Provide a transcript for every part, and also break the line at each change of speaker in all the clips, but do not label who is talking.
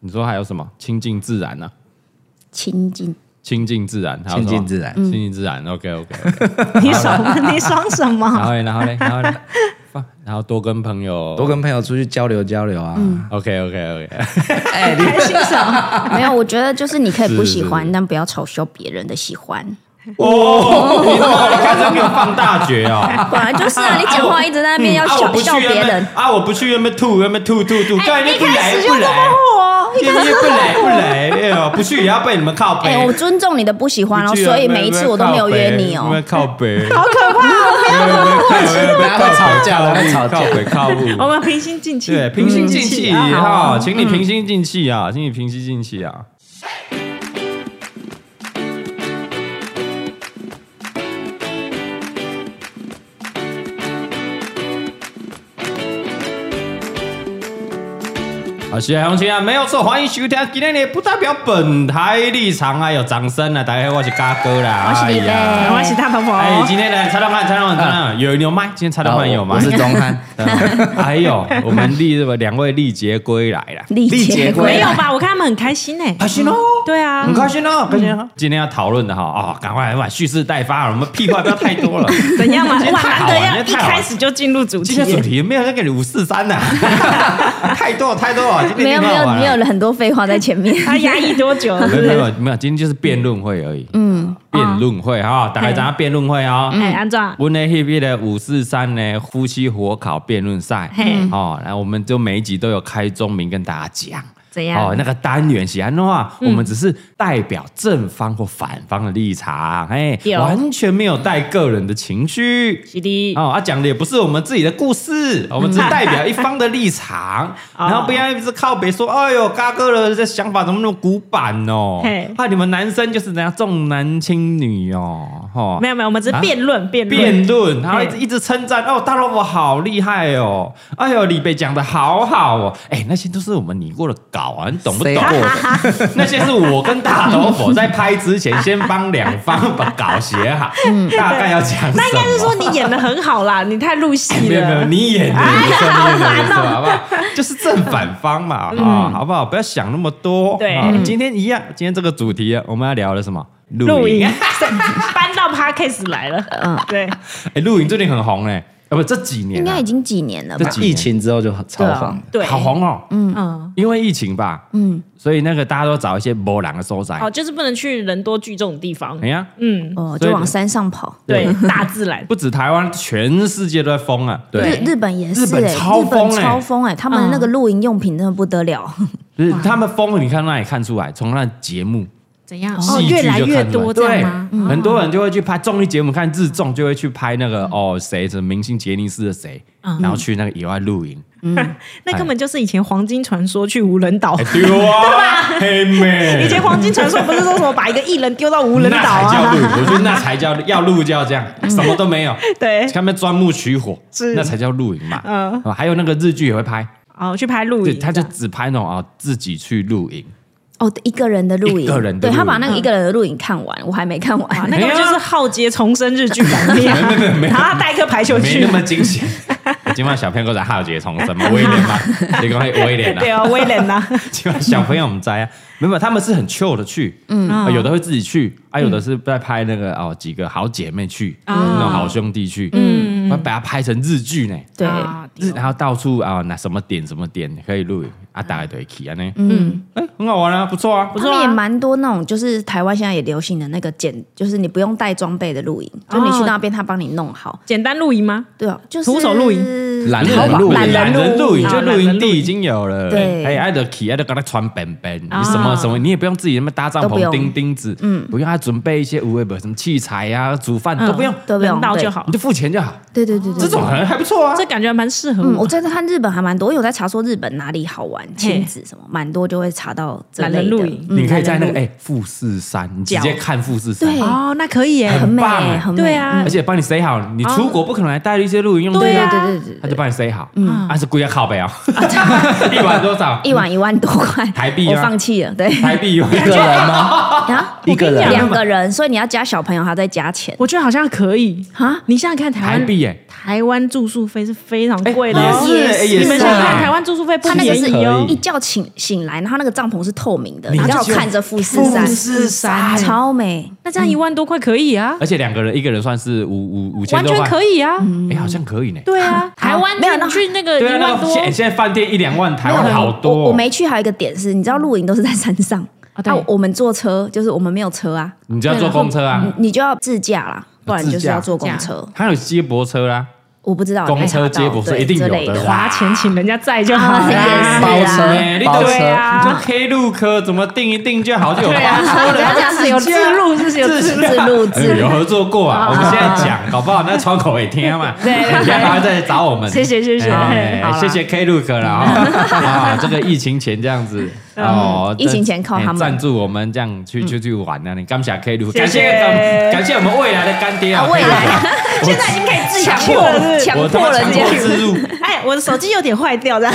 你说还有什么？亲近自然呢、
亲近
亲近自然，还有
亲
什么
近自然
嗯
亲近自然。OK OK。
你爽吗？你爽什
然
么？
后嘞，然后 嘞，然后嘞，放然后多跟朋友，
多跟朋友出去交流交流啊。
嗯
OK OK OK。
哎，你
开心什么？
没有，我觉得就是你可以不喜
是
欢，但不要嘲笑别人的喜欢。
哦，你怎么开始给我放大决 哦？
本来就是啊，你讲话一直在那边要
啊，我
笑
不去
笑别
那边
人，哎
啊，我不去那边吐，那边吐吐吐，干那边不来不来，今天不 来不来，哎呦，不去也要被你们靠
哎、
背
我。尊重你的不喜欢哦，
不去啊
所以每一次我都没有约你哦。
靠北，好可怕！
大家会吵架，大家会吵
靠
架。
北靠 北，
我们平心静气，
음.
对，平心静气
嗯
哈，
아, 어.
好
请你平心静气啊，请你平心静气啊。好，谢谢红青啊，没有错，欢迎收听，今天也不代表本台立场啊，有掌声啊，大家好，我是嘎哥啦，
我是李
哎呀
贝
我是大头佛。
哎，今天的蔡老板，蔡老板，蔡老板有有麦，今天蔡老板有麦，
我是钟汉，
还有哎我们历什么两位历劫归来了，
历
历劫
劫
归
没
归
有吧？我看他们很开心呢。
开心哦，
对啊
很，开心
嗯
哦，开心哦。今天要讨论的哈，哦，赶快把蓄势待发，我们屁话不要太多 了。
怎 样嘛？
今天
哇，
太好
难
玩今
得要
天
一
太好玩
开始就进入主
今
题
天
耶。
主题没有在给你五四三 呐，太多了太多啊了，今哎天
没有没有没
没
有了很多废话在前面。
他压抑多 久了？
没
是
有
不
没
是
有没有，今天就是辩论会而已。嗯，辩论会哈，大
嗯
家知道辩论会哦。
哎，安壮，
温内 h 边的五四三呢夫妻火烤辩论赛
嘿，
哦，然后我们就每一集都有开宗明跟大家讲。
怎
哦
样，？嗯
那个单元喜欢的话，我们只是代表正方或反方的立场，哎，
有嗯
完全没有带个人的情绪。
是的，
哦，啊，讲的也不是我们自己的故事，我们只是代表一方的立场，
哦
然后不要一直靠北说，哎呦，嘎哥的这想法怎么那么古板哦
嘿？
怕你们男生就是怎样重男轻女哦，哦，
没有没有，我们只是
啊
辩论辩
辩论，然后一
嘿
直一直称赞哦，大萝卜好厉害哦，哎呦，李贝讲的好好哦，哎，那些都是我们拟过的稿啊，你懂不懂
谁？过
那些是我跟大头佛在拍之前先帮两方把稿写好，大概要讲什么？
嗯那应该是说你演的哎很好啦，你太入戏
没有没有，
了。
你演的，你说你演的，没错，好不好？就是正反方嘛，啊，好不好？不要想那么多。
嗯对
啊今天一样，今天这个主题我们要聊的什么？
录 影搬到 podcast 来了，嗯，对，
哎，露营最近很红哎，啊不，这几年啊
应该已经几年了
这
吧？
几
疫情之后就超红
啊，
对
好红哦，
嗯，
因为疫情吧，嗯，所以那个大家都找一些波浪的收窄。
哦，就是不能去人多聚众的地方
哎，呀，
嗯，
哦，
所以
就往山上跑。
对，大自然
不止台湾，全世界都在疯啊！
日
对
日本也是、
日本
哎，
超
日本
疯哎
超疯哎、他们
嗯
那个露营用品真的不得了，
就是他们疯，你看那里看出来，从那节目
怎样？
戏
哦，
剧就
越来越
看出
多，这
对
样吗？，嗯
很多人就会去拍综艺节目，看日综就会去拍那
嗯
个哦谁什么明星杰尼斯的谁，然后去那个野外露营，
那根本就是以前黄金传说去无人岛
哎，对 啊，黑妹
以前黄金传说不是说什么把一个艺人丢到无人岛
那才叫
啊？嗯
露，我觉得那才叫要露就要这样，什么都没有，
对，
他们钻木取火，
是
那才叫露营嘛。
嗯
嗯，还有那个日剧也会拍，
哦，去拍露
对，
营，
他就
这样
只拍那种啊自己去露营，
哦，一个人的露营，
一个人的
对
露营
他把那个一个人的露营看完，我还没看完。
啊那
哎
个就是浩劫重生日剧版面，啊 然后他带一颗排 球
没
去
那，么惊险。今晚小朋友都在浩劫重生嘛，威廉嘛， 你讲威廉
对
啊，
啊，威廉呐，
今晚小朋友我们在啊，没有，他们是很 chill 的去，啊有的会自己去，啊，有的是在拍那个哦几个好姐妹去，那种好兄弟去，啊嗯，把它拍成日剧呢。
对，
啊
日然后到处啊，那什么点什么点可以露营啊，大概都会去啊呢，嗯，哎，很好玩啊，不错啊，
不
他
错
们也
啊，
蛮多那种，就是台湾现在也流行的那个简，就是你不用带装备的露营，就你去那边他帮你弄好。
简单露营吗？
对啊，就是
徒手露营
懒人露
懒
营，
懒人露营，
啊
就露
懒
营
人露
地
营
已经有了。
对
哎，爱德奇，爱德给他穿本本，你
啊
什么什么，你也不用自己那么搭帐
都不
篷、
用
钉钉子，嗯，不用他准备一些无为不什么器材呀、煮饭
嗯
都嗯不用，
都不用
人道就好
你，就付钱就好。
对对对对，
这种还还不错啊
这。感觉蛮适合
嗯，我
我。
在看日本还蛮多，因为我在查说日本哪里好玩，亲子什么蛮多就会查到这类
懒人
的
露营
嗯
你可以在那个
懒人
哎富士山，你直接
脚
看富士山，
对
哦，那可以耶
露营很美
啊棒哎
很美，
对啊
而且帮你塞好。你出国不可能还带一些露营用
对
具
啊
对对对对
他
对，
就帮你塞好，啊是贵要靠背啊， 一碗多少？
一碗一万多块，
台币
我
吗
放弃了，对
台币有一
一个
个，
人吗？
啊，
一个人
两个人，所以你要加小朋友，还要再加钱
我觉得好像可以
啊
你想想看，台
台
湾
币耶
台湾住宿费是非常贵的
也
哦，
是哎也
你们
是
想想看，台
啊，
湾住宿费不
他那个
便
是
宜哦
一。觉醒醒来，然后那个帐篷是透明的，
你
然后
就
就看着富士山，
富士山
超美。
那这样一万多块可以啊，
而且两个人一个人算是五五五千
完
多
全
块，
可以啊。
哎好像可以呢。
对啊，台湾
没有那
你去那个一
对啊，那
万
个
多，
现现在饭店一两万，台湾好多
我
哦。
我没去，还有一个点是，你知道露营都是在山上，
啊对
啊我们坐车就是我们没有车啊，
你就要坐公车啊，
你就要自驾啦，
哦
不然就是要坐公
自
车。
它有接驳车啊啦，
我不知道哎
公车接驳车一定有的
的
啦
花钱请人家载就好
啊，
了。
包
是
车
啊
哎你
包
对
车
你就黑路科怎么定一定就好就有
对啊，
吧。
不要这样子，有自路是有自路。
自路
哎
自
有
路，
合作过 啊，我们现在讲，搞不好那窗口也听嘛，对，然后再来找我们，
谢谢谢谢
哎
啊
好啦
谢谢 K Look 了 啊，啊这个疫情前这样子哦，
嗯疫情前靠他们嗯
哎赞助我们这样去出去玩啊，你感谢 K Look，
谢
感谢感谢我们未来的干爹啊
啊，未来
Klook
现在已经可以自强
强迫
迫强
我他妈
迫人
强
家
迫。自入，
哎，我的手机有点坏掉，这样。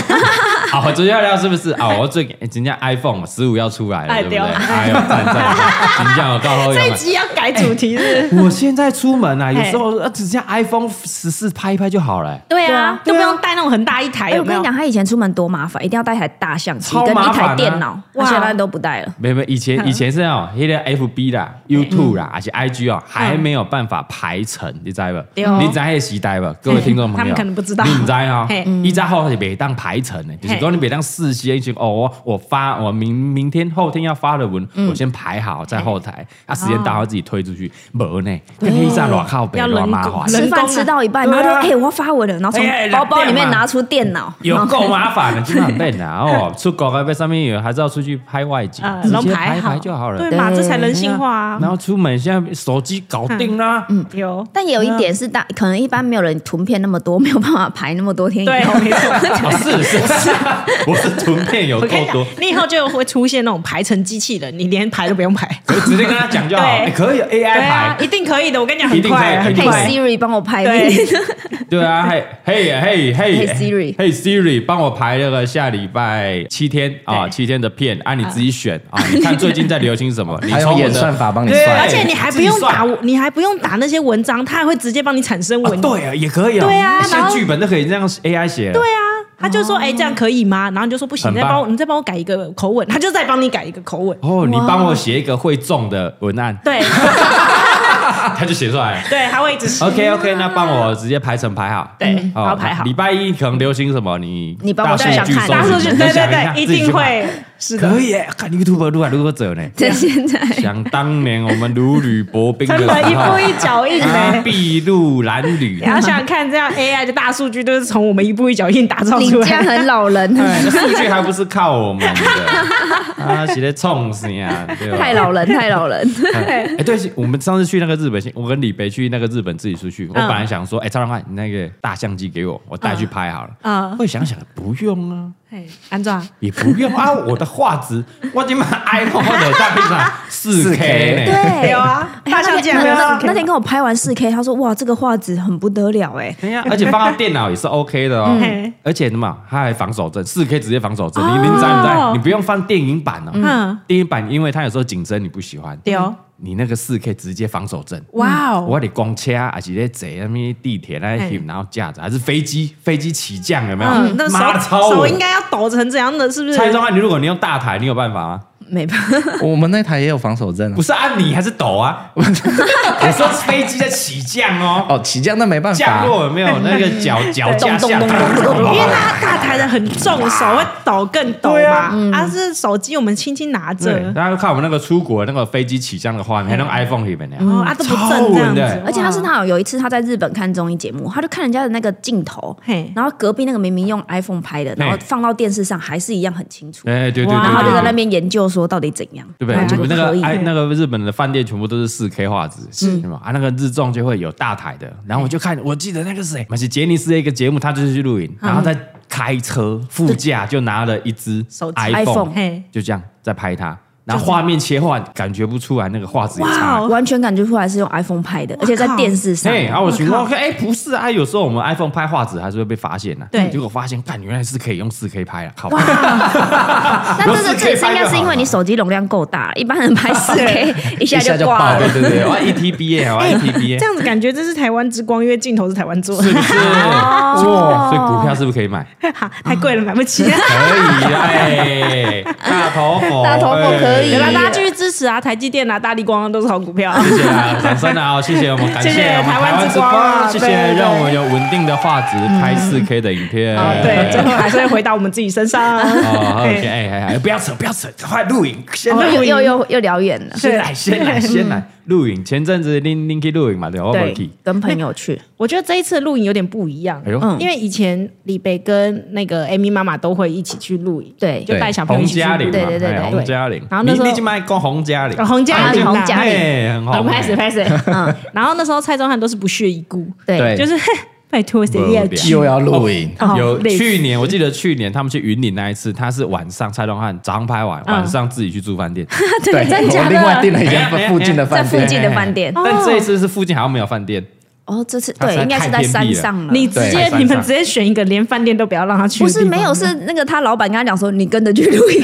啊，我最要料是不是啊？我最近人家 iPhone 十五要出来了，
哎
对不对？
对
哎呦，赞赞， 你这样我告诉
这
你
一
们。
集要改主题是？
我现在出门啊，有时候啊，只剩下 iPhone 十四拍一拍就好了、
对
啊
都不用带那种很大一台，
哎，
有
我
没
跟
有
你？讲，他以前出门多麻烦，一定要带一台大相机
超
跟一
麻烦
台
啊
电脑，
哇
他现在都不带了。
没有没有，以前
嗯
以前是哦那种那个 FB 啦、YouTube 啦，而且 IG 哦，还没有办法排成，你知道吧？
嗯对哦
你知道那个时代吧？各位听众朋友，
他们可能不知道
你唔知哦
嘿。
一家后是别当排成的，就是
嘿
说你别当事先去哦，我我发我明明天后天要发的文，
嗯
我先排好在后台，啊时间到了自己推出去，没呢，跟黑站乱靠北
哦要
乱
轮
麻
滚
烦。
人
吃
工啊
饭吃到一半，然后就哎，我要发文了，然后从
哎哎
包包里
电
面
嘛
拿出电脑，
有
然后
够麻 烦的，基本上笨啊！哦，出国还被上面有，还是要出去拍外景
啊，
直
龙
接
排
排一
好
排就好了。
对啊嘛？
对
这才人性化
然
啊。嗯
后出门现在手机搞定啦，
有
但也有一点是大，可能一般没有人囤片那么多，没有办法排那么多天以
对
后。，
没错。
哦是是 是，我是图片有
我
够
跟你讲
多，，
你以后就会出现那种排成机器人，你连排都不用 排。
我直接跟他讲就好，
对
哎可以 AI
对啊，
排，
一定可以的，我跟你讲，
一
很
定可以
快啊，
一
很
定
嘿
可以
快。
Siri 帮我排
对
名，
对啊，嘿嘿嘿嘿
Hey Siri
嘿 Siri，帮我排那个下礼拜七天啊，
对
七天的片啊，你自己选啊，你看最近在流行什 么，你
还有
从我的
演算法帮你
对啊
算
而且你还不
自
用
己算
打，你还不用打那些文章，它还会直接帮你产生
啊
文。
对啊，也可以啊，
对啊然
像
后
剧本都可以这样 AI 写了，
对啊，他就说：“哎，这样可以吗？”然后你就说：“不
哦
行，
很
你再
棒
帮我，你再帮我改一个口吻。”他就再帮你改一个 口吻。
哦，你帮我写一个会中的文案，
对
他就写出来了。
对，他会 一直
OK OK，那帮我直接排成排好。
啊对
嗯
帮我排好
礼拜一可能流行什么，你
你帮我
大
想
数据
想看
搜
大
集
数据，
你
对
想一
对
下
对，一
自己
定
去买
会是的
可。以耶，看 YouTube 啊如何如何走呢？
这现在
想当年我们如履薄冰的
成本
时
一步
候，
一脚印
啊
嘞。
筚路蓝缕
你，要想想看，这样 AI 的大数据都是从我们一步一脚印打造
你
出
这样
来的。
很老人，
哎那数据还不是靠我们 的啊，写的冲死呀，对吧？
太老人，太老 人。
哎、对，我们上次去那个日本，我跟李北去那个日本自己出去，我本来想说，哎、超人汉，你那个大相机给我，我带去拍好了。
嗯嗯
啊，会想想不用啊，
哎，安装
也不用啊，我的画质，我已经买 iPhone 的大屏上四 K 呢。
对
有啊，
哎
大
他
象
那
见
天
没有
那
啊？
那天跟我拍完四 K，他说哇，这个画质很不得了哎，
对呀，而且放到电脑也是 OK 的哦
嗯，
而且什么，它还防手震，四 K 直接防手震，你你知道你知道，你不用放电影版哦
哦嗯，
电影版因为它有时候紧帧你不喜欢，
对哦，
你那个四 K 直接防手震，
哇哦，
我得公车还是在坐那么地铁那
嘿
些，然后架着，还是飞机飞机起降有没有？
嗯，那
妈的超
手手
稳
应。该要抖成这样的，是不是？
蔡宗翰，你如果你用大台，你有办法吗？
没办法，
我们那台也有防守阵啊
不。是按你还是抖啊？我说飞机在起降哦，
哦，起降那没办
降
法，
落有没有那个脚脚架下？
因为它大台的很重，手会抖更抖
对啊
嘛。
嗯
啊，是手机我们轻轻拿着，
对，大家看我们那个出国那个飞机起降的画面，还有那个 iPhone 里面那
然后
样，
啊都不
嗯超
正这样
稳的
子，
而且他是那种有一次他在日本看综艺节目，他就看人家的那个镜头
嘿，
然后隔壁那个明明用 iPhone 拍的，然后放到电视上还是一样很清楚，
哎，对对对，
然后就在那
对
边研究说到底怎样，
对不对？
然
我
后
们那
就可
个
以
哎，那个日本的饭店全部都是四 K 画质，是吗？啊，那个日综就会有大台的，然后我就看，我记得那个谁，马西杰尼斯的一个节目，他就是去露营，然后在开车副驾就拿了一只
手机
iPhone，
iPhone
嘿，
就这样在拍它。然后画面切换，感觉不出来那个画质有差
哇。哦
完全感觉出来是用 iPhone 拍的，而且在电视上。
嘿，然后我询问，哎，不是啊，有时候我们 iPhone 拍画质还是会被发现啊的。
对
结果发现，看原来是可以用四 K 拍啊，靠！
那这
我 4K
个这
拍就
也是应该
是好
因为你手机容量够大，一般人拍四 K 一下
一下
就
就
挂
爆
了
了。
对对对，哇，一 TB 耶，哇，哦一 TB 耶
这，样子感觉这是台湾之光，因为镜头是台湾做的
是，不是？哇，所以股票是不是可以买？
哈 太贵了，买不 起。
可以哎，大头佛，
大头佛可以
对啦，
哎
大家继续支持啊！台积电啊、大力光啊都是好股 票。
谢谢啊，掌声啊！谢谢我们，感
谢谢
我们
台湾
湾
之光啊
谢
对对
谢
对
让我们有稳定的画质拍四 K 的影片。
啊，对，最后还是会回到我们自己身上。
哦，好
对
，OK，哎哎哎，不要扯，不要扯，快录影，先
哦
来，
又又又又聊远了，
先来，先来，先来录影。前阵子拎拎去录影嘛，对吧，我
嗯对
没去。
跟朋友去，
我觉得这一次露营有点不一样
哎，呦，
嗯
因为以前李贝跟那个 Amy 妈妈都会一起去露营，
对
就带小朋友
洪
一起去
嘉
露
玲
营。
嘛，
对对对
哎
对
洪嘉玲。
然后那时候
你你去卖光洪嘉玲
哦，洪嘉玲啊，
啊洪嘉
哎很好
很
看，
哦拍死 拍死。
嗯，
然后那时候蔡宗翰都是不屑一顾，
对
对，
就是 哼拜托谁要
不
去？
又要录影，
哦
有
累死
去年，我记得去年他们去云林那一次，他是晚上蔡东汉早上拍完，
嗯
晚上自己去住饭店，
对，
真假
我
的
另外订了一家
哎哎哎
附近的
在
饭
附
店，
近的饭店。
哦
但这一次是附近好像没有饭店，
哦，这次
哎它实
对，
在
应该是在山上了。
你直接
对
你们直接选一个连饭店都不要让他去
不
的地方，
是没有，是那个他老板跟他讲说，你跟着去露营，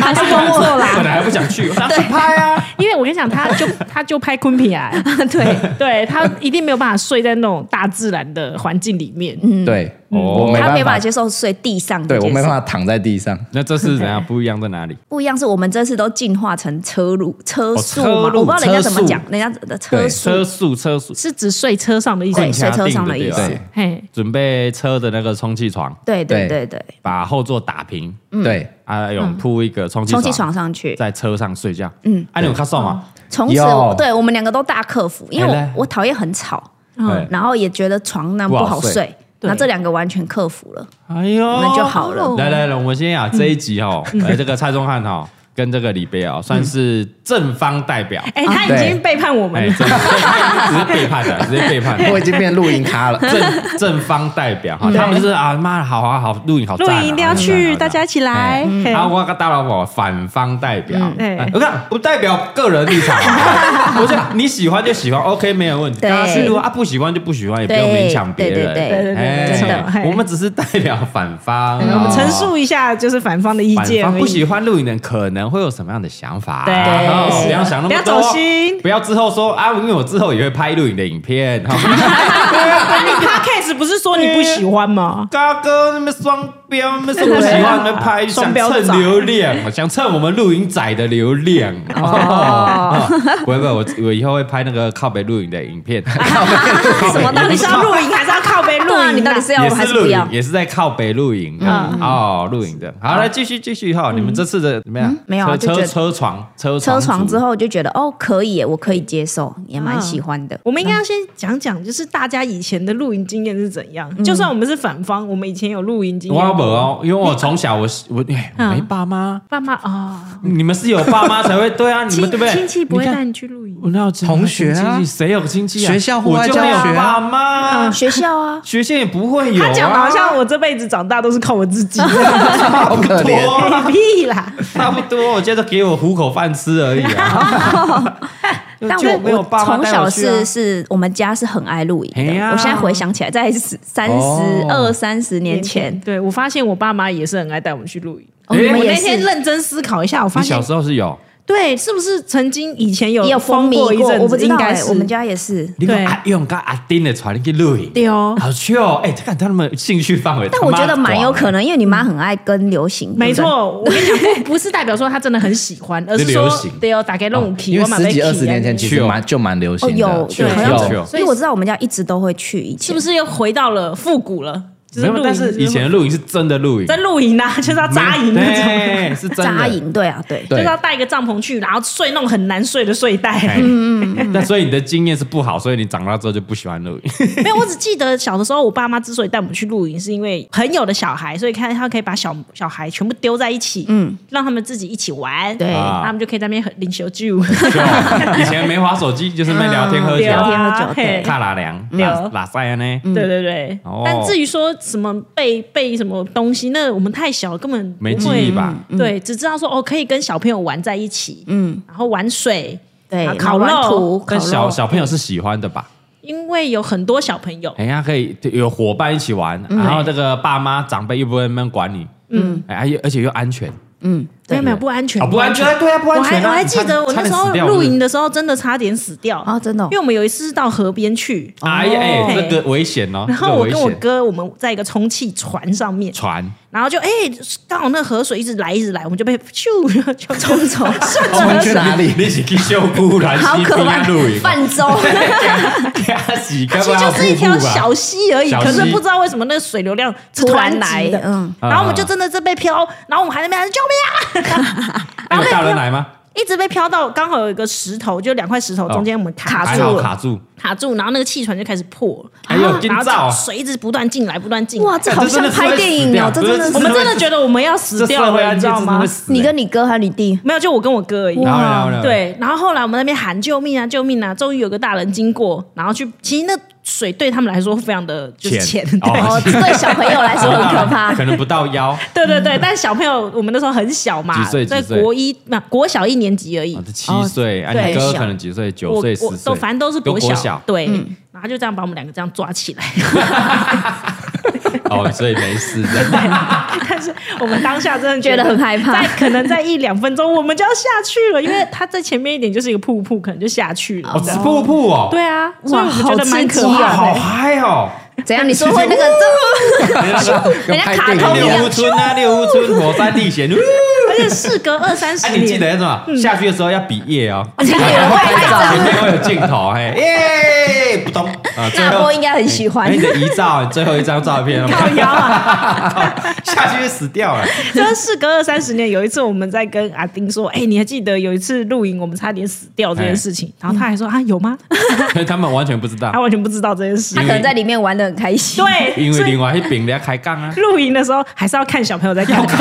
还是跟我
本来还不想去，我 想去拍啊。
因为我跟你讲，他就他就拍昆平啊， 对对，他一定没有办法睡在那种大自然的环境里面。
对，
哦
我没
他没办法
办法，
接受睡地上这
对
件事。
我没办法躺在地上，
那这次怎样不一样在哪里？
不一样，是我们这次都进化成车路车速嘛，
哦车路
我不知道人家怎么讲
车，
人家的车速
车速车速，
是指睡车上的意思，
对睡车上的意思
对吧
嘿，
准备车的那个充气床，
对对对
对
对，
把后座打平，
嗯
对，
啊，有铺一个充气
充气床上去。
在车上睡觉。嗯，啊，你有看送吗？
从此
有
我对我们两个都大克服，因为
哎嘞
我我讨厌很吵，
对，
然后也觉得床那不
不好
好
睡
睡，
对
那这两个完全克服了，
哎呦，
那就好了。
来来来，我们先啊这一集哦，来这个蔡宗翰哈跟这个李贝啊，算是正方代表，
哎，他已经背叛我们
哎，
了，
正 直接背叛的，直接背叛
我
的。。
已经变录影咖 了
正正方代表哈，他们就是啊妈，好啊好，露营好
露
赞啊，
营一定要
好赞
去，
好赞
大家一起来。嘿
啊，我跟大老婆反方代表，
嗯
哎我看不代表个人立场，啊我想你喜欢就喜欢，OK 没有问题。
对
大家是如果啊不喜欢就不喜欢，也不用
对
勉强别人。
对对
对对对
哎
真的嘿
我们只是代表反方，
我们
哦
陈述一下就是反方的意
反
见而
方
已，
不喜欢录影的人可能会有什么样的想法？
对
哦
是的
不要想那
不
么
要
多
走，心。
不要之后说啊，因为我之后也会拍录影的影片。哈
那你 podcast 不是说你不喜欢吗？
嘎哥，那么双标，那么说不喜欢，那么拍想
双标仔
蹭流量，想蹭我们露营仔的流量。哦，不会不会，我我以后会拍那个靠北露营的影 片，
什么到
你
底是
是要
要
露营还是要靠背露
对啊，
营？
你到底是要
也
还
是
是不
露
要嗯
营，？也是在靠北露营哦，露营的。好，来继续继续哈，你们这次的怎么样？
没有啊
车
就觉
车
得
车床车
车床
族
之后就觉得哦，可以耶，我可以接受，也蛮喜欢的。
我们应该要先讲讲，就是大家以前的露营经验是怎样。就算我们是反方，我们以前有露营经验。
我没有哦，因为我从小我我哎
嗯
我没爸妈，
爸妈啊，
你们是有爸妈才会对啊，你们
亲
对不对？
亲戚不会
你看
带你去露营。
我那有
同学啊
亲戚谁有亲戚啊？
学校户
我
外
就
教
没
学
有
啊
爸妈啊，
学校啊，
学校也不会有啊。
他讲的好像我这辈子长大都是靠我 自己，
好可
多
怜，
啊
屁啦！
差不多，我觉得给我糊口饭吃而已 啊。
但
就
我
没有
我
爸妈
从
带
小
我去啊
是是我们家是很爱露营
哎
的。
呀
我现在回想起来，在十三十二三十年前，
对我发现我爸妈也是很爱带我们去露营。
哦
哎
你
我
们
那
也
天
是
认真思考一下，我发
你
现
小时候是有，
对，是不是曾经以前有
也有
疯
风靡
过一阵
过，
子？
我不知道
应该
哎，
是
我们家也是。
你
对
们阿用跟阿丁的传去露营，
对哦，
好去哦。哎，看他们兴趣范围，
但我觉得
他妈
蛮有可
广啊
能，因为你妈很爱跟流行，对
没
不
错，我跟你讲，不不是代表说他真的很喜 欢，而是
是
说
流行
对哦，打开那种 key，
因
我
为
马
十
上
几
key
二十年前
啊
其实蛮就蛮流
对。
行
哦，有对，
的，
好像
有
是因为我知道我们家一直都会去，以
是
前
不是又回到了复古了？就
没有，
是露营
但
是
是以前的露营是真的露营，
在露营啊， 就是要扎营那种，
对，是真的
扎。营，对啊，对，
就是
对
要带一个帐篷去，然后睡那种很难睡的睡袋。
嗯，那所以你的经验是不好，所以你长大之后就不喜欢露营。
没有，我只记得小的时候，我爸妈之所以带我们去露营，是因为朋友的小孩，所以看他可以把小小孩全部丢在一起，嗯，让他们自己一起玩，
对
啊
他们就可以在那边很领袖 剧舞。
就以前没划手机，就是啊没聊天喝酒
嗯、聊天
啊
喝酒对
嘿
卡拉凉、
对
拉拉塞呢。
对对对
哦，
但至于说什么背背什么东西，那我们太小了，根本不
没记
会
忆吧？
对，只知道说哦，可以跟小朋友玩在一起，嗯，然后玩水，
对
啊，烤
然后
肉
玩土
但
烤
小
肉
小朋友是喜欢的吧？
因为有很多小朋友，
哎呀，可以有伙伴一起玩，然后这个爸妈长辈又不会那么管你，嗯，哎，而且而且又安全，
嗯，对
没有没有不安全，
啊，不安全，对啊，不安
我还
全啊。
我还记
差
得我那时候露营，的时候，真的差点死掉
啊真的哦
因为我们有一次是到河边去，
差点死掉是不是哎呀，哎，
对
这个危险哦，
然
这个
后我
危
跟我
险
哥我们在一个充气船上面，
船，
然后就哎，刚好那河水一直来一直来，我们就被咻就冲走， 顺
我
着
们
河
去
水。
哪里？
你是去秀姑兰
好
溪
可
边
怕
哦露营，，啊
泛舟，
他洗
它
干
其实就是一条小溪而已，
啊小溪
可是不知道为什么那个水流量是
突然
然
来
急的，
嗯
然后我们就真的是被漂，然后我们还在那边喊救命啊，
哎
然后
有
被
大人
漂
来吗？
一直被漂到刚好有一个石头，就两块石头中间我们卡
还
住
好
了，
卡住，
卡住，然后那个气船就开始破了，
哎呦
然后
惊
然后
兆啊
就水一直不断进来，不断进来。
哇，这好
真
像
的是
拍
会
电
死
影
掉
哦，这
不是
真的
这
我
是
们真的觉得我们要死
这
掉
社会
了，
案
你知
件
道
真的
吗
会？死。
你
哎
跟你哥还有你弟，
没有，就我跟我哥而已。
然后然后然后
对，然后后来我们那边喊救命啊，救命啊！终于有个大人经过，然后去，其实那水对他们来说非常的就是
浅
浅，
哦，
对
哦，对小朋友来说很可 怕
可能不到 腰，啊，
对对对。但小朋友，我们那时候很小嘛，
几岁
在
几岁
国一那国小一年级而已，
这七岁，啊，
对
你哥可能几岁？九
哦我
岁、
我
十
都
岁，
反正都是
都
小，
国小
对。然后就这样把我们两个这样抓起来，
哦，所以没事这样
啊但是我们当下真的
觉得很害怕
在可能在一两分钟我们就要下去了，因为它在前面一点就是一个瀑布，可能就下去了。
哦，吃瀑布哦，
对啊，
哇
所以我们觉得蛮可
好刺激
哇，
啊
怕
好
的。
嗨 哦！
怎样？你说会那个
跟拍电
人家卡通
影一
一
样
样哦
六屋村啊，六屋村火山历险，呜
而且事隔二三
哎，
十
你记得
年，
那种下去的时候要比耶哦，
这，你也会拍照，
里面会有镜头， 嘿，耶，不懂啊，最
那
后
波。应该很喜欢
哎， 你。的遗照，最后一张照片，我
靠
们
腰啊！
下去就死掉了。
就是事隔二三十年，有一次我们在跟阿丁说：“哎、你还记得有一次露营我们差点死掉这件事情？”然后他还说：“啊，有吗？”
可是他们完全不知道
他，完全不知道这件事
他。可能在里面玩的很开心，
对，
因为
所
另
以
外一饼人家开杠啊。
露营的时候还是要看小朋友在干嘛。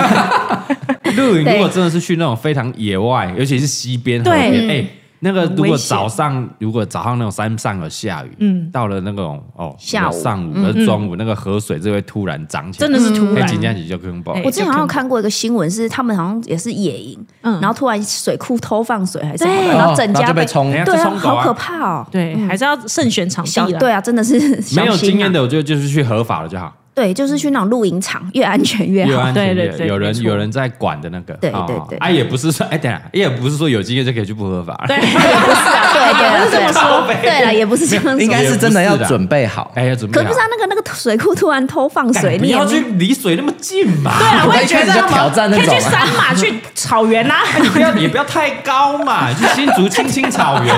露营
对
如果真的是去那种非常野外，尤其是西边河
对
边，哎，那个如
很
果
危险
早上如果早上那种山上有下雨，嗯，到了那种哦
下午
上午和中午，那个河水就会突然涨起来，
真的是突
哎，
然
紧张起就更爆。
哎
我之前
就
好像
看
看过一个新闻，是他们好像也是野营，
嗯
然后突然水库偷放水还是什么的，
对
然后整
然
家
后就被冲
哎呀
对
这
啊，
冲走啊
好可怕哦。
对，还是要慎选场
小
地啦。
对啊，真的是
没有
小心啊
经验的，我觉得就是去合法的就好，
对，就是去那种露营场，越安全越
越
好。
安全
对
越
对对
有
没
人
错
有人在管的那个。
对
哦
对对
哎，也不是说哎，等一下，也不是说有经验就可以去不合法。
对，
不是啊，对对啊
也不是这么
说
对啊对了，也不是这啊样
应
说。
该是真的要准备好。
哎，要准备
可
好。
不知道那个那个水库突然偷放
干
水，
不
你也
哎要去离水那么近嘛。对
啊我也
一开
觉
始
得
就挑战那
可以
种
去，山马、去草原啊 呐、，
你不要，也不要太高嘛，去新竹青青草原，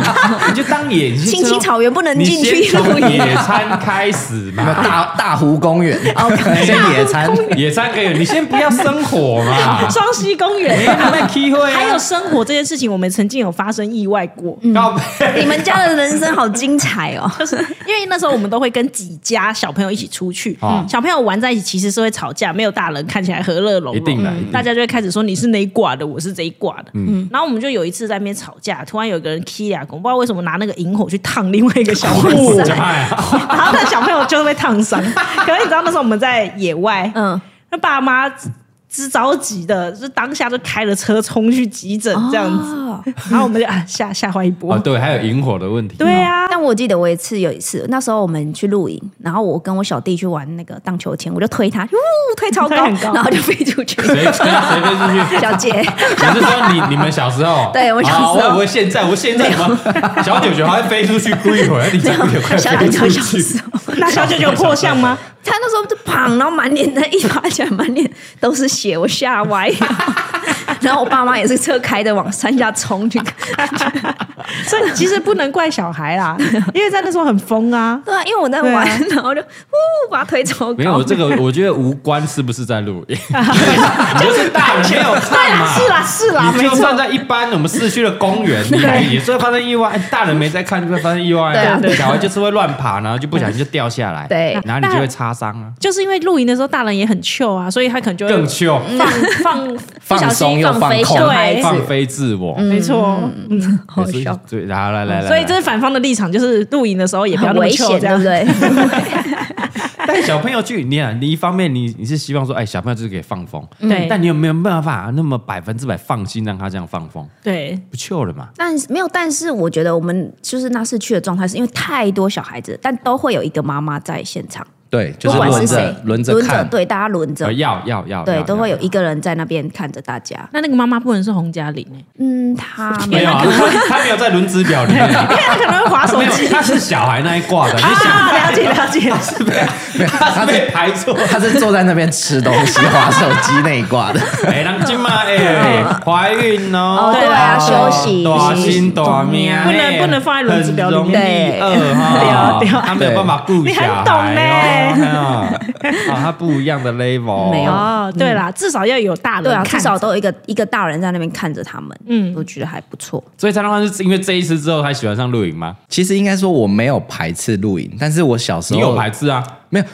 你就当野
青青草原不能
你
进
先
去露
从
营。
野餐开始
哦
有没有
嘛，
大大湖公园， 先野餐，
野餐可以，你先不要生火嘛
双溪公
没
园。
那么机会
还有
啊。
生活这件事情，我们曾经有发生意外过，
嗯
告白
你们家的人生好精彩哦！
就是因为那时候我们都会跟几家小朋友一起出去，
哦
小朋友玩在一起其实是会吵架，没有大人看起来和乐融融，嗯
一定的一定
大家就会开始说你是哪一挂的，我是这一挂的，嗯，然后我们就有一次在那边吵架，突然有个人 K 啊，我不知道为什么拿那个引火去烫另外一个 小朋友，
就派啊，
然后那小朋友就被烫伤。可是你知道那时候我们在野外，
嗯，
那爸妈之着急的，就当下就开了车冲去急诊这样子，
哦
然后我们就啊吓吓坏一波。
哦对，还有引火的问题。
对啊，
但我记得我一次有一次，那时候我们去露营，然后我跟我小弟去玩那个荡秋千，我就推他，呜，推超高，
推很高
然后就飞出 去。
谁谁谁飞出去？
小姐，
你是说你你们小时候？
对我小时候
哦我以为现在，我现在怎么小九九还会飞出去故意回来，你 这样也快
小
飞
姐
出
就小
去
时。候，
那小九九破相吗？
他那时候就砰，然后满脸的一爬起来，满脸都是血，我吓歪。 然后我爸妈也是车开着往山下冲去看，
所以其实不能怪小孩啦， 因为在那时候很疯啊。
对啊，因为我在玩，
对啊
然后就呜把他推超高。
没有，我这个我觉得无关是不是在录 音，你就是大人没有
啊
看嘛。
是啦是啦，
你
没
就
错
算。在一般我们市区的公园，你也是会发生意外。哎大人没在看，就会发生意外
对啊
啊。
对
小孩就是会乱爬，然后就不小心就掉下来，
对
然后你就会擦伤啊，
就是因为露营的时候大人也很糗啊，所以他可能就
更
会
糗，
嗯
放放，
放松又
放飞
放
小
空，
孩子，
放飞自我。
没错， 嗯。
好
所以
笑，
对，然后来来来，
所以
来
这是反方的立场，就是露营的时候也不要
很
那么
危
糗，
险，
这
对
样
不对？
带小朋友去，你啊，你一方面你你是希望说，哎，小朋友就是可以放风，
对
但你有没有办法那么百分之百放心让他这样放风？
对，
不救了嘛？
但是没有，但是我觉得我们就是那次去的状态，是因为太多小孩子，但都会有一个妈妈在现场，
对，就
不
是
管
轮
是谁
着，轮着看，
对，大家轮着
呃，，要要要，
对，
要
都会有。
要
一个人在那边看着大家。
那那个妈妈不能是洪嘉玲哎，
嗯，他
没有啊，他他没有在轮值表里面，
她可能会划
他
手
没有
机，，
他是小孩那一挂的，你想
了解了解，
是被他
他
是
是
被排错。
他是坐在那边吃东西、划手机那一挂的。
哎，人今嘛哎，怀孕哦
哦，对啊休息
大
休息
心大命，哎
不能不能放在轮值表里面
很容易饿哈，
对对
他没有办法顾
你很
小
懂
孩哦，哎呀啊，他不一样的 level，
没有
哦，对啦，至少要有大
对
人
啊，
看
至
着，
少都有一个一个大人在那边看着他们，
嗯
嗯，我觉得还不错。
所以张东汉是因为这一次之后，他喜欢上露营吗？
其实应该说我没有排斥露营，但是我小时候
你有排斥啊？
没有？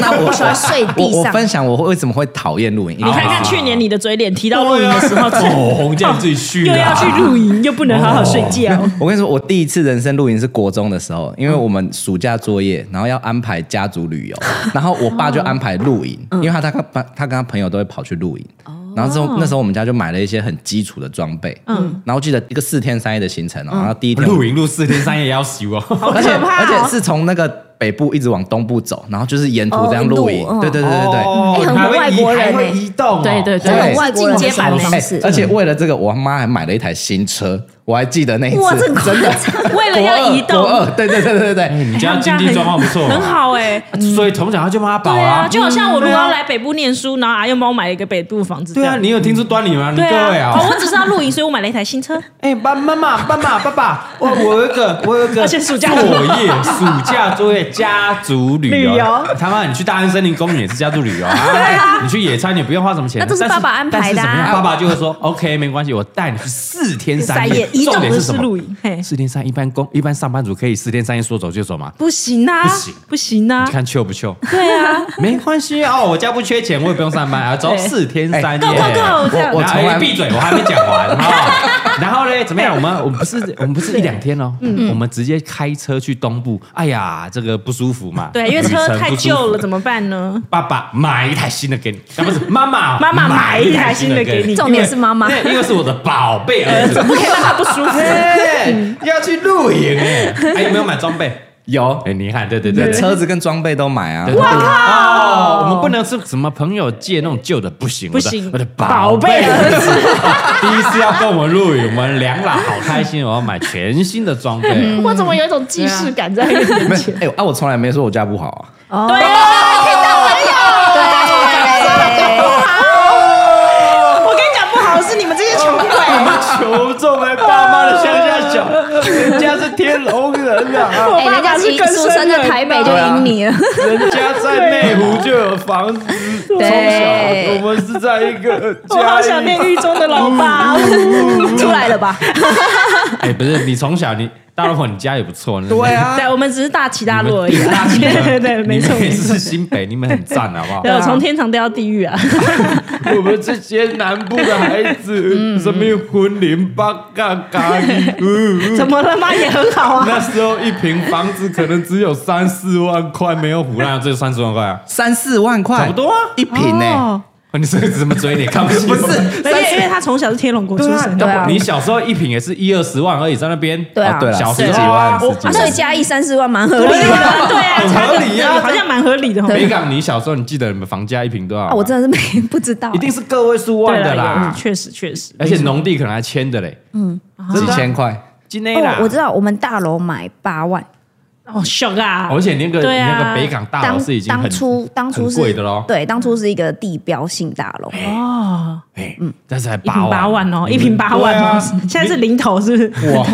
那我
我喜欢睡地
我我
上
分享我为什么会讨厌露营，
你看看去年你的嘴脸提到露营的时候，
哦，红姐你自己去
又
的
要
啊，
去露营，又不能好好睡觉。
我跟你说，我第一次人生露营是国中的时候，因为我们暑假作业，然后要安排家族旅 游，然后我爸就安排露营，
嗯
因为他他跟他他跟他朋友都会跑去露营。
哦
然后之后那时候我们家就买了一些很基础的装备，嗯，然后记得一个四天三夜的行程哦，然后第一天我们
露营露四天三夜也要休哦。
而且
嗯可怕
而
哦
且是从那个北部一直往东部走，然后就是沿途这样露营
哦一路，
对对对对对。
哦
哎很
还会
外
移
国人
还
欸
会
哎
移动哦，
对对
这
对，
种外国人
进阶版的
方
哎
式，
而且
嗯
为了这个，我妈还买了一台新车，我还记得那一次，
哇，这很夸
真的
张，
为了要移动
国，二，国二对对对对对对，
你家经济状况不错，啊
很，好哎。
所以从小他就帮他保嗯
对啊，
啦。
就好像我如果要来北部念书，然后阿用帮我买了一个北部房子这
对啊，
样。
你有听出端倪吗？你
对
对
啊，哦
啊。
我只是要露营，所以我买了一台新车。
哎，爸妈妈爸妈爸爸，我我有一个我 有一个，
而且暑假
作业，暑假作业家族旅
旅
游
游，
他妈你去大安森林公园也是家族旅 游啊，你去野餐也不用花什么钱，
那都是
但
爸爸安排的啊
但是怎么样爸爸就会说 OK 没关系，我带你去四天
三
夜
夜，移
重
动
点
不
什
是
么？
露营，嘿，
四天三夜一般工一般上班族可以四天三夜说走就走吗？
不行啊，
不行
不行啊
你，看糗不糗？
对啊，
没关系哦，我家不缺钱，我也不用上班啊，走
对
四天
哎
三
go
夜。
go go 这样
我。
然后
从
哎
来
闭嘴，我还没讲完。 哈。然后嘞，怎么样？我们我们不是我们不是一两天哦，
嗯
我们直接开车去东部。哎呀，这个不舒服嘛，
对，因为
旅
车
程
太
不舒服
旧了，怎么办呢？
爸爸买一台新的给你，啊不是妈妈
妈妈买一台
新
新的给你
重点是妈妈
因为因为因为是我的宝贝儿 子，
不可以让他不舒 服。
哎要去露营哎，还有没有买装备？
有
哎，你看，对对对
对
对。
车子跟装备都买啊，
哇靠！哎哦我们不能是什么朋友借那种旧的，不行，
不行
我的我的宝贝儿子 第一次要跟我们露营，我们两老好开心，我要买全新的装备。
嗯
我怎么有一种既视感在那个
没哎啊，我从来没说我家不好啊，
对啊，我跟你讲不好是你们这些穷鬼，
我们求助哎，爸妈的乡下 小，人家是天龙人啊，
哎，人家
是
起
跟
出生在台北就赢你了，
人家在内湖就有房子，从
对
小我们是在一个家里。嗯
我好想念狱中的老爸。
出来了吧？
哎，不是你从小你大老婆你家也不错，那
对啊，
对，我们只是大起大
你们
落而已啊。
大
对对对，没错
你们
没
也
错
是。新北，你们很赞，好不好？
对，我从天堂掉到地狱啊！
我们这些南部的孩子，
嗯
什么婚龄八嘎嘎哩， 呜
怎么了吗？也很好啊。
那时候一平房子可能只有三四万块，没有胡乱，这三十万块啊，
三四万块，
差不多啊
一瓶呢，
哦，
你这个怎么嘴脸看不 起？
不是，
而且因为他从小是天龙国出生
对
的，
啊
你小时候一瓶也是一二十万而已，在那边，
对啊
哦对了，
小
十
时
几
候啊
万，十几
啊，所以
万，
加一三四万蛮合
对
理的。
啊，对啊，
很合理啊
好像蛮合理的哦。
北港，你小时候你记得你们房价一平多少吗？
啊，我真的是没 不知道欸
一，定是个位数万
对
的啦
嗯，确实确实。
而且农地可能还签的嘞，
几千块，
今天啦
哦，，我知道我们大楼买八万，
哦，凶啊！
而且那个
对啊
那个北港大楼
当
是已经很
当初当初
很
是
贵的喽，
对，当初是一个地标性大楼，
哦，
哎，但是才
一
八
瓶
万，
八万哦，一瓶八万哦，
对啊
现在是零头是不是？
哇！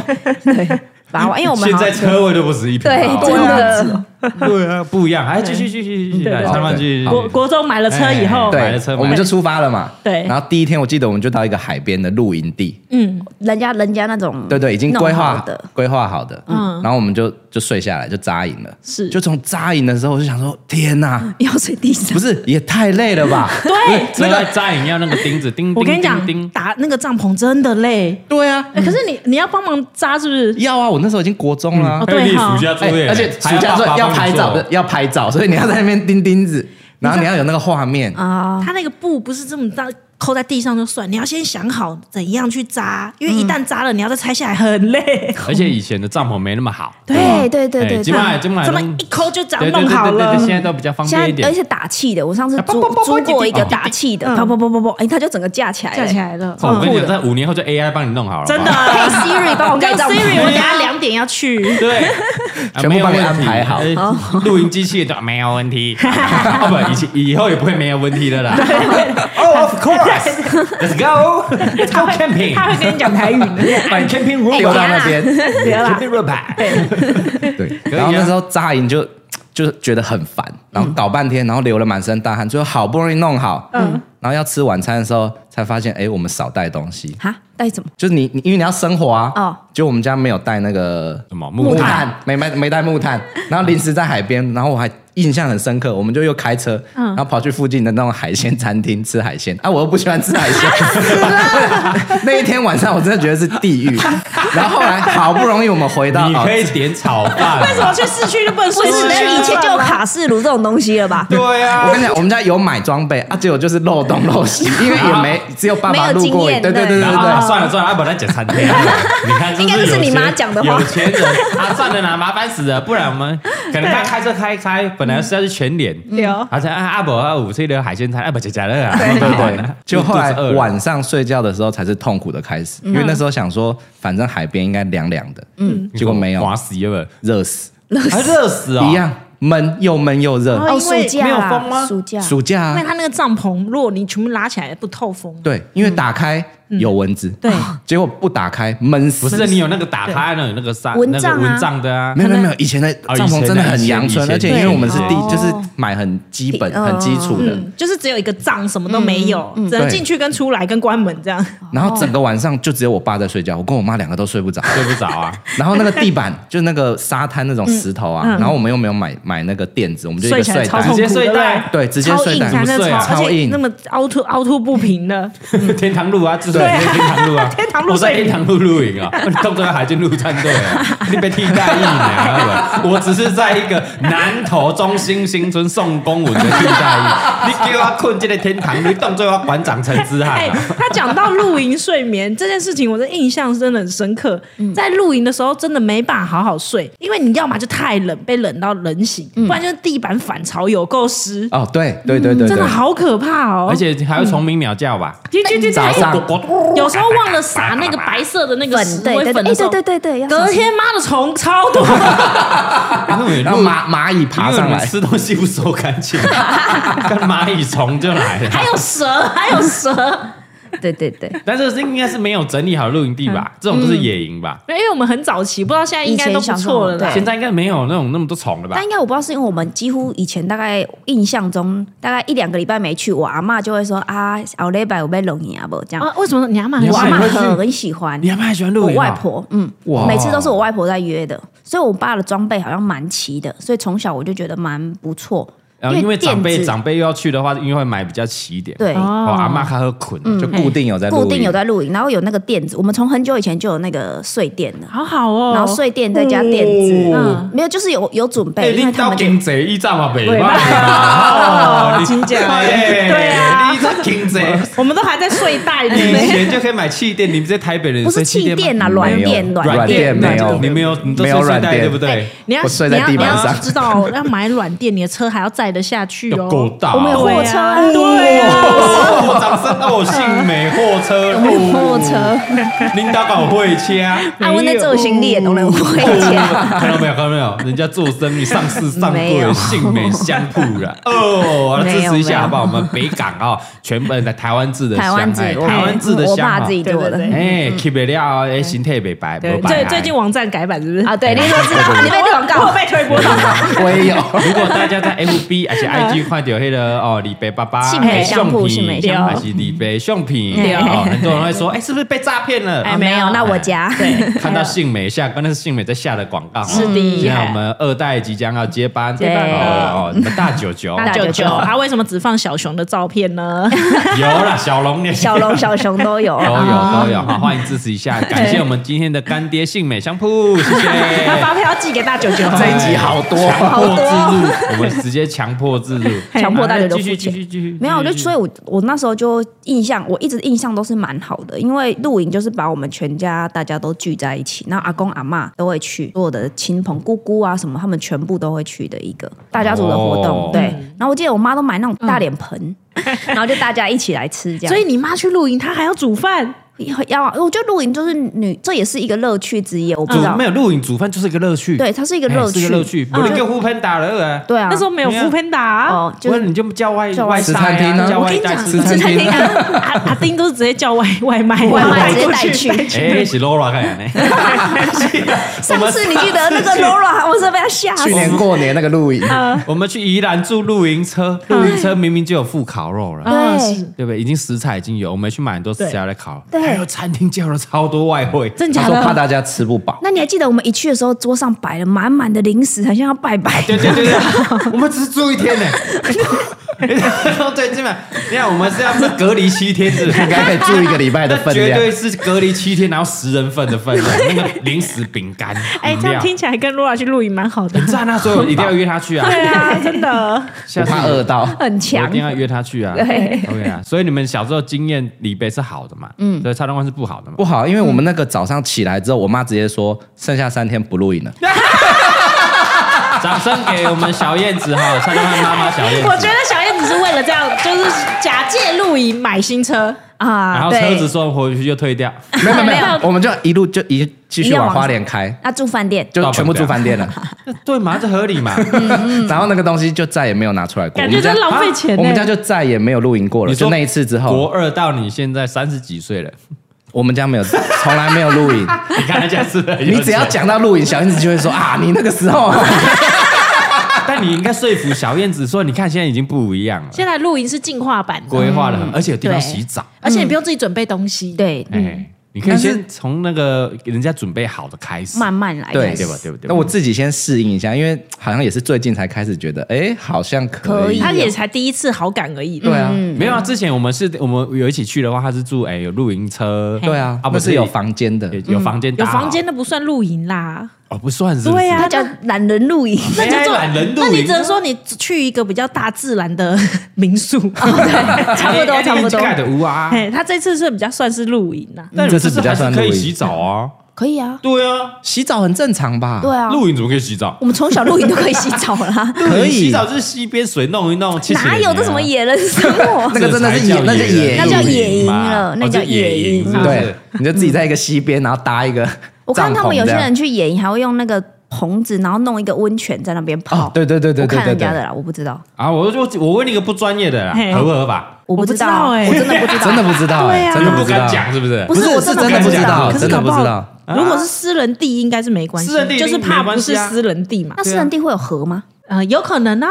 八万，因为我们
现
好
在
像
车位都不止一平，
对
好，不
真
好
的
啊对啊，不一样。哎，继续继续继续，
对
来，
对
三万
对
继续。
国国中买了车以后，
买了
对
车，
我
买
们
了
就出发了嘛，
对
然后第一天我记得我们就到一个海边的露营地，
嗯，
人家人家那种
对对，已经规
弄
划
好的，
规划好的，
嗯
嗯，然后我们就就睡下来，就扎营了。
是
就从扎营的时候，我就想说，天 哪，
要睡地上
不，是也太累了吧？
对，
车在扎营要那个钉子钉，
我跟你讲
钉，钉
打那个帐篷真的累。
对啊，
嗯
哎，可是你你要帮忙扎是不是？
要啊，我那时候已经国中了啊
哦，
还有
对
你
哈
暑假作业，
哎而且暑假作业
还要
要拍照的，要拍照，所以你要在那边钉钉子，然后你要有那个画面。
啊，
它那个布不是这么大，扣在地上就算，你要先想好怎样去扎，因为一
嗯
旦扎了，你要再拆下来很累。
而且以前的帐篷没那么好，哎
对对对对，
今晚今晚
这么一抠就长
对对
弄
对
好
对对
了
对，现在都比较方
现
便一
在而
点。
且打气的，我上次
啊
租
啵啵啵啵
租过一个
滴滴滴
打气
啊
的，啪啪啪啪啪，哎，它就整个架起来了，
嗯架起来了，
哦我跟你讲，
嗯
在五年后就 AI 帮你弄好了，
真的
好。
嘿 Siri 帮我
叫
盖帐
Siri，我
篷，
等下两点 要去。
不好， 对，啊
全部
没有
帮你
问
安
题
排好
呃录音机器的没有问题，哦不，以前以后也不会没有问题的啦。Oh, of course, let's go, let's go camping.
他会跟你讲台语呢。
摆 camping room，
丢到那边，
camping room 摆。
对。
以啊
然后那时候扎营就就觉得很烦，然后搞半天，然后流了满身大汗，最后好不容易弄好，嗯，然后要吃晚餐的时候才发现，哎，我们少带东西，
哈，带什么？
就是你你因为你要生活啊，
哦
就我们家没有带那个
什么木炭
炭，没没没带木炭，然后临时在海边，然后我还印象很深刻，我们就又开车，
嗯
然后跑去附近的那种海鲜餐厅吃海鲜，啊，我又不喜欢吃海鲜， 那一天晚上我真的觉得是地狱，然后后来好不容易我们回到
你
哦
可以点炒饭，
为什么去市区就不能
不
睡
是，
市区？嗯
那以前就有卡式炉这种东西了吧？哦
对啊呀
哦我，跟你讲，我们家有买装备啊，结果就是漏洞漏 西，因为也没只有爸爸路过而已，
没有
对
经验
对对对
然后啊
对，
算了算了，阿宝在讲餐厅，你看不
应该就是
有
你妈
钱
讲的话
有钱人啊，算了啦，麻烦死了，不然我们可能他开车开一开，本来是要去全脸，
对哦
而且啊阿宝啊，五岁的海鲜餐，阿宝姐姐了啊，
对 对对，就后来
肚子饿了
晚上睡觉的时候才是痛苦的开始，
嗯
因为那时候想说，反正海边应该凉凉的，嗯，结果没有
滑，死了，
热死，
还热死哦，
一样闷又闷又热。
哦
哦，
因
暑
为
假
没有
啦
风吗
暑假
暑假
因为
啊
他那个帐篷，如果你全部拉起来不透风，
对，因为打开有蚊子，
嗯对，
结果不打开闷死。
不是你有那个打开那有那个纱
蚊
那
帐
个
啊
蚊帐的啊
没，有没有没有，以前的
哦
帐
以前
篷
的
真的很阳
以
春，
前
而且因为我们是第
对
就是
哦
买很基本
嗯
很基础的，
嗯，就是只有一个帐，什么都没有，只能
对
进去跟出来跟关门这样。
然后整
哦
个晚上就只有我爸在睡觉，我跟我妈两个都睡不着。
睡不着 啊，
然后那个地板就是那个沙滩那种石头啊，然后我们又没有买买那个垫子，我们就一个
嗯睡起来
睡
超
直
袋
痛，
接睡袋，
对，直接睡
硬
袋
啊，
那
睡啊
超而
超
且
硬
那么凹凸凹凸不平的，
天堂路啊，就是天堂路啊，
天堂路
我在
睡
天堂路露营啊， 你动作海军陆战队啊，你被替代役呢？我只是在一个南投中心新村送公文的替代 役，你给我困进个天堂，你动作要馆长陈之
哎、
汉
哦
啊，
他讲到露营睡眠这件事情，我的印象真的很深刻。
嗯
在露营的时候，真的没办法好好睡，因为你要么就太冷，被冷到冷醒，
嗯
不然就是地板反潮有够湿，
哦，对对对对
真的
对，
好可怕哦。
而且还有虫鸣鸟叫吧，
对，对对对
早上
有时候忘了撒那个白色的那个石
粉，对
灰
对
粉
对，
的
哎
时候
对对对对，要
隔
小心
天妈的虫超多，
哎
然后蚂蚂蚁爬上
因为
来
你，吃东西不收干净， 跟蚂蚁虫就来了。
还有蛇，还有蛇。
对对对，
但是应该是没有整理好露营地
嗯
吧？这种就是野营吧？
因为我们很早期，不知道现在应该都不
以前
错了
小时候
啦
对。
现在应该没有那种那么多虫了吧
但？应该我不知道是因为我们几乎以前大概印象中大概一两个礼拜没去，我阿妈就会说啊，后礼拜我被龙眼啊不这样，
啊，为什么你阿妈
你
很
阿
我
嬷
阿
喜
妈
也会去
很喜欢。
你阿妈还喜欢露
我
营、啊
外。婆，嗯，
哇
每次都是我外婆在约的，所以我爸的装备好像蛮齐的，所以从小我就觉得蛮不错。
然哦后因为长
垫
辈
子
长辈又要去的话，因为会买比较齐一点。
对
哦，阿妈她会捆，就
就固定有在录
固定有
音
在露营，然后有那个垫子，我们从很久以前就有那个睡垫了，
好好哦，
然后睡垫再加垫子，
哦
嗯，没有就是有有准
哎，
备，因为
你
他
到
们就
经济驿站嘛，北
北
嘛
派
哦
啊
你
真假 的
哎
对啊
你这经济，
我们都还在睡袋里
你 以
面。
前就可以买气垫，你们在台北人
不是气垫啊，软垫
没有
软
垫没有
你没有，你都
没有
睡睡袋
软垫
对不对？
你要
我睡在地板上
你要你要知道要买软垫，你的车还要载得下去
要够
哦。
大，
我们有
货
货车啊，
对啊，
我掌声哦，幸美货车，哦
货车，
领导搞会掐。
啊，我那做行李也都能回家。
看到没有？看到没有？人家做生意上市上
没
柜，
有
性美相扑 了哦！来支持一
没有没有
下好不好？我们北港啊，全本的台湾制的
台
香，
湾字
哎，
我
台湾制的
我
香
爸
啊
自己嗯做
对对
的
对
哎，keep 得了，哎，心态北白，
对
不白
最
来。
最近网站改版是不是？
啊，对，你都知道，你被广
我有
告，
被推播到，
我也有，
如果大家在 FB FB 还是 IG 看到那个哦，李白爸爸
信美啊相
相
簿
片哦
信美
相
还
簿
是李白相片，
对
哦，很多人会说，哎，是不是被诈骗了？
哦没有，那我家
对，
看到信美下，刚才是信美在下的广告，是
的
现在我们二代即将要接班，
接班了
哦哦，你们大九九
大
九
九
九
九
啊，为什么只放小熊的照片 呢？
有啦，小龙年
小龙、哦小熊都有啊
都。有都有，好，欢迎支持一下，感谢我们今天的干爹信美香铺，谢谢。
那发票寄给大九九。
这一集啊好多
强迫自入，我们直接强迫自入，
强迫大家都
哎继续
付
继
钱
续继续，
没有，我就
继续
所以我，我那时候就印象，我一直印象都是蛮好的，因为露营就是把我们全家大家都聚在一起，那阿公阿嬷都会去，所有的亲朋姑姑啊什么，他们全部都会去的一个大家族的活动。
哦
对，然后我记得我妈都买那种大脸盆，然后就大家一起来吃这样。
嗯所以你妈去露营，她还要煮饭，
要要啊，我觉得露营就是女，这也是一个乐趣之一，我不知道
煮没。有露营煮饭就是一个乐趣，
对，它是一个
嗯哎，
乐
是一
趣，
个乐趣，不
嗯
能给呼喷打了啊。
对啊，
那时候没有
对啊
富喷达，
哦，
不
就是
然你就叫外
叫
外
吃
带
餐厅
啊，
呢
叫
我
外
跟你
带
讲
吃
吃餐
餐
厅
阿啊阿丁都是直接叫外 外卖，
外卖直接
过
带去。
哎，是 Laura 看 人呢。
上次你记得那个 Laura，我是被她吓死
去。年过年那个露营，
啊
我们去宜兰住露营车，露营车明明就有附烤肉了。
啊
对
是
对不对？已经食材已经有，我们去买很多食材来烤。
对
还有餐厅叫了超多外汇，
真
他
假
说怕
的？
大家吃不 饱，
那你还记得我们一去的时候，桌上摆了满满的零食，好像要拜拜。
对对对对，我们只是 住一 天呢。对，基本上你看，我们是要是隔离七天，是不是？
应该可以住一个礼拜 的
那
分
绝
量。
对是隔离七天，然后十人份的分量，那个零食、饼干、
哎，
饮
这样
料，
听起来跟露 a 去露营蛮好的。
很赞啊！所以我一定要约他去啊！
对啊，真的。
下
不
次
怕饿到。
很
我
强
一，定要约他去啊
对
！OK 啊，所以你们小时候经验李贝是好的嘛？嗯，所以蔡东官是不好的嘛？
不好，因为我们那个早上起来之后，我妈直接说剩下三天不露 营了。
掌声给我们小燕子哈，蔡东官妈妈小 燕
我觉
子。
得小燕子是为了这样，就是假借露营买新车，
然
啊！
后
对，
车子说回去就退掉，
没有没有没
没
有
有，
我们就一路就一继续往花莲开，
啊，住饭店，
就全部住饭店了。
对嘛？这合理嘛？
嗯
然后那个东西就再也没有拿出来过。
感觉
我们
真
家
浪费钱欸
我们家
欸
呢。
就再也没有露营过了。
你说
就那一次之
国
后，
二到你现在三十几岁了，
我们家 没有，从来没有露营。
你看人家是不是很有
你只要
钱
讲到露营，小燕子就会说 啊，你那个时候啊
但你应该说服小燕子说，你看现在已经不一样了，
现在露营是进化版的，
规划的很，而且有地方
对
洗澡，
而且你不用自己准备东西。，
对，
哎，你可以
但是
先从那个人家准备好的开始，
慢慢来，
对
对吧？对不对？
那我自己先适应一下，因为好像也是最近才开始觉得，哎，好像可
可
以
以。
嗯
嗯
他也才第一次好感而已。
对啊，
没有啊，之前我们是我们有一起去的话，他是住哎有露营车，
对啊，
啊
那
不
是有房间的
有。有房
嗯
间搭
有
好，
嗯房间的不算露营啦，
哦不算是，
对啊
他叫懒人露营，
那
叫做
懒人露
那
营，
你只能说你去一个比较大自然的民宿。
差不
哎
多，差不多，
盖的屋啊，
哎，他这次是比较算是露营啊啦，
但
这是比较
还
算
是可以
露营
洗澡啊，
可以啊，
对啊，
洗澡很正常吧？
对啊，
露营怎么可以洗澡？
我们从小露营都可以洗澡 啦，
可以
洗澡就是溪边水弄一弄，切切
哪有
人家
这什么野人生活？
那个真的是
啊这才，
野那是野，
那叫野营
嘛
了那
哦
叫
这野
野营啊
是嗯不
对
是？，
你就自己在一个溪边，然后搭一个
我看他们有些
帐啊
人去野营还会用那个棚子，然后弄一个温泉在那边
篷这样
泡
哦，，对对对对
我
对
看
对
人家
对，
的啦，我不知道，
啊，我就我问你个不专业的啦，
嘿
合不合法？
我
不
知
知道欸
我真 的不知道，
真的不知道
对
哎，
啊
你
真的
们不
知道
敢讲是不是
不？
不
是
是
我
是
真的
真的
不
不
知
知
道
道，
可是
真的
搞不
不
好
知道。
如果是私人地，应该是没关系，
私人地
就是怕
没关
不
系
是
啊
私人地嘛
那。私人地会有河吗？
呃，有可能啊，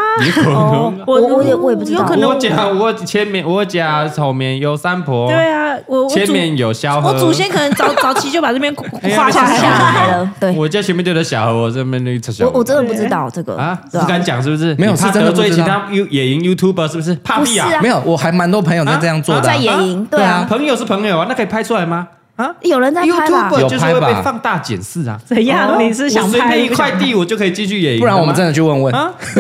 哦，我我也我也不知道，
啊有可能
我家我前面我家后面有山坡，
对啊，我我
前
祖
面有小河，
我祖先可能早早期就把这边
哎
划
下来
下
啊
来。
了对
我家前面就有小河，我这边那个小
我
河，
我真的不
哎
知道这个
啊，不
对啊
敢讲是不是？
没有
你怕
是真的
得罪
不
其
知道
他 You 野营 YouTuber 是不是？怕屁
不是啊
没有，我还蛮多朋友在这样做的
在
啊，
野营，对
啊！
啊，
朋友是朋友啊，那可以拍出来吗？啊
有人在拍吧？
，YouTuber
有
就是会
拍吧
被放大检视啊。
怎样？你是想
我随
拍
便一块地，我就可以继续野营
不
了吗。
然我们真的去问问，
啊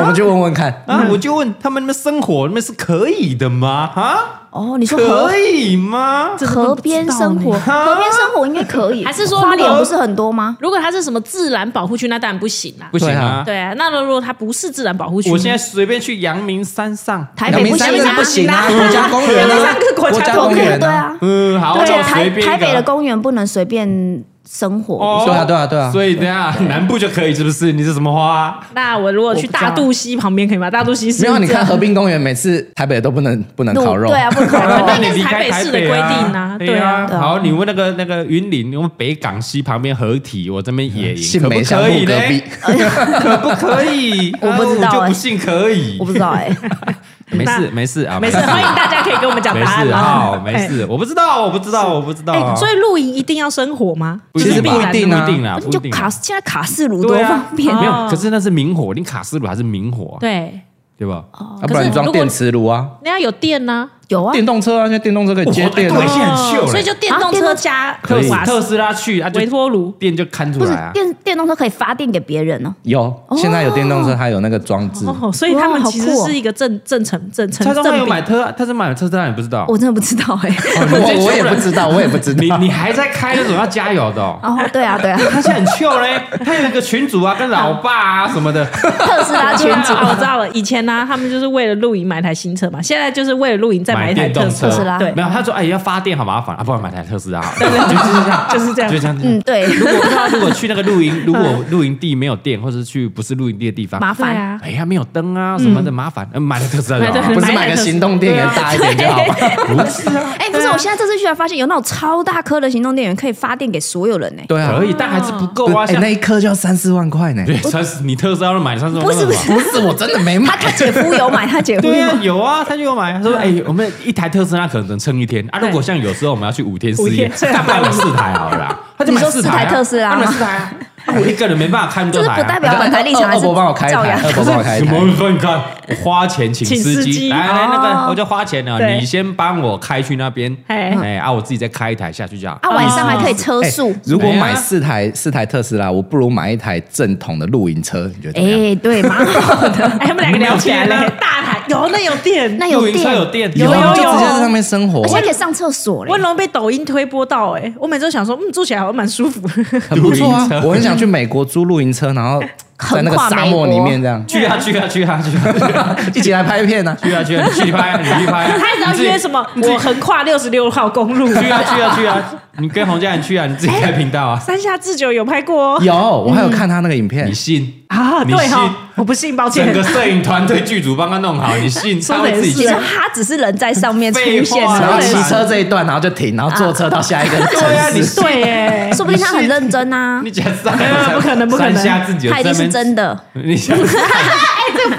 我们去问问看。
啊！我就问他们，那边生活那边是可以的吗？啊，
哦，你说河
可以吗？
河边生活，河边生活应该可以，
还是说
花
如
莲
果
不是很多吗？
如果它是什么自然保护区，那当然不行啦。
不行啊！
对啊，那如果它不是自然保护区，
我现在随便去阳明山上，
台
阳
北
明
不
山
行
真的不行啊，国家公园
阳明山
啊
是，国家
国家
公
公
对
园
对
啊，
啊，
嗯，好，
而
那
且
我随
台
便一个
台北的公园不能随便生活。
哦
对啊对啊对啊
所以等一下南部就可以是不是？你是什么花啊？
那我如果去大肚溪旁边可以吗？大肚溪是
没有，啊你看
这
河滨公园每次台北都不能不能
路
烤肉，
对啊，不烤 肉
那
哦那
哦你
你
离
离
开台
开台
北
北的规定
啊
啊，
对啊。
对啊
好，你问那个那个云林，我们北港西旁边合体，我这边野营，
信
可不
美香
可以
路
呢
隔壁？
可不可 以？
我不知道
啊我就
哎
欸
不信可以
我。不知道 哎、
没事没事啊，
没事，欢迎大家可以跟我们讲
没
答案
事
啊
啊，没事，我不知道，我不知道，我不知道
哎、
啊。
所以露营一定要生火吗？
不一
其
定
实
吧
不一定啊
不一定啊，不一
就
定啊。
卡现在卡式炉多
对啊
方便，
没有，
哦
可是那是明火，你卡斯炉还是明火啊，
对，
对吧？
要啊不然你装电磁炉啊，
那要有电呢、
有啊，
电动车啊，现在电动车可以接
哦对
电
对
啊，
现在很秀
哦
嘞
所以就电动车加
特斯
瓦斯
特斯拉去啊，就
微波炉。
电就看出
不是
来啊。
电电动车可以发电给别人哦。
有现在有电动车，它有那个装置，
哦，所以他们
哇好酷
其实
哦
是一个正正成正成
蔡宗汉有
正比
买特，他是买特斯拉，你不知道？
我真的不知道哎、
我我也不知道，我也不知 道
你。你还在开那种要加油的哦。
然后对啊 对啊，
他现在很 chill 嘞，他有一个群主啊，跟老爸啊什么的，
特斯拉
对
全
啊
组
哦
啊我知道了。以前呢、他们就是为了露营买台新车嘛，现在就是为了露营再买一台
电动
特斯拉
特斯拉
对
没有，他说哎要发电好麻烦啊，不然买台特斯拉好了，就是这样，
就是这样
就这样。
嗯对，
如果他如果去那个露营，如果露营地没有电，或者是去不是露营地的地方，
麻烦
对啊
哎呀没有灯啊什么的麻烦，呃买台特斯拉就好
买
了
台
不是买个行动电源大一点就好吗？
不是啊。
哎、不是，我现在这次居然发现有那种超大颗的行动电源可以发电给所有人呢、 哎
对啊，
可以，但还是不够
不
啊。
哎
像
那一颗就要三四万块 呢。
对，三十，你特斯拉要买三十万，
不是不
那
是
什么
不是，我真的没
他
买。
他姐夫 有买，他姐夫
啊对
有
啊，
买。
有啊，他就有买。他说：“哎，我们一台特斯拉可能撑一天啊。如果像有时候我们要去五天四夜，
五天四夜
他买了四台好了啦，他就买四啊
你说四台特斯拉
他
吗
买四台啊。啊我一个人没办法看多
这是
台啊，
不代表本台立场，还
二
是
伯帮我开一
造
台，
谣
二伯帮我开一
什
台。
么分开？我花钱请
请
司
司
机
机
来来那
哦
个，我就花钱了，
对
你先帮我开去那边，
哎
哎啊，我自己再开一台下去就好。
啊，晚上还可以车
哎
速。
如果
没啊
买四台四台特斯拉，我不如买一台正统的露营车，你觉得怎
哎、
么 样？
对，蛮好的。
哎，他们两个聊起来
没有啊
了
电，
大台有那有电，
那
露
有
营车
电，
有电，
有
啊
有
就
有
直接在上面生活
而且。还可以上厕所嘞
温。龙被抖音推播到、哎，我每周想说，嗯，住起来好像蛮舒 服。
很不错啊
露营！车
我很想去美国租露营车，然后
横
在那个
跨
沙
美
漠里
国
面这样
去啊去啊去啊去啊去啊
一起来拍片 呢。
去啊去啊，你去拍啊，你去拍啊。
他只要
你自己
约什么，我横跨六十六号公路。
去啊去啊去啊！你跟洪家人去啊，你自己开频道啊，
三下智久有拍过哦。
有，我还有看他那个影片
你，信？
啊，
你
对
信
哈，我不信，抱
整
歉
个。摄影团队剧组帮他弄好，你信？
说
他
得
会
也
自己
其
去
实
是。
他只是啊人在上面出
啊废
现
话
然
而
后
对
骑
已，
车这一段，然后就停，然后坐车到下一个城市。
对哎，
啊说不定他很认真啊
你。假三，
不可能不可能
三下自己有
他一定
这
是
边
真的，
你想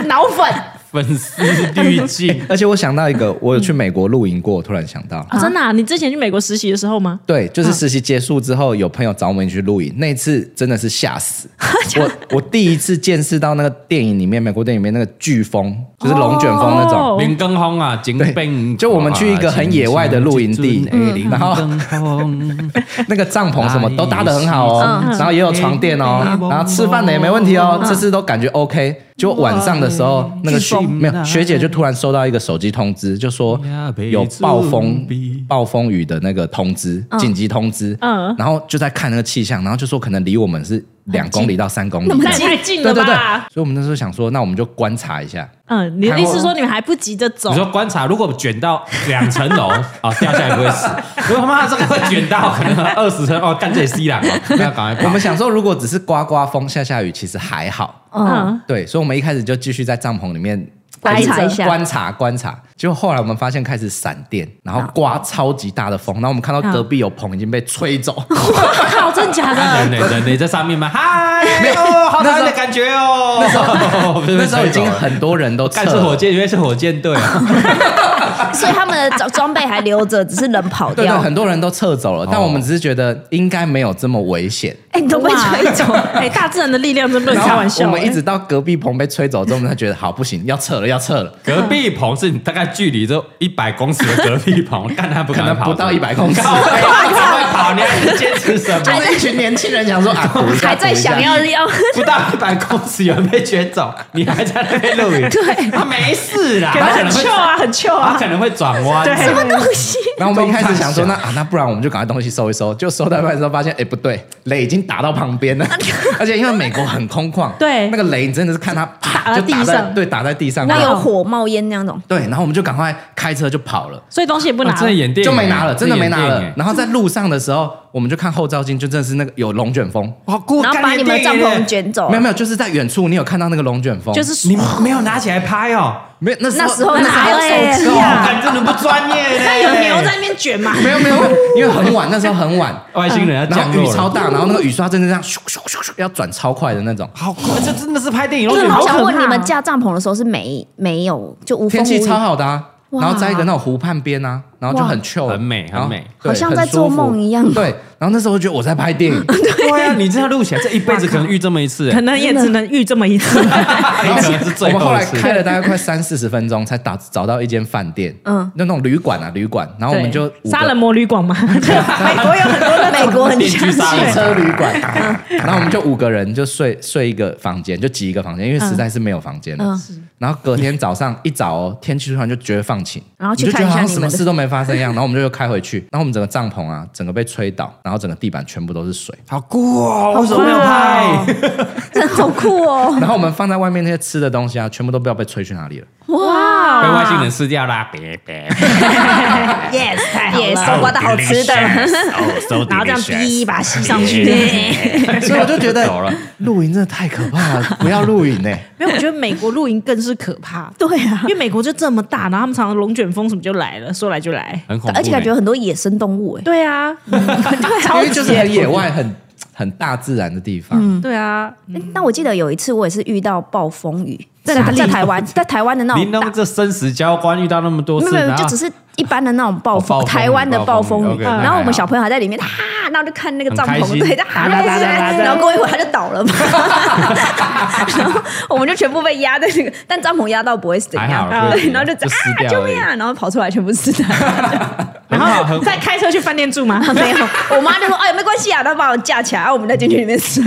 脑粉，
粉丝滤镜？
而且我想到一个，我有去美国露营过，突然想到，
啊真的啊，你之前去美国实习的时候吗？
对，就是实习结束之后，有朋友找我们一起去露营，那一次真的是吓 死我。我第一次见识到那个电影里面，美国电影里面那个飓风，就是龙卷风那种。
哦
林根轰啊，警兵
就我们去一个很野外的露营地哎
嗯
然后那个帐篷什么都搭得很好哦，
哎
然后也有床垫哦，然后吃饭的也没问题哦，
嗯
这次都感觉 OK。就晚上的时候，那个学没有学姐就突然收到一个手机通知，就说有暴风暴风雨的那个通知，紧急通知。
嗯
然后就在看那个气象，然后就说可能离我们是两公里到三公里
那
这样。
也太近
对
了
对对，
吧
所？以我们那时候想说，那我们就观察一下。
嗯，你的意思说你们还不急着走
你？说观察，如果卷到两层楼啊，掉下来不会死。如果他妈这个会卷到可能二十层哦，干这也 C 朗哦，那赶快跑
我们想说，如果只是刮刮风、下下雨，其实还好。
嗯，
嗯，
对，所以我们一开始就继续在帐篷里面
观察一下
观察观察。结果后来我们发现开始闪电，然后刮超级大的风，然后我们看到隔壁有棚已经被吹走。
靠，真假
那
的？
人人人在上面吗？嗨，哦，好讨厌的感觉哦。那时 候
那时候已经很多人都撤
干是火
了。
箭，因为是火箭队啊。
所以他们的装装备还留着，只是人跑
对对，
掉。
很多人都撤走了，但我们只是觉得应该没有这么危险。
哎，你都被吹 走，
哎，大自然的力量真不能
然
开
后
玩笑。
我们一
哎
直到隔壁棚被吹走之后，我们才觉得好不行，要撤了，要撤了。
隔壁棚是你大概距离这一百公尺的隔壁棚，干他不
可
敢
能
跑，
不到100公尺
靠北你怎么会跑，你还是坚持什么？
哎
就是一群年轻人想说啊，赌一下
还在想要 要
不到一百公尺有人被卷走，你还在那边露营？对，他没事啦，
给
他
他
可
很
能会
臭 啊，很臭
他
啊。
可能会转弯。
对
什么
东西。
然后我们一开始想说，
中
那
大
啊，那不然我们就赶快东西收一收。就收到一半的时候，发现哎、不对，雷已经打到旁边了，而且因为美国很空旷，
对
那个雷你真的是看它啪
打
就
到地
打在
上
对，打在地上，
那
然
有
后
火冒烟那种，
对，然后我们就赶快开车就跑了。
所以东西也不
我
拿
真的
啊
了，
演电影欸
就没拿了，真的没拿
演电
了
影。欸
然后在路上的时候，我们就看后照镜，就真的是那个有龙卷风，
好酷，
然后把
干
你们的帐
电影耶
篷卷走
没，有没有，就是在远处你有看到那个龙卷风，
就是
你没有拿起来拍哦，
没有那时候
那时候
那
哪
时
有
候
手
哦
机啊
干真的不专业嘞，
那有牛在那边卷嘛？
没有没有，因为很晚，那时候很晚，
外星 人要
然
降
后雨
落
超
了，
大，然后那个雨刷真的这样咻咻咻咻要转超快的那种，
好酷，这真的是拍电影，
就
龙
是
卷
好
风
想
好可
问
怕
你们架帐篷的时候是没没有就无风
天
无
气超
雨，
好的、啊，
哇
然后在一个那种湖畔边啊，然后就很 chill，
很美
然后
很美
对
好像
很
在做
舒服
梦一样
对，然后那时候我觉得我在拍电影，
对啊，你这样录起来，这一辈子可能遇这么一次，
可能也只能遇这么一次。
哎可能是
我
最
们后
后一
来
次
开。了大概快三四十分钟，才打找到一间饭店，
嗯
嗯，那种旅馆啊，旅馆，然后我们就五个
杀人魔旅 馆嘛， 美国有很多那
美国很
电
强
锯杀
汽
人
车旅馆，
嗯
然后我们就五个人就睡睡一个房间，就挤一个房间，
嗯
因为实在是没有房间了。然后隔天早上一早哦天气突然就觉得放晴，
然后去
你就觉
看一
得
下
好像
你
什
们
么
的
事都没发生一样，然后我们就又开回去，然后我们整个帐篷啊，整个被吹倒，然后整个地板全部都是水，
好酷哦！为什么没有拍？
真 好酷哦！
然后我们放在外面那些吃的东西啊，全部都不知道被吹去哪里 了。
被
哇
外星人吃掉啦！别别，
，yes，太好
也是
了，
刮的好吃的，
然
然
后这样滴一把吸上去。
所以我就觉 得
走了
露营真的太可怕了，不要露营呢、欸
没有，我觉得美国露营更是可怕，
对啊
因，为美国就这么大，然后他们常常龙卷风什么就来了，说来就来。
很恐怖呢，
而且感觉有很多野生动物哎，
对啊，
因为就是很野外、很很大自然的地方。
嗯
对啊，
但我记得有一次我也是遇到暴风雨，在
哪里
在台湾，在台湾的那
林
种大
东这生死交关遇到那么多
没
次，
有没有，
然后
就只是一般的那种暴
哦暴
风，
风
台湾的暴
暴
风
风
雨。
，OK，那
然后我
还好
们小朋友还在里面哈，然后就看那个帐
很开
篷，
心
对，就哈，
哒哒哒哒哒
然后过一会儿它就倒了嘛，然后我们就全部被压在那个，但帐篷压到不会怎
还
样
好，啦
对，
对
然后就这
就撕
啊
掉
救
而已
命啊，然后跑出来全部是蛋，
很
然
好
后
很
再开车去饭店住 吗？
没有，我妈就说哎没关系啊，她把我架起来，然后我们再进去里面睡。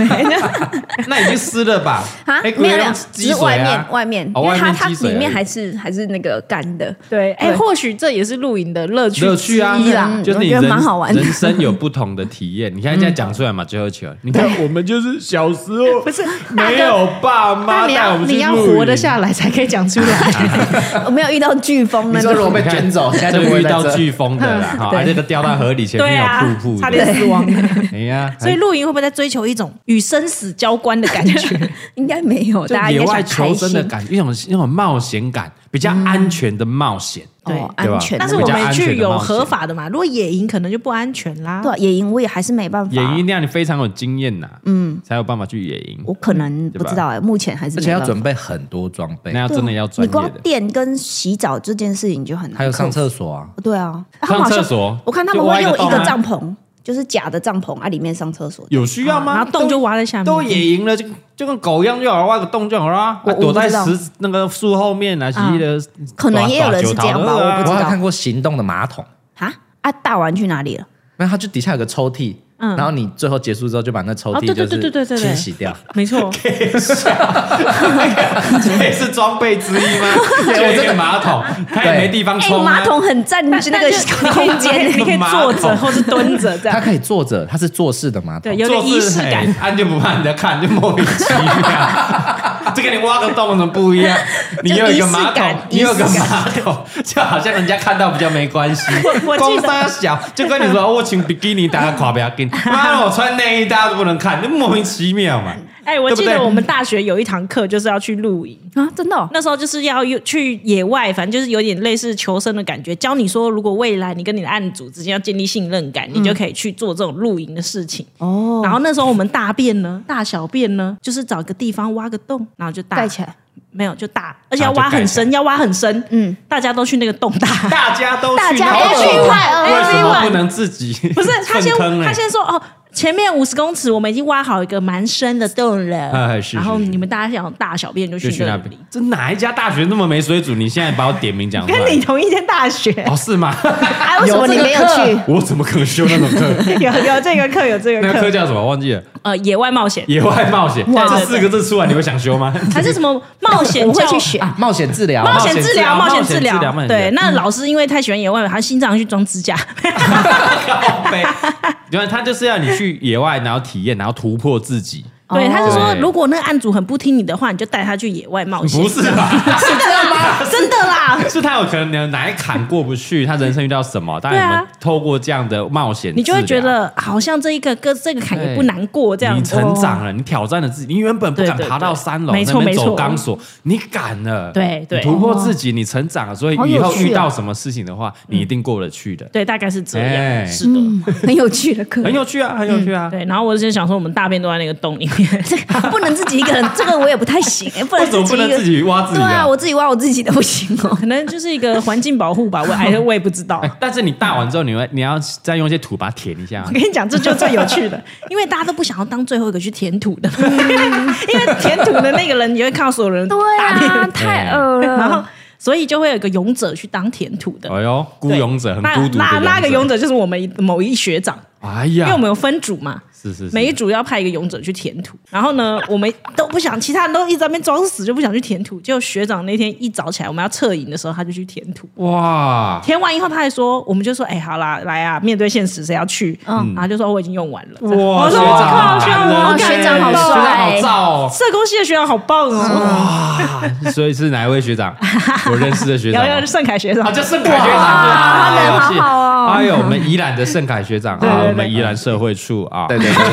那已经湿了吧？
啊，
哎
没有没有，只
积
是
水
外
啊
面外面，
哦
因为
外
它
面
它
积水而已
里面还是还是那个干的，
对，哎，
对
或许这也是露营的乐趣
乐趣啊
之一啦，
就是你
我觉得
人
蛮好玩的
人生有不同的体验。你看现在讲出来嘛，最后一球，你看我们就是小时候不是没有爸妈
但你
带我
要
们
你
去
要
露营
活得，下来才可以讲出 来。
我没有遇到飓风那
你说如果
种。
被卷走，现在就不
就
会
遇
在
到
这
飓风的 啦，哈，而且都掉到河里，前
对
面
啊
有瀑布，，
差点死亡。
哎 呀，
所以露营会不会在追求一种与生死交关的感 觉？
应该没有，
哎就
大家
野
应该
外
想开
求
心嗯
生的感觉，一种一种冒险感，比较安全的冒险。
对
哦，
对吧
安全的嘛。
但是我
比较
们
安
去
全的
有
冒险
合法的嘛，如果野营可能就不安全啦。
对啊野营我也还是没办法，啊
野营那样你非常有经验呐，嗯，才有办法去野营。
我可能不知道哎，目前还是
而
没
且
办
要
法啊
准备很多装备
嗯那，要真的要
你
专业
光
的，
电跟洗澡这件事情就很难，
还有上厕所啊，
对啊，他们
上
好像
厕所
我看他
就
们
挖
会
一
用
个
一
洞
个
啊
帐篷，就是假的帐篷啊，里面上厕所。
有需要吗？
啊
然后洞就挖在下面，
都野营了，就就跟狗一样就好了，挖个洞就好了啊，
我
啊
我
躲在
不知道
石那个树后面啊，洗衣的，
可能也有人是这样吧
躲躲
我
我
不知道
还看过行动的马桶，
啊啊，大完去哪里了？
那它就底下有个抽屉，
嗯
然后你最后结束之后就把那抽
哦
屉
对
就
对对对对
是
对对
清洗掉。
没 错，
啊 这也是装备之一吗？就一个马桶，它也没地方
哎，
冲啊
马。桶很占那
但
个
但是
空间
你可以你可以你可以坐着或是蹲着这
它
样，
可以坐着，它是坐式的马桶
对，。有点仪式感
做。事，哎安就不怕人家看，就莫名其 妙。这跟你挖个洞有什么不一样？你有一个马
就仪式
桶
感，
你有个马桶，就好像人家看到比较没关系。
我我
公
记得
沙小就跟你说， 我请比基尼大家垮不要 紧，妈的，我穿内衣大家都不能看，就莫名其妙 嘛。
哎，我
对不
记得
对
我们大学有一堂课就是要去露营，
啊，真的哦
那时候就是要有去野外，反正就是有点类似求生的感觉，教你说如果未来你跟你的案主之间要建立信任感，你就可以去做这种露营的事情。
哦，
然后那时候我们大便呢，大小便呢，就是找个地方挖个洞，然后就大
盖起来。
没有就大，而且要挖很深，要挖很深。嗯，大家都去那个洞大。
大家都去，
大家
然后
都去
为
派
为什么
everyone
不能自己粪坑呢？
不是，他先他
哎
先说哦，前面五十公尺我们已经挖好一个蛮深的洞了，
哎是是
然后
是
你们大家想大小便就去
就去
那
那
里
边。。这哪一家大学那么没水准？你现在把我点名讲出来，
跟你同一间大学，
哦是 吗？
哎，为什么
有这
你
个
没有去？
我怎么可能修那种 课？
有有这个课，有这
那
个
个课
课，
叫什么？忘记了。
呃，野外冒险
野外冒险，
哇
这四个字出来，你会想 修吗？
还是什 么冒险
我会
教
去学。
啊，冒险治疗，
冒险治疗，
冒
险
险
治
治疗啊冒险治疗嗯
对，那老师因为太喜欢野外，他心脏去装支架，
靠背，原来他就是要你去野外，然后体验，然后突破自己，
对，他是说
对
如果那个案主很不听你的话，你就带他去野外冒险。
不是吧？是这样吗？
真的啦，
是他有可能哪一坎过不去，他人生遇到什么？当然，我
对啊
们透过这样的冒险，
你就会觉
治疗。
得好像这一个跟这个坎
对
也不难过这样
你
子。
成长了，你挑战了自己。你原本不敢
对对对
爬到三楼，
没
那
错
边
没错
走钢索，你敢了。
对对
你突破自己，你成长了，所以
好
以
有
后
啊
趣
遇到
哦
什么事情的话，你一定过得去的。
对，大概是这
哎
样，是的。
很有趣的课
很，有趣啊，很有趣啊。
对，然后我就想说，我们大便都在那个洞里面，
不能自己一个人，这个我也不太行，哎不能
为什么不
一
能
个
自己挖自己
对
的？
啊，我自己挖我自己的不行哦。
可能就是一个环境保护吧，我哎，我也不 知道。
哎但是你大完之后，你会你要再用一些土把它填一下啊
我。跟你讲，这就是最有趣的，因为大家都不想要当最后一个去填土的， 因为填土的那个人，你就会看到所有人
嗯对
大便，
啊，太恶
然后
了。
所以就会有一个勇者去当填土的。
哎呦，孤
对
勇者很
那
孤独的
那那个勇
者，
者就是我们一某一学长，
哎
因为
呀
我，们有分组嘛，
是是是
每一组要派一个勇者去填土，然后呢，我们都不想，其他人都一直在那边装死，就不想去填土。结果学长那天一早起来，我们要撤营的时候，他就去填土。
哇，
填完以后，他还说，我们就说，哎、好啦，来啊，面对现实，谁要去？嗯，然后就说我已经用完了。
哇，
我
学
说我
长好
靠，学
感人
长我
哦，
好感
学
人
长好
哦
学长
帅
好燥
社工系的学长好棒哦！
哦。所以是哪一位学长？我认识的学长
姚
吗。
姚盛凯学
啊，
长，
就盛凯学长，对
哇
哎呦
他人好好哦
是哎呦，我们宜兰的盛凯学长
对
啊，
对
我们宜兰社会处啊，
对对对 对，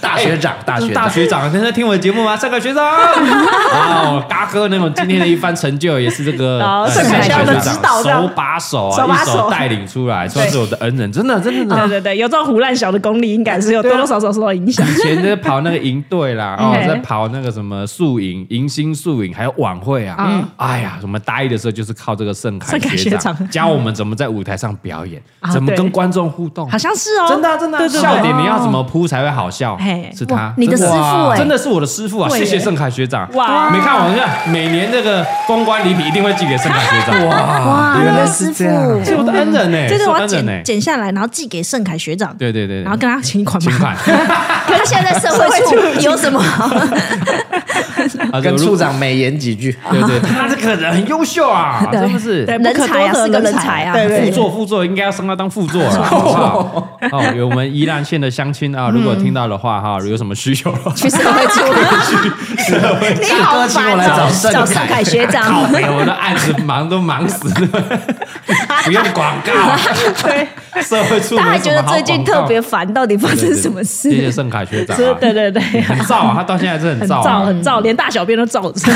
大学长，大
就是
学
大
长，
学长，现在听我的节目吗？盛凯学 长，哦，嘎哥那种今天的一番成就，也是这个
哦
呃
盛
凯
凯
学
学
长
长的指导这样
手把手
手
啊，
把
一
手啊
手带领出来，算是我的恩人，真的真的。
对对对，有这种胡乱小的功力，应该是有多多少少受到影响。
以前在跑那个营队 啦，哦，
嗯
在跑那个什么宿营、迎新宿营，还有晚会啊。哎呀，我们大一的时候就是靠这个盛凯
嗯盛凯
学
学
长
长
教我们怎么在舞台上表演，
啊
怎么
对
跟观众互动
好。像是哦，
真的啊真的啊，
对对对
笑点你要怎么铺才会好笑
嘿？
是他
哇，你的
真
师傅
哇
欸
真的是我的师傅啊！
会
谢
耶
谢盛凯学长。
哇
没看我一下，每年这个公关礼品一定会寄给盛凯学长。哇，
哇，
原
那个
来是
师
这样
傅
是我的恩人呢，
这
是
个
我
我
的
要
恩人呢
剪。剪下来，然后寄给盛凯学长，
对对对，啊
然后跟他请款
请
嘛。
款
可是现在社会处有什么好？
啊
跟
如
处长美言几句，
对对，他这个人很优秀啊，
对
真的是。
对，
人
不可
才啊
多得
是个
的
人才啊
对对
副
对
座副座应该要升到当副座了，好不 好？哦，有我们宜兰县的乡亲啊，如
嗯
果听到的话哈，有什么需求的话
去社会处，
你哥请我来找
找盛
盛凯
凯，学长
靠。北，我的案子忙都忙死了，不用广告。对，社会处
他还
没
觉
什么
得
好
最
广
近
告
特别烦，到底发
对对
生
对
什么
谢谢
事？
盛凯学长
是
啊，
对对对，
很燥啊，他到现在还是很
很
燥
燥
啊，
很燥，连大小便都燥 着。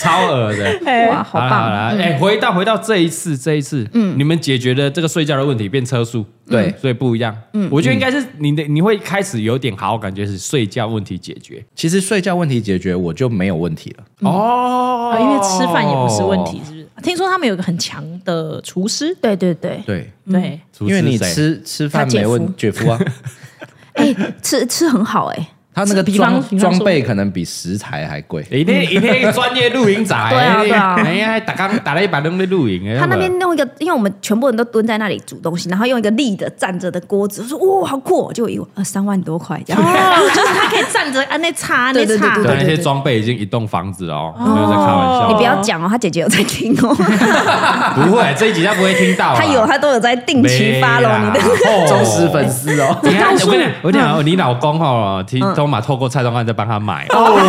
超恶的。
哎
哇，好
好了好
棒！
了，哎，回到回到这一次，这一次，嗯，你们解决了这个睡觉的问题，变车速，
对
所以不一样。嗯，我觉得应该是你的，你会开始有点好感觉是睡觉问题解决
其实睡觉问题解决，我就没有问题了。
哦
啊因为吃饭也不是问题，。是不是？听说他们有一个很强的厨师，
对对对，
对，
对，
厨
因
师
为你
谁
吃吃饭
他姐
没问
夫
姐夫 啊，
哎，吃吃很好哎，
他那个
比方
装
比方
装
说
备可能比食材还贵。
一天一天专业露营仔，
对啊对啊
哎呀，打刚打了一把灯在露营，哎
他那边弄一个，因为我们全部人都蹲在那里煮东西，然后用一个立的站着的锅子，我说哇好酷哦，就一呃三万多块 这样。
哦，就是他可以站着啊，那擦那
对对对
擦
对
对，那
对
些装备已经一栋房子了哦，没有在开玩笑，
你不要讲哦，他姐姐有在听哦，
不会，这一集他不会听到啊，
他有他都有在定期发了你的。
的
忠实粉。丝哦，
你看，我跟你 讲，我跟你
嗯
讲，你老公哦，听都嘛透过蔡宗汉在帮他买哦，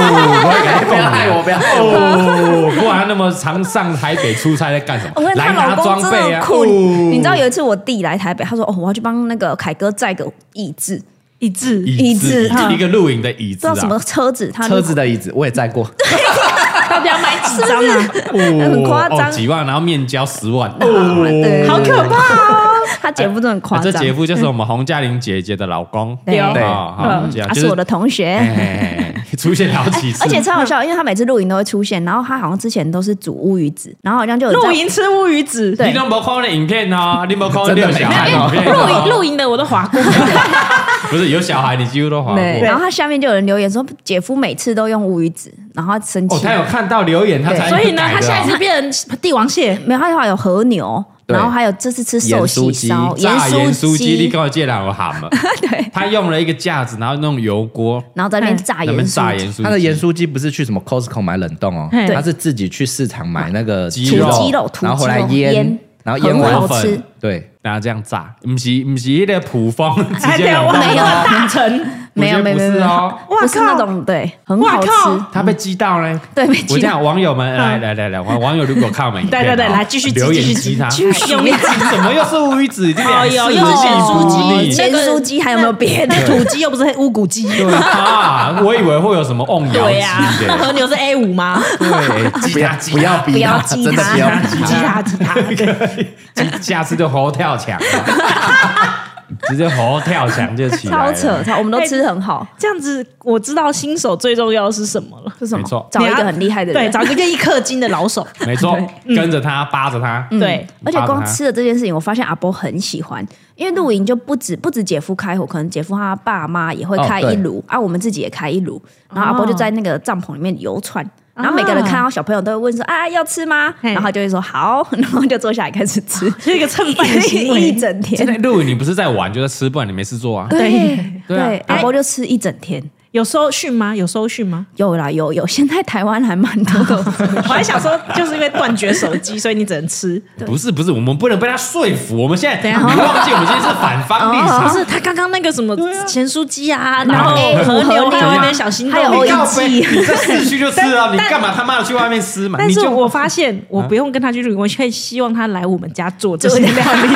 不要害我，不要害我。
哦，不然他那么常上台北出差在干什
我
么？
跟
来
她
拿
老公
装
真的
备
很
啊！
酷，
哦
你知道有一次我弟来台北，他说哦我要去帮那个凯哥载个椅子，
一致
椅子
椅子，
一个露营的椅
不知
子啊
道，什么车子，他
车子的椅子我也载过，
到底要买几张啊？
哦
嗯很夸张
哦几万，然后面交十 万，
对
好可怕哦！
他姐夫真的很夸
啊这
张，
姐夫就是我们洪嘉玲姐姐的老公，
对
啊
对
好，这样
他
就是
我的同学。
哎，出现好几次，
而且超好笑，因为他每次露营都会出现，然后他好像之前都是煮乌鱼子，然后好像就有
露营吃乌鱼子，
对
你都没看的影片 哦，你没看
真的
有
没
小
看
孩的影
哦
片
露
哦
营，露营的我都划过，
不是有小孩，你几乎都划
对，
过。
然后他下面就有人留言说，姐夫每次都用乌鱼子，然后他生
哦，
气，
他有看到留言，他才
所以呢，
改的
他
哦
下一次变成帝王蟹，
没有他的话有和牛，
对
然后还有这次吃寿喜烧、
炸盐
酥
酥鸡，你跟我借两我喊 嘛。对，他用了一个架子，然后弄油锅，
然后在那边炸
嗯那
盐
边炸
酥鸡
盐酥鸡，
他的盐酥鸡不是去什么 Costco 买冷冻哦，
对
他是自己去市场买那个
鸡
鸡
肉
肉，
鸡肉土
然后回来
鸡肉腌
腌，然后腌
很
完
好
粉
吃，
对，
然后这样炸，不是不是那个普 风直接冷
我
冻
那
啊没有
哦，
个 大臣，
我
没
觉得
有
不
没有没有，
是
没
哦
有，不是
哇靠
那种对，很好吃。
哇靠
他被击到嘞。
对，没
我
记
这
到
样，网友们来来来来，网网友如果看我们影片
对
哦，
嗯对对，来继续
留
继
言
续
击他，
继续用力挤。
怎么又是乌鱼子？这两次
有
了
又
幸
是
福
咸酥鸡
腻
那
咸
个
酥哦鸡还有没有别的？
那土鸡又不是乌骨鸡，
对啊，我以为会有什么瓮窑
哦对啊呀，
鸡
那
的，
和牛是 A 五吗？
对，鸡
不要
鸭鸡
不要逼他，
不要逼他
真的不要逼
鸡
他。
它鸡它，
鸡，下次就猴跳墙，直接猴跳墙就起来
超
了，
扯，超我们都吃很好，
这样子我知道新手最重要的是什么了。
是什
没错
么？找一个很厉害的
对，
人。
找一个一氪金的老手，
没错，跟着他，扒着他，
嗯对，
而且
扒着
光
他
吃的这件事情，我发现阿波很喜欢，因为露营就不止不止姐夫开火，可能姐夫他爸妈也会开一炉、啊，我们自己也开一炉，然后阿波就在那个帐篷里面游窜，然后每个人看到小朋友都会问说啊要吃吗？
嘿
然后他就会说好， 然后就坐下来开始吃，
是一个蹭饭的行
一
为。
整
现
天
在。露营你不是在玩就是吃，不然你没事做啊。
对
对啊
对，阿波就吃一整天。
有收讯吗？有收讯吗？
有啦有有，现在台湾还蛮多的。
我还想说，就是因为断绝手机，所以你只能吃。
不是不是，我们不能被他说服。我们现在
等一
你
下
忘记我们现在是反方立场
不，是他刚刚那个什么咸酥鸡啊，然
然
后
后 A
和牛
和牛
另外那小心
还有
动
欧
嗯你
一
告白
季
你在市区就吃啊，
但
你干嘛他妈的去外面吃嘛？
但
你
是
就哦嗯啊
我发现，我不用跟他去旅行，我可以希望他来我们家做这 些料理。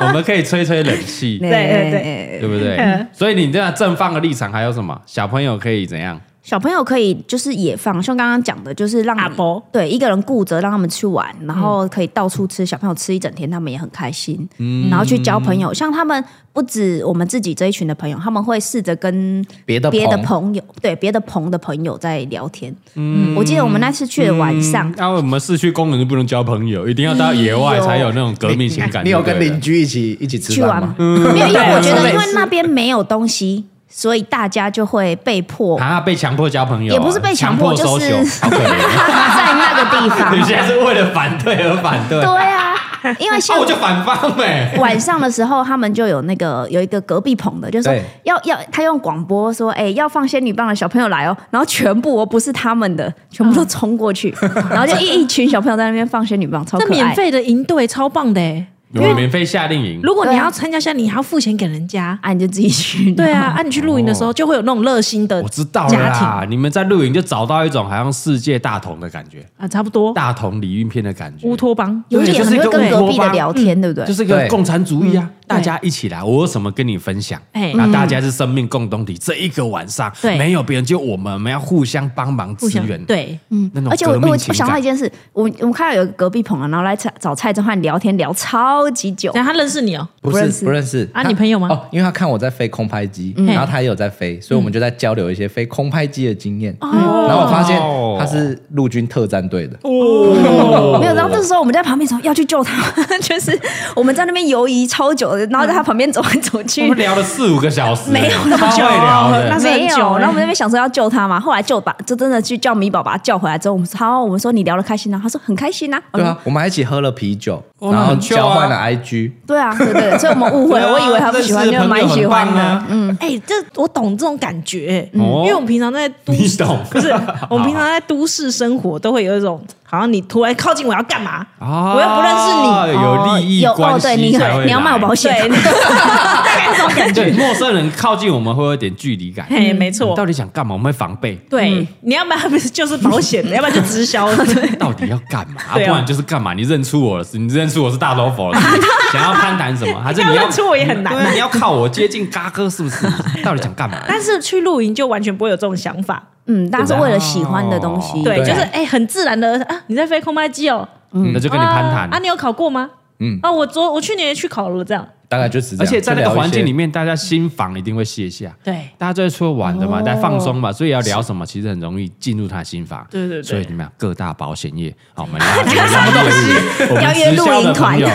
我们可以吹吹冷气，
对
对
对，
对不对
嗯？
所以你这样正方的立场还有什么？小朋友可以怎样？
小朋友可以就是野放，像刚刚讲的，就是让
阿伯
对一个人顾着让他们去玩，然后可以到处吃，小朋友吃一整天，他们也很开心。然后去交朋友，像他们不止我们自己这一群的朋友，他们会试着跟
别的
别的
棚
朋友，对别的朋的朋友在聊天。嗯，我嗯记得我们那次去的晚上，
那啊我们市区工人就不能交朋友，一定要到野外才哎有那种革命情感。
你有跟
对不对
邻居一起一起吃
去
饭
玩
吗？，
没有，因为我觉得
对
因为那边没有东西，所以大家就会被 迫
啊被强迫交朋友啊，
也不是被强
强
迫
收
就是
手，好可 怜。
在那个地
你
方。
现在是为了反对而反对，
对
那
啊，因为像
哦我就反方哎 呗。
晚上的时候，他们就有那个有一个隔壁棚的，就是说
对
要要他用广播说，哎、要放仙女棒的小朋友来哦，然后全部哦不是他们的，全部都冲过去，然后就一一群小朋友在那边放仙女棒，超可
这
爱。
免费的营队超棒的欸
我们免费夏令营，
如果你要参加下，你还要付钱给人家。
啊，你就自己去。
对啊，啊，你去露营的时候就会有那种热心的
哦我知道了
家庭
啦。你们在露营就找到一种好像世界大同的感觉，
啊，差不多
大同礼运片的感觉
乌。托邦。
有一
对
点
就是
很
一
会
个
跟
乌
隔
托
壁的
邦
聊天，对不嗯对？
嗯就是个
对
共产主义啊，大
对
家一起来，我有什么跟你分享
哎？
那大家是生命共同体，这一个晚上
对
没有别人，就我们，我们要互相帮忙
互
支
相
援。，
对，
嗯
那种
而且我
革
我
命
我
情感
想到一件事，我我看到有个隔壁棚啊，然后来找蔡正焕聊天，聊超级久，
然后他认识你哦，
不
不认
是
识
不认识
啊
他
你朋友吗
哦，因为他看我在飞空拍机，
嗯
然后他也有在飞，所以我们就在交流一些飞空拍机的经验。
哦
然后我发现
哦
他是陆军特战队
哦
的，
没有，然后这时候我们在旁边说要去救他， 就是我们在那边游移超久的，然后在他旁边走来走
我
去
们，聊了四五个小时，
没有那
超
么
会
久
聊
那
的。
是很
没有。
久欸
然后我们在那边想说要救他嘛，后来就把就真的去叫米宝把他叫回来之后，我们说好，我们说你聊得开心啊，他说很开心啊，
对啊，我们还一起喝了啤酒，
哦
然
那
后
很 chill 啊
交换了 IG，
对啊，对对，所以我们误会，
对啊
我以为他不喜欢，
认识
就
的朋友
蛮喜欢
很
的，
棒啊
嗯。
哎、这我懂这种感觉、
哦
因为我们平常在都
你
市，
懂
不是我们平常在都市生活，都会有一种好像你突然靠近我要干嘛、
啊
我又不认识你，
有利益
有
关
哦，
系
对你
才会
你要卖我
来
保 险，
对，
对，陌生人靠近我们会有点距离感。
嘿，没
你
错，
到底想干嘛？我们会防备，
对、你要不然不是就是保险的，要不然就直销的，
到底要干嘛？啊不
对啊
然就是干嘛？你认出我了，你认出我是大头佛了，想要攀谈什么？还是你
要
要
认出我也很难
对啊你要靠我接近嘎哥是不是？到底想干嘛？
但是去露营就完全不会有这种想法，
嗯，大家是为
哦
了喜欢的东
嗯
西，
对，
对啊
就是哎、很自然的啊，你在飞空拍机哦，
那就跟你攀
啊啊，
谈。
你有考过吗？
嗯
啊，我昨我去年也去考了，这样
大概就是这
而
样。
且在那个环境里
面，
面，大家心房一定会卸下。
对。
大家都在出来玩的嘛，来放松嘛，所以要聊什么，其实很容易进入他的心房。
对对对
所以你们各大保险业，好，我们要什么东西？我们
邀约
直销
露
的
营团
朋友，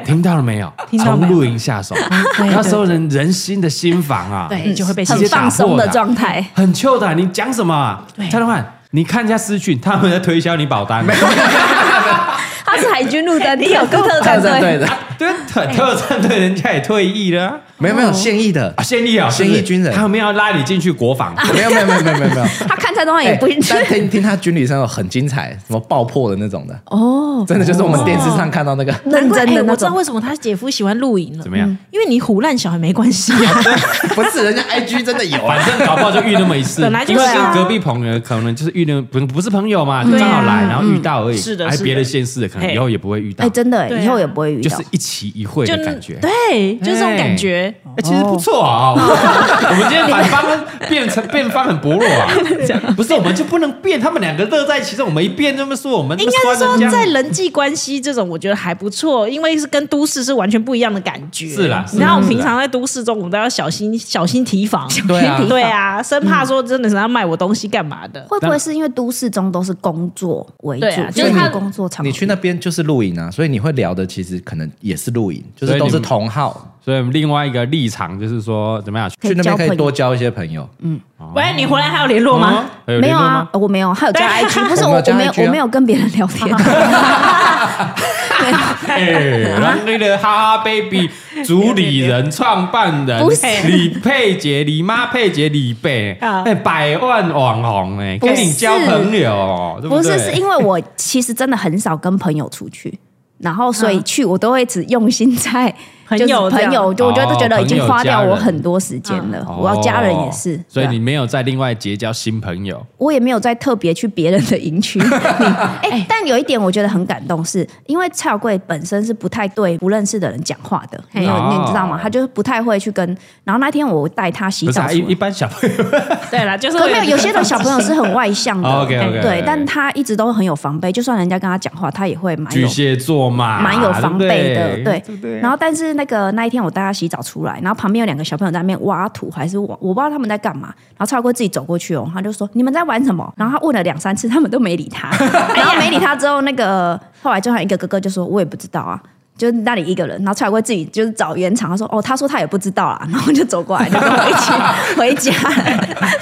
听到了没有？
听到没
从
有
露营下手，那时候人人心的心房啊，
对，就会被
直接
嗯很
打
放松
破
的
的
状态。
很 Q 的啊。你讲什么啊？
对
蔡老板，你看一下私讯，他 们在推销你保单。
他是海军陆战队，有个特
特
战
战队
队，
的，
对，特特战队人家也退役了啊
没有没有现役的
啊，，现役啊，是不是
现役军人
他们要拉你进去国防，
啊
没有没有没有没有没有没有。
他看蔡东汉也
哎
不
但听听他军旅生活很精彩，什么爆破的那种的，
哦，
真的就是我们电视上看到那个。
认真的
哎
那
我知道
种。
为什么他姐夫喜欢露营了
怎，么样？
因为你唬烂小孩没关 系啊。
不是，人家 IG 真的有啊
反。正搞不好就遇那么一次，
本来就
因为
是啊
跟隔壁朋友可能就是遇那不不是朋友嘛，就
对啊
刚好来，然后遇到而已。
嗯是的
还
是的
别的县市的，可能
嘿
以后也不会遇到
哎，。真的
对
耶，
啊
以后也不会遇
就
到
是。一期一会的感觉。
对，就是这种感觉。
哎，其实不错啊，
哦
我们今天反方变成辩方很薄弱 啊，不是我们就不能辩，他们两个乐在其中，我们一辩这么说，我们
应该是
酸人家
说在人际关系这种，我觉得还不错，因为是跟都市是完全不一样的感觉。
是啦是啦
然后我们
是啦
平常在都市中，我们都要小心小心提防。
对啊
对啊，生怕
嗯
说真的是要卖我东西干嘛的。
会不会是因为都市中都是工作为主
对啊，
就是
就是他
工作场合，
你去那边就是露营啊，所以你会聊的其实可能也是露营，就是都是同好，
所以我们另外一个立场就是说，怎么样？
可以
去那
交
边可
朋友
以多交一些朋友。
喂，你回来还有联络吗？
有
没有
联络
啊
吗？，
呃我没有，还有 加 IG，不是
我
我，
没有加
我没有，
IG 啊
我没有跟别人聊天。啊
哎，让那个哈哈 baby 主理人、创办人哎
不是
李佩杰、李妈佩杰、李贝，
啊
哎，百万网红哎，
不
跟
是
你交朋友，对
不
对
是，是因为我其实真的很少跟朋友出去，然后所以去我都会只用心在
嗯朋
就是
友这样
朋友，就我觉得
哦
觉得已经花掉
朋友
我
家人
很多时间了。
嗯
哦
我要家人也是，
所以
对啊
你没有再另外结交新朋友。
我也没有在特别去别人的营 区。哎、但有一点我觉得很感动是，因为蔡小贵本身是不太对不认识的人讲话的，你有
哦
你知道吗？他就是不太会去跟。然后那天我带他洗
不是
澡
啊，
出
一
来
一般小朋友
对啦，就是
可
会
没有，啊有哦些的小朋友是很外向 的
OK，OK，OK，OK
对，但他一直都很有防备，就算人家跟他讲话，他也会蛮
巨
有
蟹座嘛，
蛮有防备的，
啊对
对
不对。
然后，但是那个那一天我带他洗澡出来，然后旁边有两个小朋友在那边挖土，还是我我不知道他们在干嘛。然后超哥自己走过去哦，他就说你们在玩什么？然后他问了两三次，他们都没理 他。然后没理他之后，那个后来就还有一个哥哥就说，我也不知道啊。就是那里一个人，然后蔡圭自己就是找原厂，他说：“哦，他说他也不知道啦。”然后就走过来，就跟我一起 回家，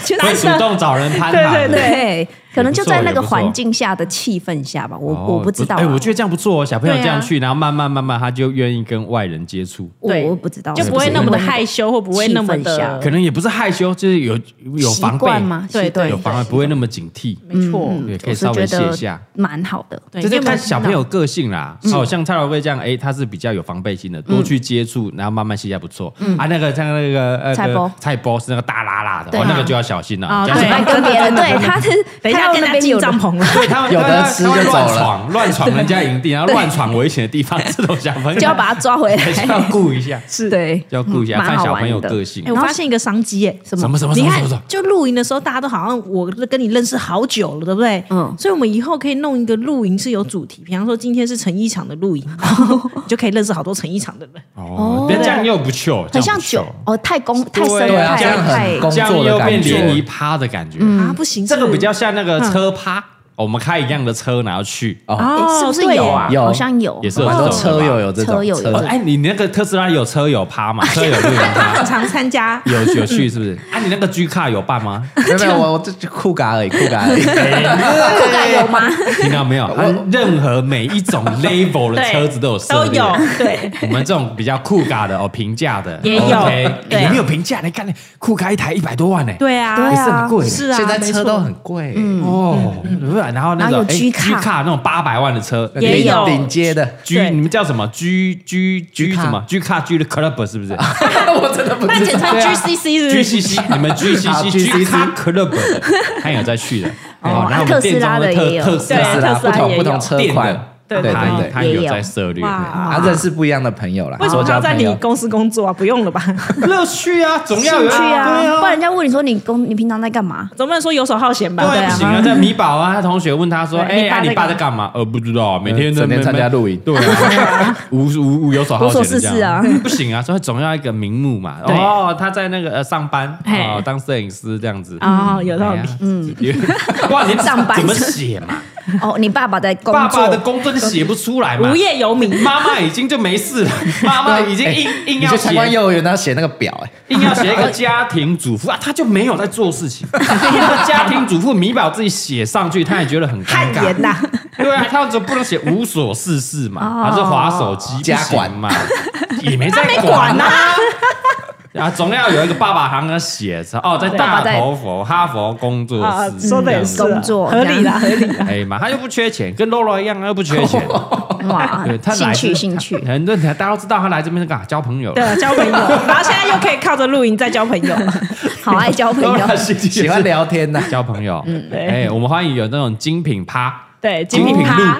就
会主
真的
动找人攀谈，
对对
对，可能就在那
也
个
不错
环境下的气氛下吧，我
哦
我不知道啊，
哎，我觉得这样不错哦，小朋友
对啊
这样去，然后慢慢慢慢，他就愿意跟外人接触。
我
对
我不知道，
就不会那么的害
羞。
羞，或不会那么
气氛下
的
可能也不是害羞，就是有有
习
防备
惯吗
对
习惯
对
有防备不会那么警惕。
没错。
对，可
嗯我
以
是
稍微
觉
卸
得
下。
蛮好的。
对
这就
因为
看小朋友个性啦。哦，像蔡老贵这样，哎，他是比较有防备心
嗯
的，多去接触，然后慢慢卸下不错。啊，那个像那个呃
蔡波
蔡波是那个大拉拉的，
对
哦
啊，
那个就要小心了。
啊
这样
对
子
他跟别人对他是，
等一下
他
跟
那
他
边有
进
人
帐篷了，
对哎他们
有的
他们
吃就
他们乱
走了
闯，乱闯人家营地，然后乱闯危险的地方，这种小朋友
就要把他抓回来，
还是要 顾一 下，
是对，
要顾一下，
蛮
看
好玩的
小朋友个性
哎、。我发现一个商机、哎，
什
什么什么什
你
么
看
什么什么，
就露营的时候，大家都好像我跟你认识好久了，对不对？
嗯
所以我们以后可以弄一个露营是有主题，比方说今天是成衣厂的露营， 你就可以认识好多成衣厂的人。
哦
哦，
那这样又不错，
很
这样
像
不错
酒哦，太公太深
对
了，
啊
太
这样很
太
工
这样
作
又
的
变
感觉
联谊趴的感觉。
嗯
啊，不行，
这个
是
比较像那个车趴，哦我们开一样的车然后去。
哦，
哎
哦，
是不是
对耶
有啊？
有
好像有，哦
也是有
很
好
多
像
车友有这种
车友有
哦
对
哎，你你那个特斯拉有车友趴 嘛？车友露营
他
趴。
很常参加
有有去是不是？啊，你那个 G 卡有办吗？
没有没有，我我这这酷嘎而已，酷嘎而已。
酷感有吗？
听到没有？啊任何每一种 level 的
对
车子都有涉
都
猎
有，对，
我们这种比较酷咖的哦，平价的
也有
OK
对
哎
啊
有没有平价？你看，酷咖一台一百多万呢，
对啊，
对
也是很
啊，
贵的。
是啊，
现在车都
没嗯
很贵，嗯
哦，不是，然后那
嗯然后
种
有
哎
G 卡
卡那种八百万的车哎
那
也
顶
有
顶尖 的
G，
对
你们叫什么？G G G
卡
什么？G 卡啊 G 的 club 是不是
错。那简称 GCC 是不
啊？G
是？
C C 你 们 G C
好
C 啊 G
GCC
Car club 的他有在去的，
哦
然后我们店中
特斯拉的
特
也有啊
特斯
特
拉
斯拉
特斯
啊不
拉
同
也
不同
有
车
店
款
的，，
对对
他
对
他
也
有
有
在涉猎。
哇
啊，认识不一样的朋友啦，
为什
多
么他
交
要在
朋
你
友。
公司工作啊？不用了吧？
乐趣啊，总要
兴
有
趣
对
啊，不然人家问你说你工你平常在干嘛？
总不能说游手好闲吧？
对啊，不行啊！在米宝啊，他同学问他说：“哎，
对
啊
你爸
你爸
在干嘛
在干嘛？”呃，不知道，每天都
整天参加露营
对啊，无无无有所好闲的这样
无所事事啊，
不行啊，所以总要一个名目嘛。
对
哦，他在那个呃上班
嘿
哦，当摄影师这样子
啊，有道理。
嗯，有哇，你
上班
怎么写嘛？
哦，你爸爸在工作，
爸爸的工作就写不出来嘛
无。业游民。
妈妈已经就没事了，妈妈已经硬硬要
你去参观
写
幼儿园，他写那个表、 哎，
硬要写一个家庭主妇啊，她就没有在做事情。那个家庭主妇你把我自己写上去，她也觉得很尴
汗
尬
颜。呐，
对啊，她就不能写无所事事嘛，还是划手机
家管
不行嘛，也没在管呐。啊，总要有一个爸爸行的写着哦，在
爸
大
爸在
头佛哈佛工作
啊，
室
说的也是啊
工作
合理啦，合理啦。
哎妈，他又不缺钱，跟 Lolo 一样，他又不缺钱。
哇
对，他
兴
来
趣
这
兴 趣，
很多人大家都知道他来这边是干嘛，交朋友。
对，啊交朋友，然后现在又可以靠着露营再交朋友，
好爱交朋友
Laura 是
喜欢聊天呐、
交朋友。
嗯对
哎，我们欢迎有那种精品趴、
对，
精
品
品
趴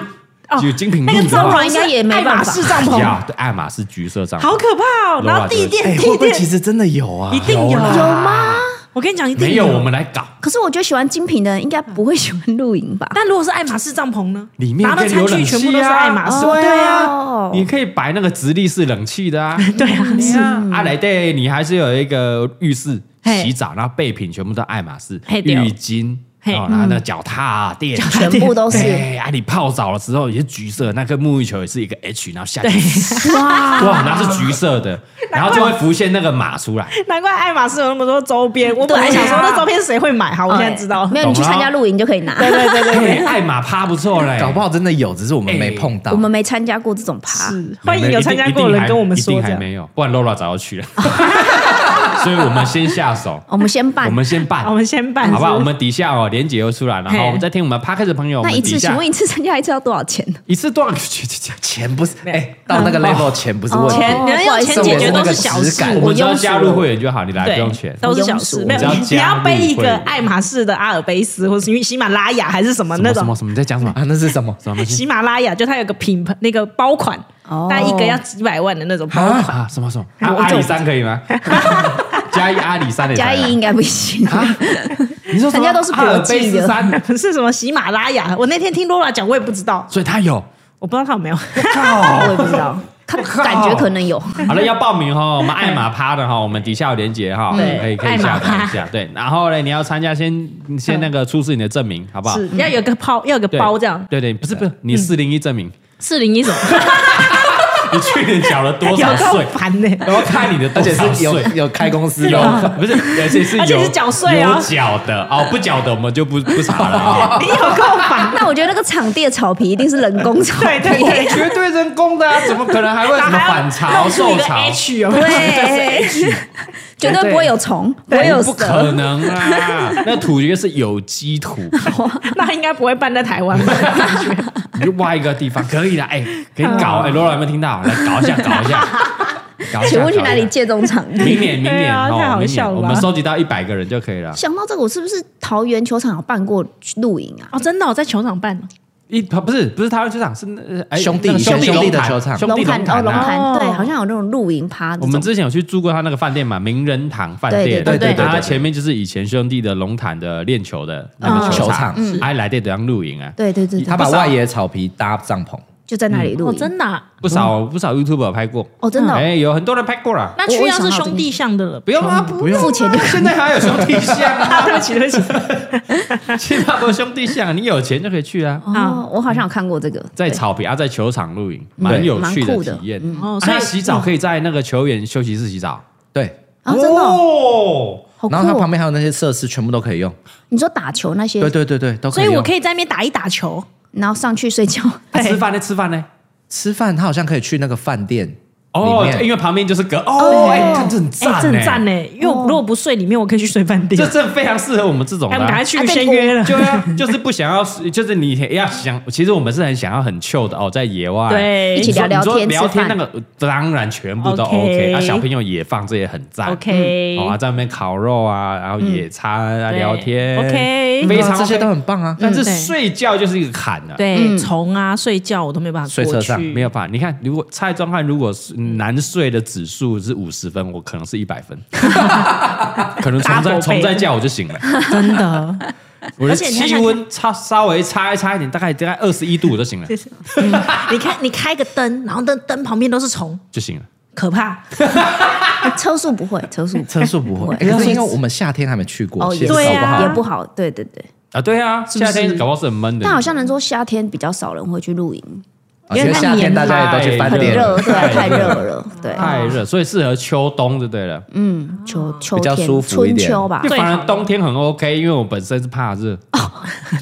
哦
路，有精品
那
路
个
的
帐
话
篷
应该也没
爱马
办法
仕帐篷，
呀，对，爱马仕橘色帐篷，
好可怕哦。
Laura
然后地
真
垫，
哎、会
地
不会其
垫
实真的有啊？
一定有，
吗？
我跟你讲，一定
没有，我们来搞。
可是我觉得喜欢精品的人应该不会喜欢露营吧？
但如果是爱马仕帐篷呢？
里面
拿的
更有
餐具
冷
全
气
部都是
啊
爱马仕，
对啊
哦，
你可以摆那个直立式冷气的 啊。
对啊，
是啊，来对，你还是有一个浴室
嘿
洗澡，然后备品全部都爱马仕，
嘿对哦
浴巾，
嘿嗯
哦然后那个脚踏啊垫，
全部都是
对啊，你泡澡的时候也是橘色，那个沐浴球也是一个 H，然后下去
对，
哇，那是橘色的，然后就会浮现那个马出来。
难怪爱马仕有那么多周边。我本来
对
想
啊哎
说那周边谁会买，好，我现在知道
哦没。有，你去参加露营就可以拿。
对对对对
哎，
对，
爱马趴不错嘞，
搞不好真的有，只是我们
哎
没碰到。
我们没参加过这种趴，
是欢迎有参加过的人跟我们说
一定
这
还
样。
没有，不然 Laura 早就去了。 所以我们先下手，
我们先 办
我。们先办
好，我，们先办，
好不好？
是
我
是
们底下哦，连结又出来，然
嘿
后我们再听我们 p a r k 的朋友，我
那
们
一
底
次，
下
请问一次参加一次要多少钱？
一次多少个？ 去去去
钱不是，
没
哎、
有
到那个 level 钱不是问题。
钱，
哦
你要
不好
用
意思
钱解决都是小
我是
事
那个质，感
我们只要
庸俗
加入会员就好，你啊来不用钱
对，。都是小事，
我
没有
只要
你你
加入
要背一
会
个爱马仕的阿尔卑斯，或是喜马拉雅还是什么
什
那
么什
种
么。什么？你在 讲什么？
啊，那是什么？
什么东西
喜马拉雅就它有个品牌那个包款，
哦
大概一个要几百万的那种包款，
啊？什么 什么？啊阿里山可以吗？加一阿里山的
嘉义应该不行，
啊你说什么
人家都是国
阿尔
际
卑
的
斯山，
是什么喜马拉雅？我那天听罗拉讲，我也不知道，
所以他有。
我不知道它有没 有。
我也不知 道，看
靠
感觉可能有。
好了，要报名哈，我们爱马趴 的哈，我们底下有连结哈，
对
可以可以
爱马
下
趴嗯
载一下。对，然后呢，你要参加先先那个出示你的证明，好不好？
是要有个包，要有个
对
包这样。嗯
对对，不是不是，你四零一证 明，
四零一什么？
你去年缴了多
有
少
够
税？
烦 呢。
然后看你的
而
多
且
少
是有
税。
有开公司
有
的哦，
不是，而且是有
而且是缴税哦
有缴的哦，不缴的我们就 不不查了哦。
你有够烦，
那我觉得那个场地的草皮一定是人工草
对
皮，
对对，
哎绝对人工的啊，怎么可能还会什么反潮、受
一个
潮？
H 有没 有？
对，绝对不会有虫，不会有
哎不可
蛇。
能啊！那土绝对是有机土，
那应该不会办在台湾吧？
你就挖一个地方 可以的。哎，可以搞。哎，罗老有没有听到？来搞一下，搞一下，搞一下。
请问去哪
搞一
里
下？
借这种场
明
地？
年，明
对
年
啊太
哦，
好
明
笑
年
了 吧
我们收集到一百个人就可以了。
想到这个，我是不是桃园球场有办过露营啊？
哦，真的，我在球场办了。
一不是不是台湾球场，是那哎
兄弟
那个兄
兄弟的
龙潭
球场
兄弟
龙潭
潭
哦，龙
啊。
潭
哦
对，好像有那种露营趴
我
这种。
们之前有去住过他那个饭店嘛，名人堂饭店，
对对
对对对
它
对
前面就是以前兄弟的龙潭的练球的那个
嗯
球
球
场
场，
哎，来这样露营啊，
对对对，对
他把外野草皮搭帐篷，
就在
嗯
那里露
哦，
营。
真的啊。
不少
嗯
不少 YouTube 拍过，
哦，真的哦，
哎，有很多人拍过了，
那去要是兄弟像的了，
不用啊，不用啊
嗯付钱就可以
现在还有兄弟像
啊，
啊，
对不 起，对不起。
七八个兄弟像，你有钱就可以去啊，
哦，我好像有看过这个，
在草皮啊，在球场露营，蛮有趣
蛮
的
酷的嗯
体验。啊
哦，所
他
以
洗澡可以在那个球员休息室洗澡，
对。
啊，真的哦，
哦，
好酷
然后它旁
哦。
边还有那些设施，全部都可以用。
你说打球那些
对，对对对，都可
所
以
以
用。
我可以在那边打一打球。
然后上去睡觉，
啊吃饭呢？吃饭呢？
吃饭，他好像可以去那个饭店
哦
里，面
因为旁边就是隔哦，哎，看这很
哎，
赞，
这很赞呢，因为我如果不睡里面，我可以去睡饭店
这。这非常适合我们这种
哎，
的
我们赶
啊。
快去先约 了。
就要啊就是不想要，就是你也要想，其实我们是很想要很 chill 的哦，在野外
对
一起
你说
聊聊
你说
天
聊
吃
天
饭
那个当然全部都
OK
OK，啊，小朋友也放，这也很赞。
OK
哦，啊在那边烤肉啊，然后野餐啊，
对
聊天
OK
非常
这些
OK
都很棒啊。
但是
嗯对
睡觉就是一个坎啊。
对，
嗯
虫啊，睡觉我都没有办法
睡
过
车上
去
没有办法，你看，如果蔡庄汉如果是嗯难睡的指数是五十分，我可能是一百 分，可能重
Double
在重
倍
在叫我就醒了。
真的，
我的
而且你要
气
想
温差稍微差一差一点，大概大概二十一度我就醒了，
你看你开个灯，然后灯灯旁边都是虫，
就醒了。
可
哦
怕。
车速不会，车速不
车速不会，
不会
哎但是因为我们夏天还没去过，
哦，
其
也
实
对啊
搞不好
也不好，对对对，
啊，对啊，
不
夏
是
天搞不好是很闷的。
但好像能说夏天比较少人会去露营，
而且啊夏天大家也都去饭
很
店
热，
了，
对，太热了，对，
太热，所以适合秋冬就对了。
嗯秋秋
比较
天、
舒服一
春
点
秋吧
就，
最
反
好
而冬天很 OK，因为我本身是怕热。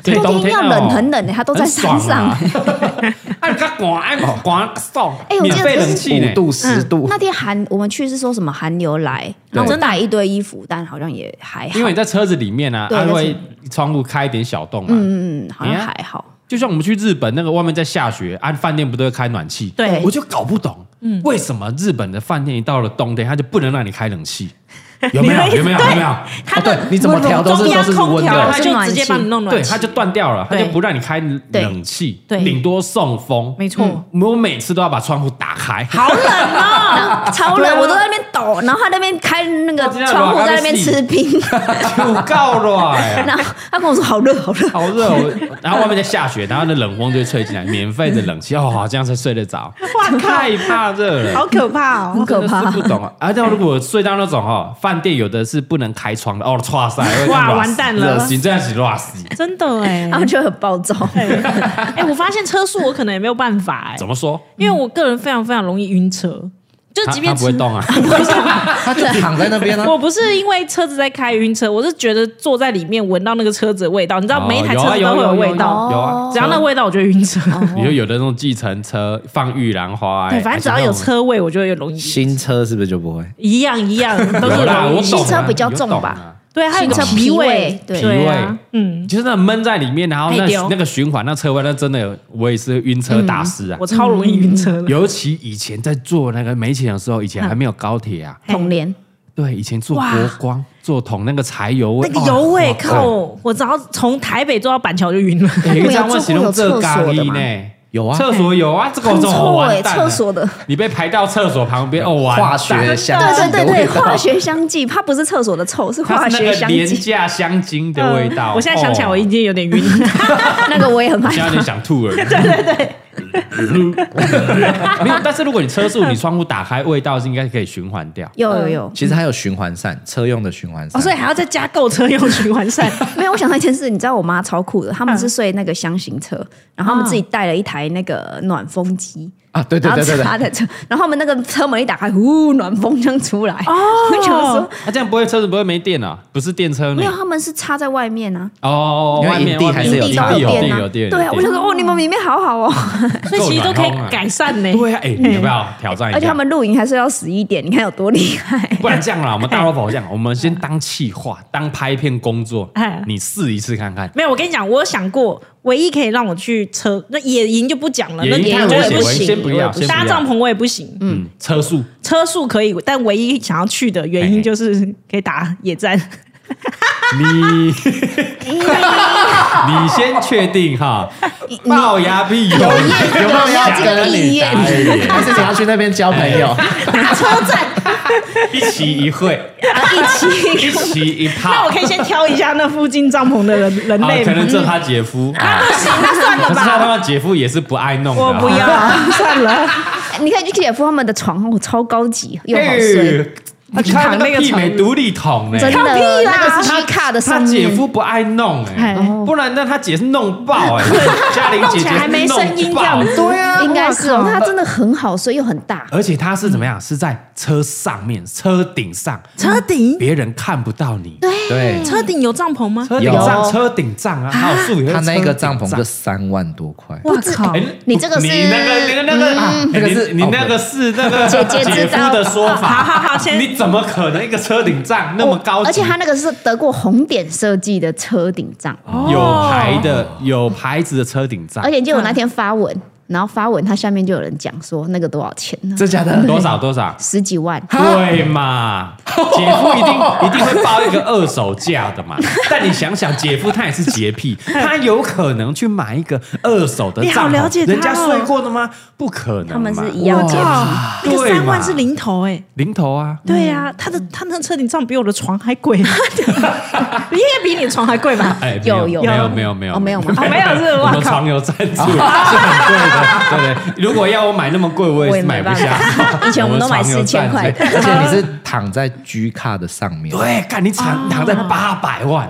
对，
哦冬天要
哦
冷很冷的，它都在山上。
很爽啊啊，你看寒， 哎，寒爽，
哎我记
免
得
费
不是
冷气呢
五。度十度
那，天寒，我们去是说什么寒流来，然后我
真的
带一堆衣服，但好像也还好，
因为你在车子里面啊，
对
它
在车
会窗户开一点小洞嘛。
嗯，好像还好。
就像我们去日本，那个外面在下雪，按饭店不都会开暖气？
对嗯
我就搞不懂，为什么日本的饭店一到了冬天，它就不能让你开冷 气？有没有？有没有？有没有？
哦
它
对你怎么调都是
中央
都是
空
温的
调，它
是
就
暖
直接
气
帮你弄暖
对，
气
它就断掉了，它就
对
不让你开冷气，
对
顶多送风。
没错，
我每次都要把窗户打开，
好冷哦，
超
对啊
冷，我都在那边抖，然后他在那边开那个
我知道
窗户，在那边吃冰，
有够热 呀！
然后他跟我说好热好热，
好热，我然后外面在下雪，然后那冷风就吹进来，免费的冷气哦，这样才睡得 着。哇，太怕热了，
好可怕哦
很。可怕
真的。是不懂啊。而且如果睡到那种哦，饭店有的是不能开窗的哦，哇 塞，
哇完蛋了
你这样子热死。
真的哎、
然后就很暴躁，
哎、我发现车速我可能也没有办法哎、
怎么说？
因为我个人非常非常容易晕车，就
他
即便
他不会
车
动啊，
他就躺在那边啊呢。
我不是因为车子在开晕车，我是觉得坐在里面闻到那个车子的味道，你知道每一台车
哦
子都会
有啊
味道，哦
有啊有啊，
只要那味道我就会晕车。
你就有的那种计程车放玉兰花、 哎
对，反正只要有，车味，我就会容易晕。
新车是不是就不会？
一样 一样都
还是那种有
是
啦，
容
我
易
懂啊
汽车比较重吧？
对，还有一个
新车
脾
脾胃
胃，
对
对啊
脾胃，
嗯
你懂啊，就是那闷在里面，然后那
太丢
那个循环，那车外，那真的有，我也是晕车大师啊。
我超容易晕车的。
尤其以前在坐那个美琪的时候，以前还没有高铁啊，
童年
对，以前坐国光、坐桶那个柴油味，
那个
哦
油味
哇，
靠！我只要从台北坐到板桥就晕了。
哎
你们有
这样会形容这咖
坐
喱
过
呢？
有啊，
厕所有啊，这个
很
这种
臭哎，
完蛋了
厕所的，
你被排到厕所旁边哦，完蛋
化学香
对
气的
对对对，
味道
化学香剂，它不是厕所的臭，是
它
化
是那
学
个
香
廉
剂。
价香精的味道。
嗯我现在想起来，我已
哦
经有点晕。
那个我也很害
现在有
怕，
点想吐 而已。对对对，没有。但是如果你车速，你窗户打开，味道是应该可以循环掉。
有有有，
其实还有循环扇，车用的循环
哦，
扇。
所以还要再加购车用循环扇。
没有，我想到一件事，你知道我妈超酷的，他们是睡那个箱型车，然后他们自己带了一台那个暖风机。
啊，对对
然后
对对对，
插在车，然后我们那个车门一打开，呼，暖风这样出来。我就说，
那啊这样不会车子不会没电啊？不是电车呢
没有，？他们是插在外面啊，
哦，
因为
外面
营地
外面
还是有
营地
插
都
有有
电
电
啊
有电。
对啊，
有
我
电
就说哦，你们里面好好哦。
所以其实都可
够暖烘啊
以改善呢。
对啊，哎，你要不要挑战一下？
而且他们露营还是要十一点，你看有多厉害。
不然这样啦，我们大老跑这样，我们先当气话，当拍片工作
哎，
你试一次看看。
没有，我跟你讲，我有想过，唯一可以让我去车那野营就不讲了，
野
那
营
野
太
营
危险，
我也不
我
行，
先不要，先不
搭帐
要。
篷我也不行，
嗯，车速
车速可以，但唯一想要去的原因就是可以打野战。
啊你你先确定哈，龅牙必有，
有没有要
这个
跟
意
你
愿
打野？还是想要去那边交朋友？
一期一会，一期一期一
那
炮
我。可以先挑一下那附近帐篷的人人
好，
类
啊可能
吗？
这他姐夫啊，
不行，那算
可
了
是他
吧，
他姐夫也是不爱弄的
我
啊。
不要，算了。
你可以去姐夫他们的床，哦，超高级又好睡，
哎，你看那个媲美独立桶哎呢，
真的，
看屁啦
那个是
他
皮卡的
他
上
姐
面。
夫不爱弄哎、
哎
不然那他姐是弄爆 哎、嘉玲姐姐
弄起来还没
弄
声音
爆
这样子
对啊，
应该是哦
哇，靠
它真的很好睡又很大，
而且他是怎么样？是在车上面，车顶上，
车
嗯
顶，
别人看不到你。
对，
车顶有帐篷吗？
车顶
有
上，车顶上啊，还有树林，
他那一个帐
车顶
篷
上
就三万多块。
我靠
哎，
你这个是嗯
你那个那个那个，啊
那个
你
是
你那个是那个
姐姐知
夫
道
的说法。
好好好先
你怎么可能一个车顶帐那么高级？
哦而且它那个是得过红点设计的车顶帐，
哦有牌的有牌子的车顶帐
哦而，且就有那天发文，然后发文它下面就有人讲说那个多少钱呢？
真假的？
多少多少？
十几万，
对 嘛，姐夫一定一定会报一个二手价的嘛。但你想想，姐夫他也是洁 癖，他有可能去买一个二手的
你
帐
好
篷，
了解他哦
人家睡过的吗？不可能嘛，
他们是一样洁癖。
哇，
对
这
嘛
个三万是零头
嗯
哎。
零头啊。
对呀、他的他那个车顶帐比我的床还 贵，应该比你的床还贵 吧？
哎，
有
没有
有
没有没有没有
哦没 有吗
哦没有是
我
哇
们
靠
床有赞 助，是很贵的。对对，如果要我买那么贵，我也是买不下
我也没办。 法以前我们都买
床有赞助
4000块
而且你是躺在 G 卡的上面，
哦哎
对，干你躺躺在八百万，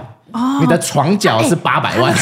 你的床脚
哦哎
是八百万，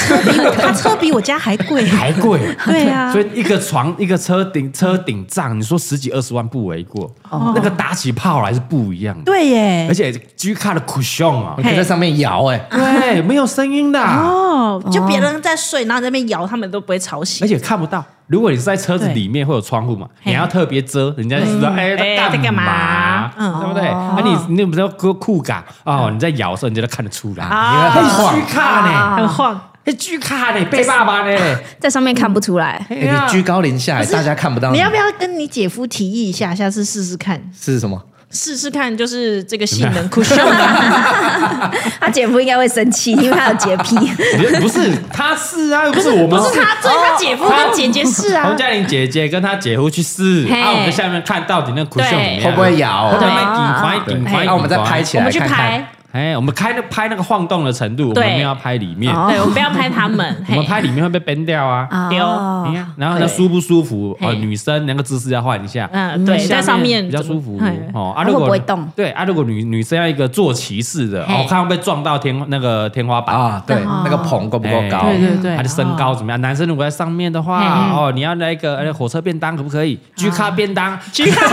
他车比我家还 贵，
还贵。
对啊
所，以一个床、一个车顶、车顶帐，你说十几二十万不为过。那个打起炮来是不一样的，
哦对耶
而，且 G 卡的 cushion 啊
你，可以在上面摇哎、
对，没有声音的，
哦，就别人在睡，然后你在那边摇，他们都不会吵醒
而。且看不到。如果你是在车子里面会有窗户嘛，你
嘿
还要特别遮，人家就知道哎在
哎在
干
干嘛嗯
对不对？啊你你不知道酷酷感哦，你在摇的时候你就能看得出来。
啊
你会
很
很晃，
G 卡呢，
很晃，
很 G 卡呢，被爸 爸呢，
在上面看不出 来。
嘿
哎
呀
你居高临下、大家看
嗯
不到
你要不要跟你姐夫提议一下，下次试试看，
是什么？
试试看，就是这个性能 cushion
他啊姐夫应该会生气，因为他有洁 癖。
你就不是他是啊，又不是我们
不是他，所以他姐夫跟姐姐试啊
洪，嘉玲姐姐跟她姐夫去试，
嘿
然后我们在下面看到底那个 cushion
对哎
怎么样
会不会摇
会不会顶
啊
宽顶
那、
宽？
哎哦我们再
顶宽
拍起
我
来
们去
看看。
拍，
哎，我们开那拍那个晃动的程度，我
对
们没有要拍里面，
哦
对，我们不要拍他 们，
我
嘿
们拍里面会被 ban 掉啊。
丢
你
哦
看，然后呢
对
舒不舒服？哦，
嘿
女生那个姿势要换一下。
嗯，对，在上面
比较舒服
嘿
哦。啊，
它会
如果
不会动
对啊，如果女女生要一个坐骑式的，
嘿
哦，看会不会撞到天那个天花板
啊，对，那个棚够不够高？
哎
哦对对对
他的身高怎么样？男生如果在上面的话，
嘿
哦，你要来一个呃火车便当可不可以？G 卡便当，G 卡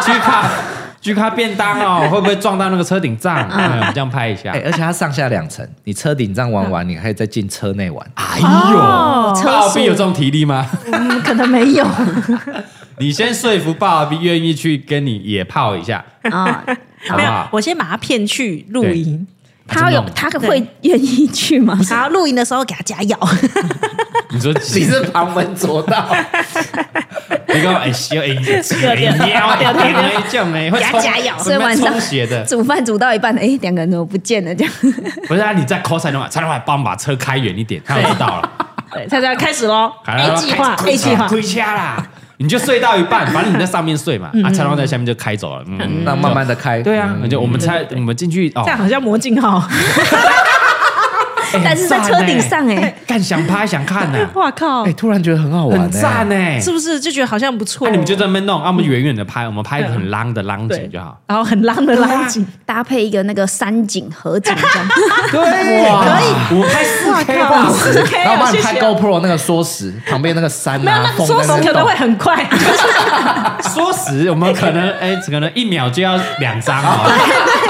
，G 卡，G 卡便当哦，会不会撞到那个车顶帐？哎我们这样拍一下
哎、。而且它上下两层，你车顶上玩完，你还可以再进车内玩。
啊
哎呦，
车
爸
速
比有这种体力吗？
可能没有
你先说服爸比愿意去跟你野炮一下，
啊，
好不
没有
好，？
我先把他骗去露营，
他有他会愿意去吗？
然后露营的时候给他加药，
你说
你是旁门左 道，
你讲哎，小哎，尿掉那种哎，会
加
冲
加油
会
所以晚上
冲血的。
煮饭煮到一半，哎，两个人怎么不见了？这 样，
不是啊，你在 call 蔡老板，蔡老板帮我把车开远一点，他就知道了。
对，他就要开始喽
好啦
，A 计划，A 计划，
开车啦，你就睡到一半，反正你在上面睡嘛，啊，蔡老板在下面就开走了。嗯，
那慢慢的开。嗯
对啊，就我们猜，我们进去哦
这，样好像魔镜号，
哎
但是在车顶，
很
上，
赞
哎
欸，干想拍想看 呢，
哇靠
哎、，突然觉得很好玩、欸，
很赞呢。
是不是就觉得好像不错？
那你们就在那边弄，啊，我们远远的拍，我们拍一个很浪的浪景就好。
然后很浪的浪景，
搭配一个那个山景、河景这 样，
对，可以，我拍四 K 吧。
是 K
然后
啊，
帮你
谢
拍
谢。
GoPro 那个缩时旁边那个山
没有，那
啊，
个
风
缩
在那
时可能
动
会 很快，
说时，我们可 能哎，可能一秒就要两张哦。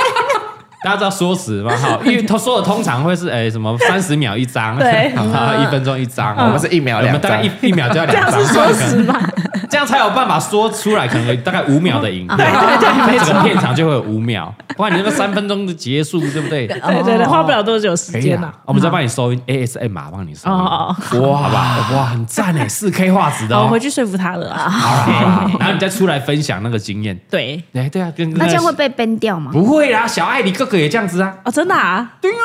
大家知道缩时吗？好，因为他说的通常会是哎什么三十秒一张，
对 嗯
啊，一分钟一张，
我们是一秒
我
两
们大概
张
一一秒就要
这
两
样
张，
是缩时吧？
这样才有办法说出来，可能有大概五秒的影片，
对对对，没
整个
错，
片场就会有五秒，不然你那个三分钟的结束，对不对？
对
哦
对对，花不了多久时
可以
间
啊
呐。，
我们再帮你收音 ASMR，帮你收
哦
音，
哦
哇，好吧，哇，很赞哎，四 K 画质的
哦，我
哦
回，去说服他了啊。
好 啦好啦然后你再出来分享那个经验。
对，
哎，对啊，跟跟
那这样
个
会被 ban 掉吗？
不会啦，小爱你哥哥也这样子啊。
哦，真的啊，
对啊，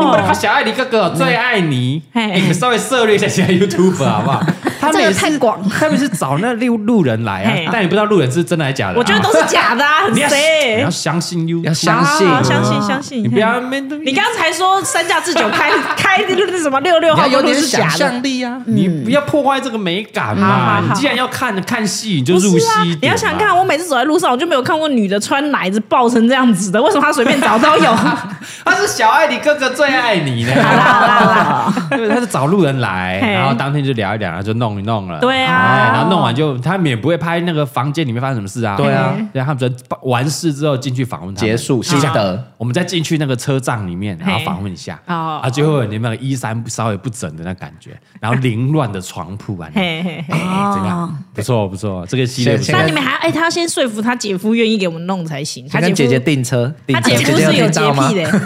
你不能把
哦，
小爱你哥哥最爱你，
嘿
哎你们稍微涉猎一下其他 YouTube 好 不好？他们
这
也
个
是，
太广了，
他们是找那六路人来
嘿
啊，但你不知道路人是真的还是假的啊。
我觉得都是假的啊，很
你要你
谁
要？相信 You，
要相信
啊相信相信，
你不要面对，
你刚才说三架自九 开开那什么六六
你
号
要有
公路
点
是
想
假的，嗯
象力啊！
你不要破坏这个美感
好好
嘛。
好
你既然要看看戏，你就
不是
入
啊
戏一点嘛。
你要想看，我每次走在路上，我就没有看过女的穿奶子抱成这样子的，为什么她随便找都有？
他是小爱你哥哥最爱你呢，
好啦好啦好啦，
因为他是找路人来，
嘿
然后当天就聊一聊，然后就弄一弄了。
对啊
哎然后弄完就他们也不会拍那个房间里面发生什么事啊。
对啊
嘿，对啊，他们只完事之后进去访问他们
结，束心得，
我们再进去那个车站里面，然后
嘿
访问一下。
哦
啊，最后有那个衣衫稍微不整的那感觉，然后凌乱的床铺啊，哎，
嘿嘿嘿。
哦
怎样？不错不错，这个系列不错
先
那你们还要哎，他要先说服他姐夫愿意给我们弄才行。他
先跟姐
姐
姐
夫，
订车，订
他
车
姐夫
有
是有
听
洁
到吗
癖？的。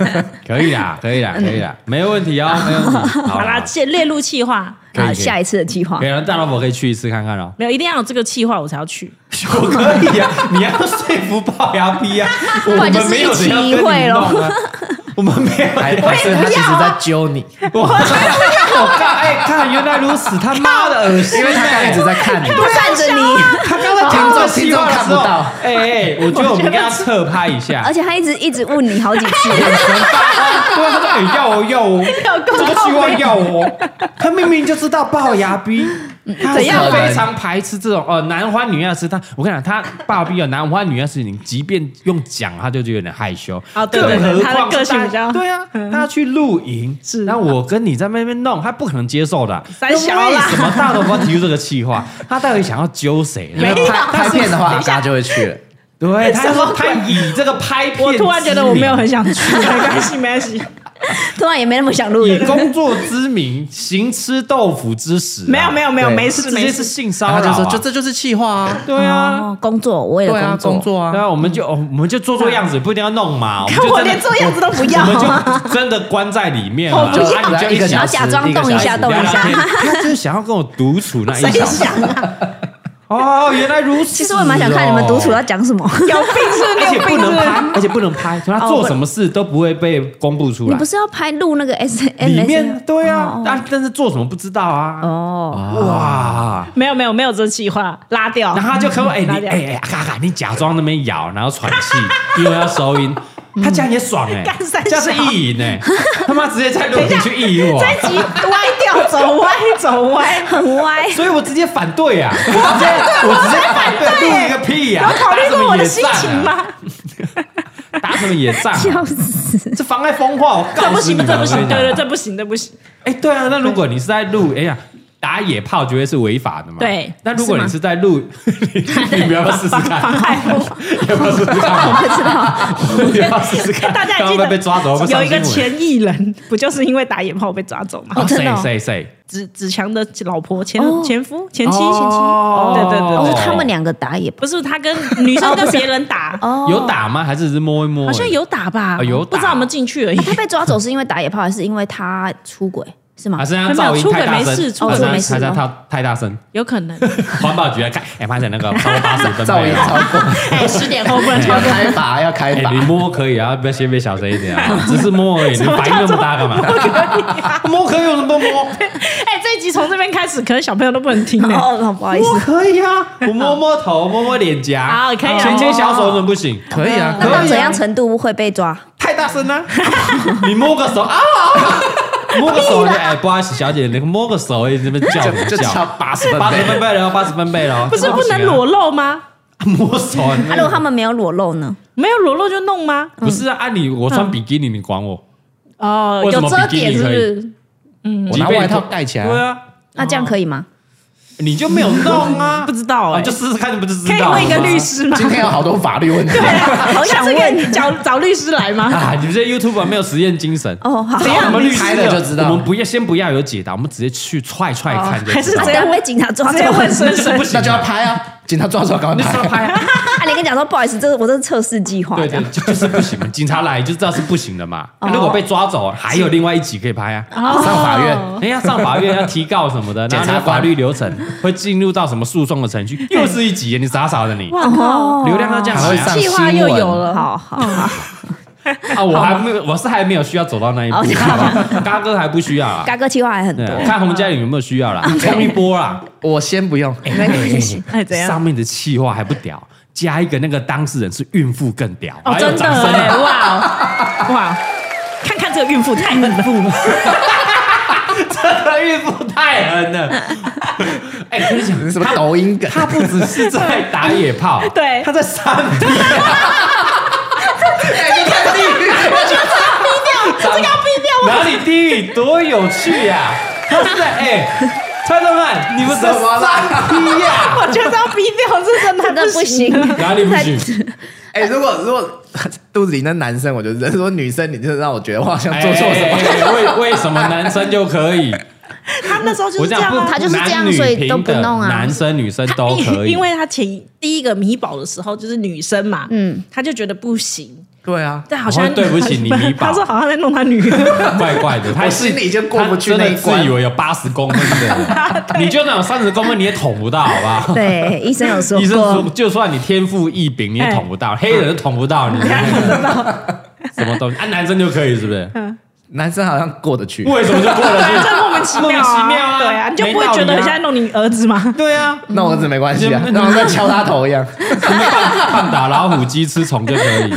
可以啦，可以啦，可以啦，没有问题哦，没有问题。好
好啦，列列入计划，
可以可
好，
以
下一次的计划
可以，让大老婆可以去一次看看哦。
没有一定要有这个计 划我才要去。
我可以啊， 你要说服龅牙逼啊，我
然就
们
是
没有人要
一起一会
跟你
咯
弄啊，我们没有
还
人要
还是他其实在揪你，
我 我靠，哎，看原来如此，他妈的恶心
因为他刚 才一直
欸！
在看你。
我看着你，
他刚才讲这
听众
句话的时
看不
候
到，
哎哎，我觉得我们应该要侧拍一 下哎
而。且他一直一直问你好几 次，
对啊，他说 哎要哦要哦，这个计划要哦，他明明就知道龅牙逼，
嗯
怎
样
非常排斥这种哦，男欢女爱的事。他我跟你讲，他爸逼有男欢女爱的事情，即便用讲，他就觉得有点害羞。
哦对
更
对对
何
他的
况
个
是
性
大
比较嗯
对啊，他要去露营，
是
那我跟你在那边弄，他不可能接受的。啊
三小啦
那为 什么大头瓜提出这个气话？他到底想要揪谁呢？
因为拍
他
拍片的话，大家就会去了。
对，他
什么
说他以这个拍片之名，
我突然觉得我没有很想去，没关系，没关系，
突然也没那么想录
以
影。
工作之名行吃豆腐之实啊、
没有没有没有，
对
没
这
事
直
没
接是
事。
性骚
然
扰、
后
啊，
就说，就这就是气话啊，
对啊。
哦，工作，我为
对
了
啊，工
工作，
作啊
对。啊，我们就哦我们就做做样子，不一定要弄 嘛。
看
我
我
们就
连
真的
做样子都不要
我们就真的关在里 面
我
嘛，
不
就
要
啊你就
一个
然
小
后
时，
假装动一下，动
聊
一
聊
下
天。他就是想要跟我独处那一小时。
啊
哦，原来如此。哦
其实我也蛮想看你们独处要，讲什么。
有病是不是？你
而且
有
不
病是
能
不是？
拍，而且不能
哦
拍，所以他做什么事都不会被公布出
你
来
不。是要拍录那个 S M
里
S？
面对啊，
哦
但但是做什么不知道啊。
哦，
哇，
没有没有没有这计划，拉掉。
然后他就看我，哎、你
拉
哎
掉
哎，阿卡卡，你假装那边咬，然后喘气，因为要收音。他这样也爽哎、
干三
这样是
小
意 淫哎、他妈直接在录影去意淫我，
这一集歪掉，走歪，走歪。
很 歪。
所以我直接反对啊，我直接我直接反对录一个屁
有
呀、啊，
考虑
打什
过
么
我的
野
心
战啊
情吗？
打什么野战、啊
笑？死！
这妨碍风化，我
这
告
不
诉你
行，
们，
这不
我
行，
跟
对
你
对，
讲
这不行，这不行。
哎、对啊，那如果你是在 录，哎呀。打野炮绝对是违法的嘛？
对
那如果你是在录，你你不要试试看，
妨碍我。
要不要试试看？我不知道，要不要试试看？
哎大家
看
还
会
记
不
得
会被抓走，会不会
有
上
一个
新闻
前艺人，不就是因为打野炮被抓走吗？
哦，
真
谁
的哦
谁谁？
子子强的老婆前
哦
前夫前妻
哦
前妻，对对对
哦
哦
对，，
他们两个打也不
不是他跟女生跟别人打，
哦，
有打吗？还是只是摸一摸？
好像有打吧
哦，有打
不知道有没有进去而已
啊。他被抓走是因为打野炮，还是因为他出轨？是吗
还？是他
没有
噪音
出轨
太大
没
声，
事出
轨
还是
没事
还是
哦
他太大 声？
有可能。
环保局来看，哎，发现那个超过八十分
噪
贝
音
哦。
超过，
哎，十点后不
要
能超过。
开罚，要开
哎，
罚
你。摸可以啊，不要先别小声一点啊，只是摸而已，你
么叫
反应那么大干嘛？
啊
摸可以有什么不摸？
哎，这一集从这边开始，可能小朋友都不能听呢。
哦，不好意
摸
思，
可以啊，我摸摸头，摸摸脸颊，
好可以啊
牵牵小手怎么不行？
可以 啊，
那
可以
到怎样程度会被抓？
哦太大声啊了， 你摸个手啊！ 摸个手，哎，不好意思，小姐，你摸个手，哎，这边叫 什么
啊就就
叫
超？八十分
八十
贝
分贝了，八十分贝了，
不是
这
不
行啊
能裸露吗？
摸手啊，
啊，如果他们没有裸露呢？
没有裸露就弄吗？
不是啊，按你我穿比基尼，你管我？
哦，
为什
有
么
遮
比基
点
尼
是不
可以
是？
我拿外套盖起来啊。
对啊，
那这样可以吗？
你就没有弄 啊
不？知道
啊，
哎，
就试试看，你不就知
可以
道了吗？啊
问一个律师吗？
今天有好多法律问题。
哦
好想问，找找律师来吗？
啊，你们这些 YouTube 没有实验精 神。
哦，好，
怎样？我们律师
猜了就知道
我们不要先不要有解答，我们直接去踹踹看就
哦还
知
是
道。
啊，
这
这
样
样被警察抓
直
走
接问深
这
深
不，行，
那就要拍啊！警察抓住，赶快
那就要
拍。
拍啊。
啊，你跟讲说不好意思，这是我这是测试计划，
对
这
对
样，
就就是不行嘛。警察来就知道是不行的嘛。
哦
如果被抓走，还有另外一集可以拍啊。
上法院，
人家上法院要提告什么的，然
检
后
哦察
那
官
个法律流程会进入到什么诉讼的程序，又是一集，你傻傻的你。
哦
哇靠！
流量要这样
还会
来啊
上
计划
新
又
闻
有了，
好好好，
啊！我还没有，我是还没有需要走到那一步
哦，
好吧 嘎哥还不需要啊。
嘎哥计划还很多
对，，看洪嘉颖有没有需要啦，冲一波啦。
我先不用。
没关 系。
哎，怎
上
样？
面的气话还不屌，加一个那个当事人是孕妇更屌。
哦，
哎呦
真的
掌声
哎，
啊
哇哦哇哦！看看这个孕妇太狠了，
真的孕妇太狠了。哎，跟你讲，
什么抖音梗？
他不只是在打野炮，
哎
对
他在三 D，
这个要毙掉。
哪里地狱多有趣呀、他是在哎。蔡老板，你们在啊
什么啦
三 D 呀？
我觉得要逼掉，这真
真
的
的不行，
哪里不行？
哎，如果如果肚子里那男生，我就忍；如果女生，你就让我觉得我好像
哎
做错什么。
哎哎为为什么男生就可以？
他那时候就
我
是这样
讲不，
啊，
他就是这样
男女
所以都不
平等
弄啊
男生女生都可以，
因为他前一第一个米宝的时候就是女生嘛，嗯，他就觉得不行，
对啊，
但好像
哦对不起 你米宝
他说好像在弄他女儿，
怪怪的，他
我
是
心里就过不去
他真
那
的
一关
自以为有八十公分的人，你就算有三十公分，你也捅不到，好不好？
对，医生有说
医生说，
过，
就算你天赋异禀，你也捅不
哎
到，黑人都捅不到你， 什么东西？啊，男生就可以是不
嗯
是？
男生好像过得去。
为什么就过了 去？
这莫名其
莫名
妙
其妙啊
对啊，你就不
没
会
道理啊
觉得很像在弄你儿 子吗？
对啊，
那我儿子没关系啊
嗯，
然后再敲他头一样。
半半打老虎鸡吃虫就可以，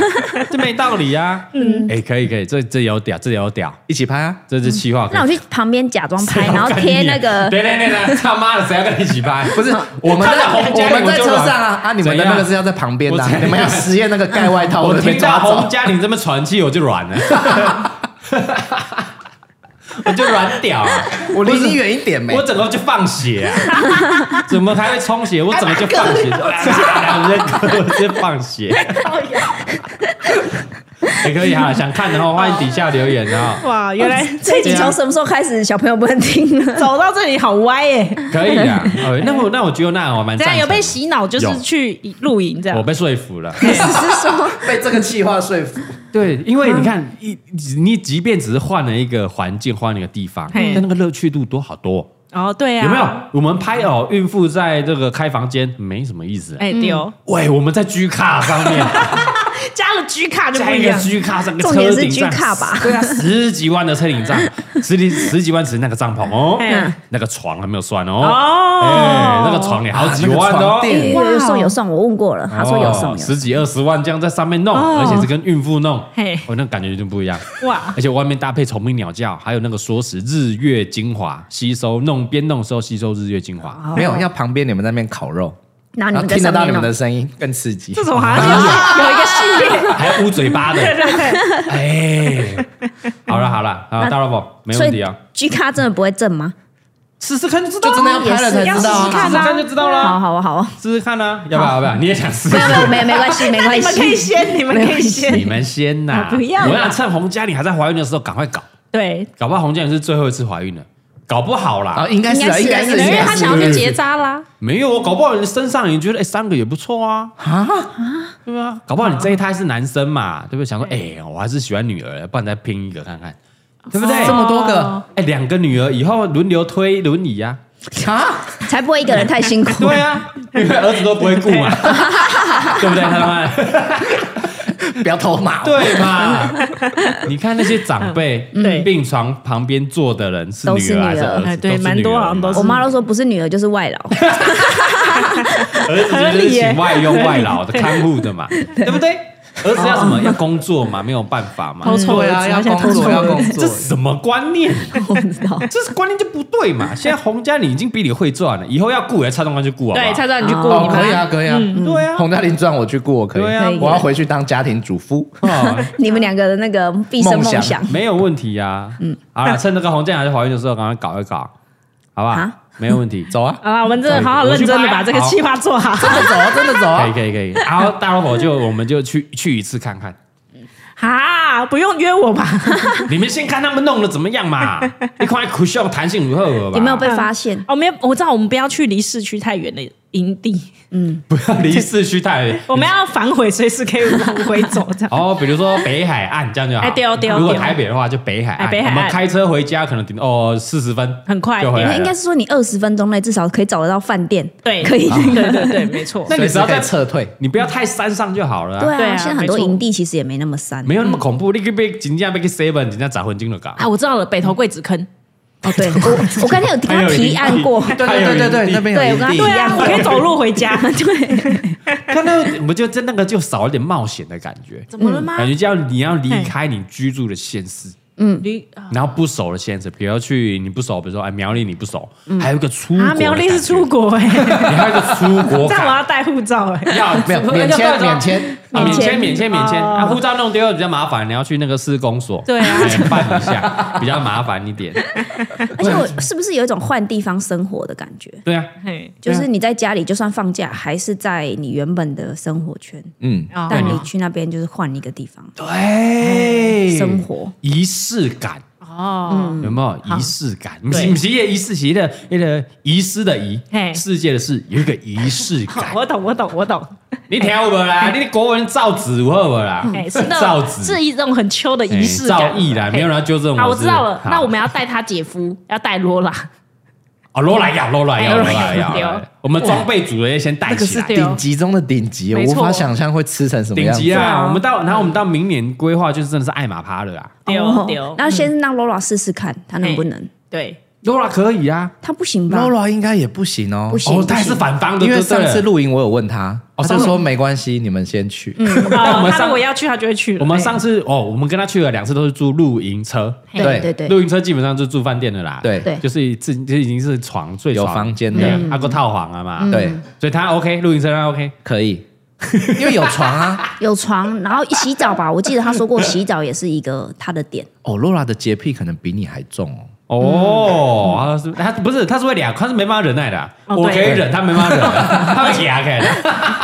这没道理啊。嗯，哎，可以可以，这这有屌，这有屌，
一起拍啊！
这是气话。
那我去旁边假装拍，然后贴那个
对对对对，他妈的，谁要跟你一起 拍？
不是我们
看
在
到洪嘉
我
玲
们在
就
车
软
上啊啊！你们的
怎样
那个是要在旁边的啊
我，
你们要实验那个盖外 套，
我
都被
听
抓
到洪
走。
嘉玲这么喘气，我就软了， 我就软屌啊，
我离你远一点没
我？整个就放 血啊！怎么还会充血？我整个就放血，两人我直接放血。 也可以 哈，想看的话
哦
欢迎底下留言啊。
哇，原来这
一集从什么时候开始小朋友不能听了？
走到这里好 歪耶！
可以 啊，哦那我那我觉得那我蛮
这
赞
样
成
啊有被洗脑，就
有
是去露营这
我
样。
被说服 了。
被这个气话说服，
对，因为你
嗯
看，一你即便只是换了一个环境，换了一个地方，
嘿
但那个乐趣度多好多，
哦，对啊，
有没有？？我们拍哦，孕妇在这个开房间没什么意思。
哎，丢，
喂，我们在居卡上面
加了 G 卡就不
加
一
一个
样。
居卡上，
重
个
点
车
是
顶帐
G 卡吧
对啊，十几万的车顶帐，十几十几万只是那个帐篷哦
嗯，
那个床还没有算哦，哎
哦，，
那个床也好几万哦
啊那个床。垫
有有送有送，我问过了，他啊说有送
哦
有
十
送。
几二十万这样在上面弄，
哦
而且是跟孕妇弄，
嘿
哦，那感觉就不一样。
哇，
而且外面搭配虫鸣鸟叫，还有那个说是日月精华吸收，弄边弄的时候吸收日月精 华。
没有，要旁边你们在那边烤肉，
然后哦啊你们
然后
在
听得
上
到
面哦
你们
弄
的声音，更刺激。
这 种好像有有一个系列，
还有捂嘴巴的，
对对对，
哎，好了好了，啊，
那
大萝卜没
所
问题
以
啊，
G 卡真的不会震吗？
试试看就知道
就
啊，
真的要拍了才知道
要试试看
试
啊
啊！
试看就知道
好
了，
好啊好啊，
试试看啊， 要不要要不要？你也想试
没？有没有没有没关系没关
你们可以
系，
先，你们可以
你
先，
们先呐，
我不要啊
我想趁洪嘉玲还在怀孕的时候赶快搞，
对，
搞不好洪嘉玲是最后一次怀孕了，搞不好啦
啊，，应该是啊，应
应该
该
是
是，
因为他
应该是
想要去结扎啦。
没有，我哦搞不好你身上你觉得哎、三个也不错啊啊对啊，搞不好你这一胎是男生嘛，对不对？想哦说哎、我还是喜欢女儿，不然再拼一个看看，对不对？
这么多个
哎，两、个女儿以后轮流推轮椅啊，
啊，
才不会一个人太辛苦。
对啊， 因为儿子都不会顾 嘛，对不对？他们
不要偷马。
啊对 嘛？你看那些长辈，
嗯对
病床旁边坐的人是
都
女
是
儿还是
女儿
儿子？
哎对
都是
蛮多
女儿
好像
嘛
都是
我妈都说不是女儿就是外劳，
哦儿子就是请外佣外劳的看护的 嘛，对不对？儿子要
哦
什么？要工作嘛，没有办法嘛。
偷臭
对
儿
啊，
子，
要
而且
工
偷臭
作，要工
儿
作
这。什么观念？
我不知道。
这是观念就不对嘛！现在洪家你已经比你会赚了，以后要雇也蔡东官去雇好不好
对，嗯他让你去过
哦
你，
可以
们
啊，可以啊。
对啊，
洪嘉玲赚我去过，我可以。
对啊
我要回去当家庭主妇。
哦
你们两个的那个毕生梦
梦
想
想
没有问题呀。嗯，好了，趁这个洪家还是怀孕的时候，赶快搞一搞，好不好
啊？
没有问题，走啊！
好啦，我们真的好好认真的把这个计划做好。
真的走啊，真的走
可以
啊！
可以可以。然后大老虎就我们就去去一次看 看，
哈，不用约我 吧？
你们先看他们弄的怎么样 嘛？你看苦秀弹性如何吧？
有没有被发现？
哦我没有，我知道我们不要去离市区太远的营地，
不 要离市区太远？
我们要反悔，随时可以往回走这样。
哦，比如说北海岸这样就好。
哎对哦对哦
如果
对哦
台北的话，就北海岸。
哎北海岸
我们开车回家可能顶哦四十分，
很快
就回来了。
应该是说你二十分钟内至少可以找得到饭店，
对，
可以。
对对对，没错。
那你只要
在
在
撤退，
你不要太山上就好了、
对
对
啊，
啊
现在很多
没错
营地其实也没那么山。
没有那么恐怖。你可以被人家被 seven，人家砸魂金了搞。
啊，我知道了，北投桂子坑。
哦，对我我刚才有跟
还
他
有营地
提案过，
对对对对对，那边
对
有
我刚
营
刚
地
对。啊，我可以走路回 家。
对，
看到我就真那个就少一点冒险的感觉，
怎么了
啊
吗
感觉这样你要离开你居住的县市，
离
然后不熟的县市，比如去你不熟，比如说哎苗栗你不熟，还有一个出国的
啊，
感觉，
苗栗是出国哎，
你还有一个出国
这样
感，
我要带护照哎。
要
没有免签，免签，
啊，免签免签免签
哦
啊，护照弄丢了比较麻烦，你要去那个市公所
对啊
哎办一下，比较麻烦一点。
而且我是不是有一种换地方生活的感觉？
对啊，
嘿
就是你在家里就算放假，还是在你原本的生活圈，
嗯，
哦
但你去那边就是换一个地方
对
生活。
仪式感。
哦，
有没有仪式感？不是
对
不是，也仪式，是的，那个遗失的遗
嘿，
世界的事，有一个仪式感
好。我懂，我懂，我懂。
你听有无啦？你的国文造纸有好无啦
哎，是？那
造
种
纸
是一种很秋的仪式感。
造哎诣啦，没有人要纠正我。
好，我知道了
是。
那我们要带他姐夫，要带罗拉。
哦，罗来要，罗来要，
哎
罗来
罗莱
要
要。
我们装备组的也先带
那个
起
是
来，
对哦
顶级中的顶级，我
没
无
错
法想象会吃成什么
顶
样。
级
对
啊！
啊
我们到，然后我们到明年规划就是真的是爱马趴了啦。
丢
哦
丢嗯
然，后先让 Lola 试试看，她能不能？
对，
，Laura 可以啊，
他不行吧？
Laura 应该也不行哦，
不行
哦，他还是反方的，
因为
对不对
上次露营我有问他，
哦
他
上
就
次
说没关系，你们先 去。
我们
哦
上
他如果要去，他就会去了。
我们 上次哦，我们跟他去了两次，都是住露营车，
对对
对
对，
露营车基本上就住饭店的啦，
对
对
就是自就已经是床最
有
床
房间的
对
嗯
啊，个套房了嘛，
对，
所以他 OK，露营车他 OK，
可以， 因为有床啊。
有床，然后一洗澡吧，我记得他说过洗澡也是一个他的点。
哦，Laura 的洁癖可能比你还重哦。
哦，他是他不是他是会俩，他是没办法忍耐的啊，
哦
我可以
对
忍，他没办法忍，他会牙开的，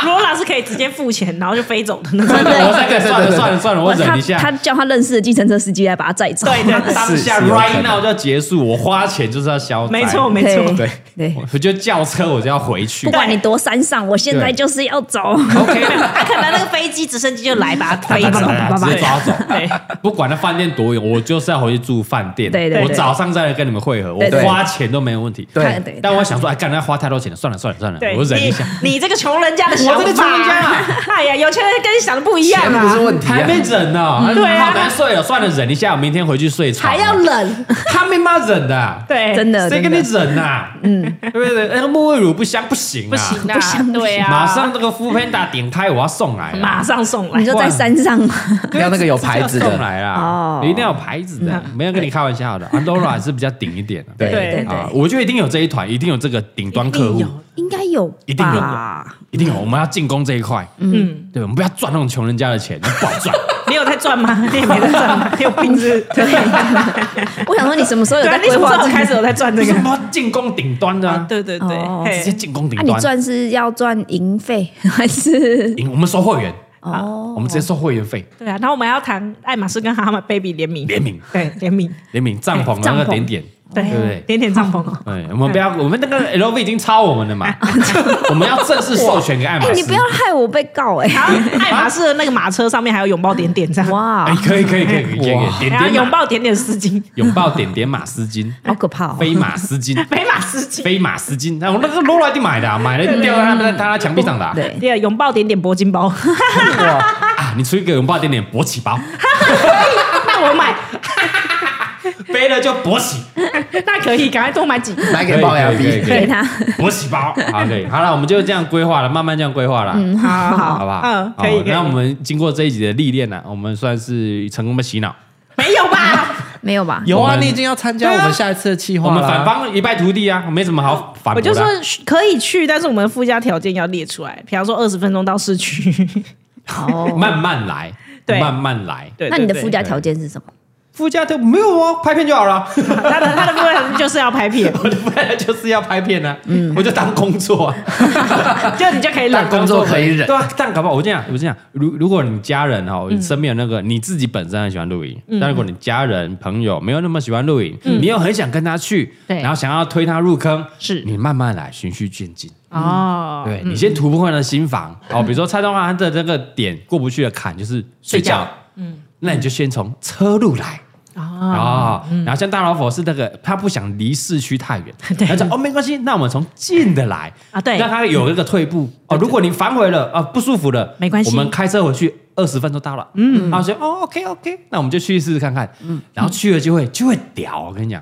罗拉是可以直接付钱，然后就飞走的那种。
真的，我这个算了
对
算了算了，我忍一下。
他他叫他认识的计程车司机来把他载走。
对对，
当下
是有可能
right now 就要结束，我花钱就是要消灾，
没错没错。
对
对，
我就叫车我就要回去
不。管你多山上，我现在就是要走。
OK，
他可能那个飞机、直升机就来把它飞走，
直接抓走。
对，
不管那饭店多远，我就是要回去住饭店。
对对对
我早上再来跟你们会合，我
对对
花钱都没有问题。
对
他对，
但我想说，哎，干，那花太多钱了，算了算了算了
对，，
我忍一下。
你。你这个穷人家的想
我这个穷人家
法， 哎呀，有钱人跟你想的不一样
钱不是
啊。
问题
还
啊。
没忍呢，
对啊
嗯好难睡哦，算了，忍一下，我明天回去睡床。
还要冷，
他没妈忍的啊，
对，
真的，
谁
真
跟你
的。
忍呐？嗯，对不对？那个沐浴乳不香，不行啊，
不行
不行
啊，对啊，
马上这个 f o o Panda 点开，我要送来了。
马上送来
你。就在山上吗，
要那个有牌子的
送来啦
哦，
你一定要有牌子的，没有跟你开玩笑的。a n d o r a 是比较顶一点的，
对
对
对
啊，我觉得一定有这一团，一定有这个顶端客户
一定，有
应该有吧，
一定有一定有。我们要进攻这一块，
嗯，
对，我们不要赚那种穷人家的钱，不好赚。
你有在赚吗？你也没在赚吗？你有病是不是？
我想说，你什么时候有
对啊，
在
你
规
什么时
划
候
这个？
开始有在赚这
为
个
什？么要进攻顶端的
啊
啊？
对对对
哦，
嘿
直接进攻顶
啊，你
端。
赚是要赚营 费还是？
赢我们收会员，
哦
我们直接收会员费，
对啊，然后我们还要谈爱马仕跟哈曼 baby 联名，
联名
对联名，
联名帐篷的那个点点。
对
对不对
点点帐篷。哦
哎，我们不要，我们那个 LV 已经超我们 了嘛，
嗯
我们要正式授权给爱马
哎，
仕。
你不要害我被告哎！
然后爱马仕的那个马车上面还有拥抱点点这样，
哇
哎，，可以可以可以可以，可以
哇
点
然
点
后哎拥
马
抱点点丝 巾，
拥抱点点马丝巾，
好可怕哦！
飞马丝巾，
美马丝巾。
飞马丝巾，那我那个罗莱蒂买的啊，买了掉在他们他他墙壁上的啊。
对，
第二，拥抱点点铂金包，
啊，你出一个拥抱点点勃起包，
那我买，
飞了就勃起，
那可以，赶快多买几个。
买给龅牙
可以可以可以
逼
可以，
给他
勃起包。好，可以，好了，我们就这样规划了，慢慢这样规划了。
好 好
好不好？
嗯，可
哦
以。可以
那我们经过这一集的历练呢，我们算是成功的洗脑。
没有吧？
没有吧？
有
我
啊，
们
你已经要参加
对啊
我们下一次的计划
我
了
们
啊。
反方一败涂地啊，没什么好反
我
驳
就
的
说
啊。
可以去，但是我们附加条件要列出来，比方说二十分钟到市区。
哦，
慢慢来，
对
慢慢来。
对，
那你的
对
附加条件是什么？
附加的没有哦，拍片就好了。
对他的他的附加条件就是要拍片，
我的本来就是要拍片啊，我就当工作 啊，
就你就可以
但
冷
工作可以忍
对，啊，但搞不好我这样，我这样，如如果你家人哈，身边有那个你自己本身很喜欢露营，但如果你家人朋友没有那么喜欢露营，你又很想跟他去，
对
然后想要推他入坑，
是
你慢慢来，循序渐进。
哦。
嗯
对你先突破他的心房哦，比如说蔡东汉他的那个点过不去的坎就是睡觉
嗯睡觉，
嗯，那你就先从车路来。
啊
哦，
嗯
然后像大老虎是那个他不想离市区太远，
对
他说哦没关系，那我们从近的来
啊对嗯
让他有一个退步哦。如果你反悔了啊不舒服了，
没关系
我们开车回去二十分钟到了，嗯，然后说哦 OK OK，那我们就去试试看看，嗯，然后去了就会就会屌，我跟你讲，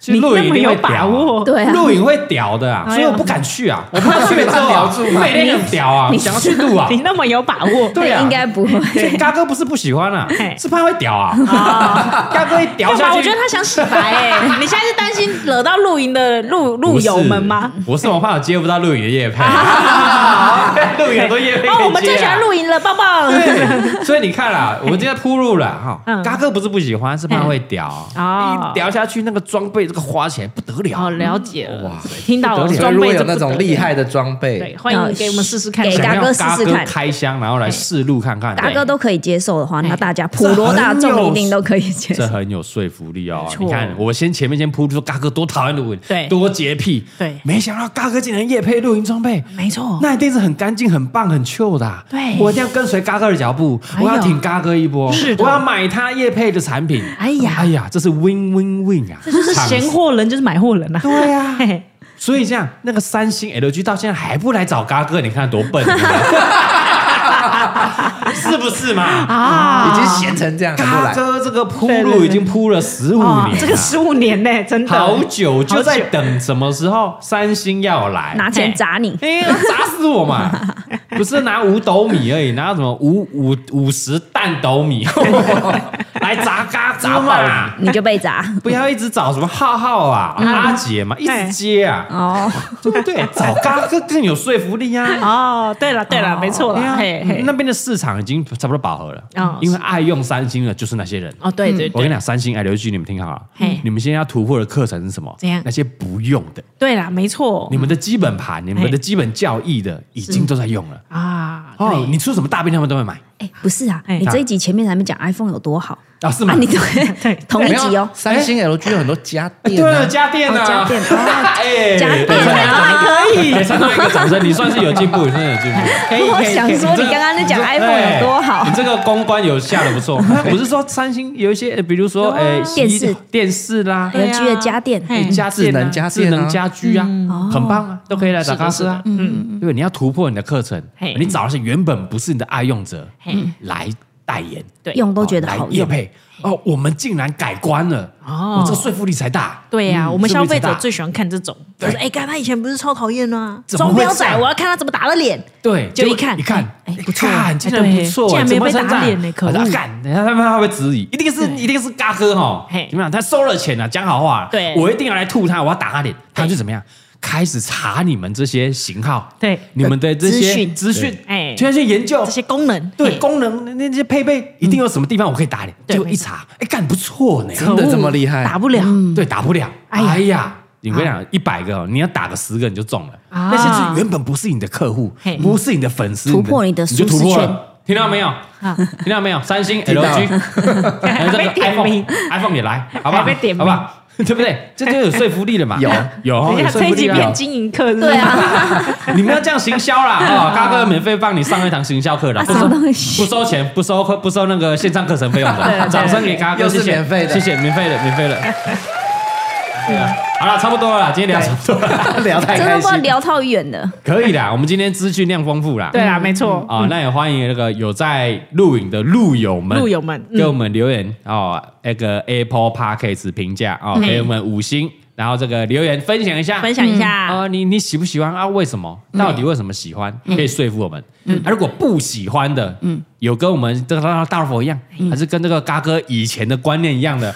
去
你
露营一
那么
定
有
会屌
把
啊
握，
对啊，
录影会屌的啊，
哎
所
呦
以我不敢去 啊，我怕去了之后
聊
啊
住
每天很屌啊，想要去录啊
你。那么有把握，
对啊
应该不会。
所以嘎哥不是不喜欢啊
嘿，
是怕会屌 啊。嘎哥一屌
哎干
下
嘛？
去，
我觉得他想洗白哎、 你现在是担心惹到露营的露露友们吗？
不是，我怕我接不到录影的 夜拍，录影很多夜拍。
哦哦，我们最喜欢。露营了，棒棒。
对，所以你看啦，我今天铺路了哈，
嗯
嘎哥不是不喜欢，是怕会屌。啊
哦
一屌下去，那个装备这个花钱不得了
哦，，了解了，
哇
听到了，
所以
装
如果
备
有
这
那
不
种
得
厉
了，
害的装备
对，，欢迎给我们试试看哎
给。
想
嘎
要
哥
嘎
试试看
开箱，然后来试录看看。
达哥都可以接受的话，那大家普
这
罗大
很
众
有
一定都可以接
这
受。
很有说服力哦
没。错
你看，我先前面先铺出嘎哥多讨厌露营，
对
多洁癖，
对
没想到嘎哥竟然夜配露营装备。
没错，
那一定是很干净、很棒、很 chill 的啊、
对
我一定要跟随嘎哥的脚步，
哎
我
呦
要挺嘎哥一波，
是的
我要买他夜配的产品。
哎呀
哎呀，这是 win win win 啊！这
就是闲货人就是买货人呐、啊。
对啊
嘿，嘿
所以这 样，那个三星 LG 到现在还不来找嘎哥，你看多笨，是不是嘛？
啊，
已经闲成这样还不
他
来，
哥这个铺路已经铺了十五
哦
年，
这个十五年呢，真的
好久就在等什么时候 三星要来，
拿钱砸你，
哎呀，砸死我嘛！不是拿五斗米而已，拿什么五五五十担斗米 来砸嘎砸 嘛！
你就被砸。
不要一直找什么浩浩啊、阿杰嘛，一直接啊，
哦，
对不对？找嘎更更有说服力啊！
哦，对了对了，没错了，
对
嘿
啊，
嘿
那，边的市场已经差不多饱和了
哦，
因为爱用三星的就是那些人。
哦对对
我跟你，
对
讲，三星哎，刘局你们听好了
嘿，
你们现在要突破的课程是什么？
怎样
那些不用的，
对了没错
你们的基本盘、你们的基本教义的，已经都在用
嗯
了。
啊，
哦，
对
你出什么大病他们都会买
哎，不是啊，
哎
你这一集前面还没讲 iPhone 有多好
啊？是吗啊
啊？？你 对
对
同一
没
集
有
哦，
三星 LG 有很多家电
对
啊
了，，家电啊，
哦家电哦
哎，
家电
还可以，哎，上面一个掌声，你算是有进 步，你真的有进步。可以
我想说你刚刚在讲 iPhone 有多好
哎你这个公关有下的不错。哦我是说三星有一些，呃比如说哎，洗衣
啊电视嗯
电视啦。
对啊
LG 的家电，
嘿
家
智
电啊
能家
智
电啊
能家居啊，
嗯哦
很棒啊，都可以来打
是的
卡斯啊
是的。
嗯，对，你要突破你的课程
嘿，
你找一些原本不是你的爱用者来代言，
对
用都觉得好
叶
用。
配哦，我们竟然改观了
哦
哦，我这说服力才大。嗯
对呀、我们消费
是不是
者
大
最喜欢看这种，就是哎，干他以前不是超讨厌的啊，
怎么会
装标仔
这，样
我要看他怎么打了脸。
对，结
就
果
一看
一看，
哎
哎，
不错
看竟然
哎对
不错，
竟然没
怎么
被
称赞
打脸呢可恶
我说啊干，等一下他们会不会质疑？一定是一定是嘎哥哈
嘿，
怎么样？他收了钱了，讲好话了，
对
我一定要来吐他，我要打他脸，他就怎么样？开始查你们这些型号，
对
你们的这
资
些
讯
资讯，
哎
哎，全去研究
这些功能，
对
嘿
功能那那些配备，一定有什么地方我可以打脸。
对
结果一
没错
查，哎，干不错呢，
真的这么厉
哎
害
打不了、
对，打不了。
哎呀
哎呀，你跟你讲，一百个哦你要打个十个你就中了。
啊
那些是原本不是你的客户
嘿，
不是你的粉丝，
突破你的
你就
舒
突
适
破
圈
了。听到没有？听到没有？三星、
到
LG，还有这
啊 还
个
被点
iPhone
名
iPhone 也来，好不好？
还被点
好
名
不好？ 对不对？这就有说服力了嘛？
有
有
等一
有
下
说
这
服
一
力
集变
了。
经营课是不是嗯
对，啊，
你们要这样行销啦！哦，嘎哥免费帮你上一堂行销课的，
啊
不
什
收
么东西
不收钱，不收课，不收那个线上课程费用
对啊对啊
的。掌声给嘎哥，
又是
谢谢，
免费的
谢谢，免费的，免 费的。
嗯
对啊，好了，差不多了，今天聊差不多 了，
聊太
真
哎
开
的不
心
能。聊太远了。
可以啦。我们今天资讯量丰富啦。
对啊，没错，
啊，那也欢迎那个有在录影的录友们，
路友们嗯
给我们留言哦，那个 Apple Podcast 评价哦，给我们五星，然后这个留言分享一下，
分享一下，
啊、你你喜不喜欢啊？为什么？
嗯
到底为什么喜欢？可以说服我们。啊，如果不喜欢的，嗯，有跟我们这个大大佛一样，
嗯
还是跟这个嘎哥以前的观念一样的？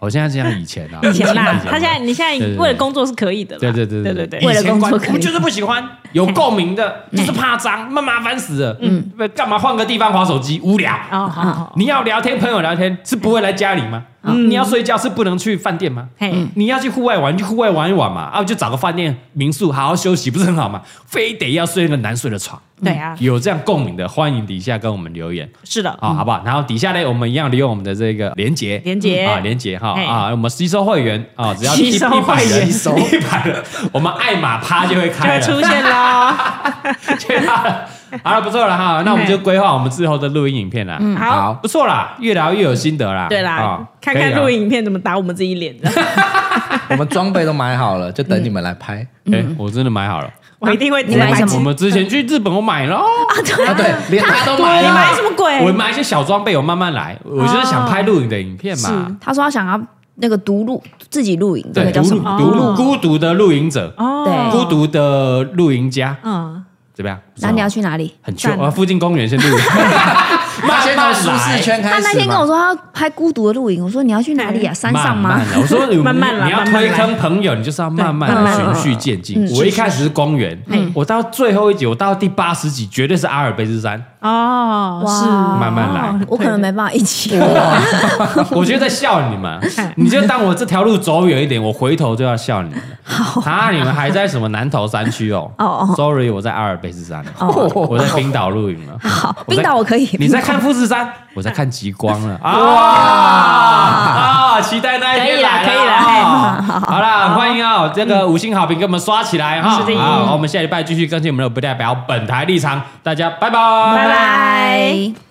我现在这样以前啊，
以前啦，
啊
他现在你现
对对
在
对
为了工作是可以的啦，
对对对
对
对
对
以
对，
前观
为了工作可以
我就是不喜欢有共鸣的，就是怕脏，那麻烦死了。嗯，干嘛换个地方划手机？无聊。
哦，好好好，
你要聊天，朋友聊天是不会来家里吗？你要睡觉是不能去饭店吗？
嘿，
你要去户外玩，去户外玩一玩嘛，啊，就找个饭店、民宿好好休息，不是很好吗？ 非得要睡那个难睡的床。
对啊，
有这样共鸣的，欢迎底下跟我们留言
是的，
啊，好不好？然后底下呢，我们一样利用我们的这个连接，
嗯连结
啊，连接哈
嘿
啊，我们吸收会员啊，只要
吸
一
收
一百
会员
人，
吸 收
一百人，我们爱马趴就会
就
开
会
了，
出现啦，
对吧？好了，不错了哈，那我们就规划我们之后的录音影片啦。
嗯好，
不错啦，越聊越有心得啦。
对啦
啊，
看
可以
看
啦
录影影片怎么打我们自己 脸的，
我们装备都买好了，就等你们来拍。
哎，我真的买好了。
我一定会
你买什么
我们之前去日本，我买了哦，
啊，对，连他都买
你买啊什
了。
么鬼？
我买一些小装备，我慢慢来。我就是想拍录影的影片嘛，
他说他想要那个独录自己录影，这
对，
个
独
叫什
路
么？哦
独路孤独的露营者，
哦，
对
孤，独的露营家，
嗯，
怎么样？
那你要哦去哪里？
很穷
赞
啊，附近公园先露 营，
他先
慢
从
慢
舒适
来。
圈开
他
始嘛。
那天跟我说他要拍孤独的露营，我说你要去哪里啊？山上吗
慢？慢来我 说你
慢慢来
你要
慢慢
推
来
坑朋友，你就是要慢慢
慢慢来嗯
的循序渐进。我一开始是公园，我到最后一集，我到第八十集绝对是阿尔卑斯山，
哦，
哇
是
慢慢来。
我可能没办法一起。
我就在笑你们
哎，
你就当我这条路走远一点，我回头就要笑你们。啊，你们还在什么南投山区哦？
哦哦
s o r r y 我在阿尔卑斯山，
哦
我在冰岛露营了。啊
好，
在
冰岛我可以。
你在看富士山，我在看极光了啊！啊，期待那一天来
可以啦
了
可以
哦好啦，欢迎哦，这个五星好评给我们刷起来哈！
是的
好，我们下礼拜继续更新我们的不代表本台立场，大家拜拜，
拜
拜
拜
拜。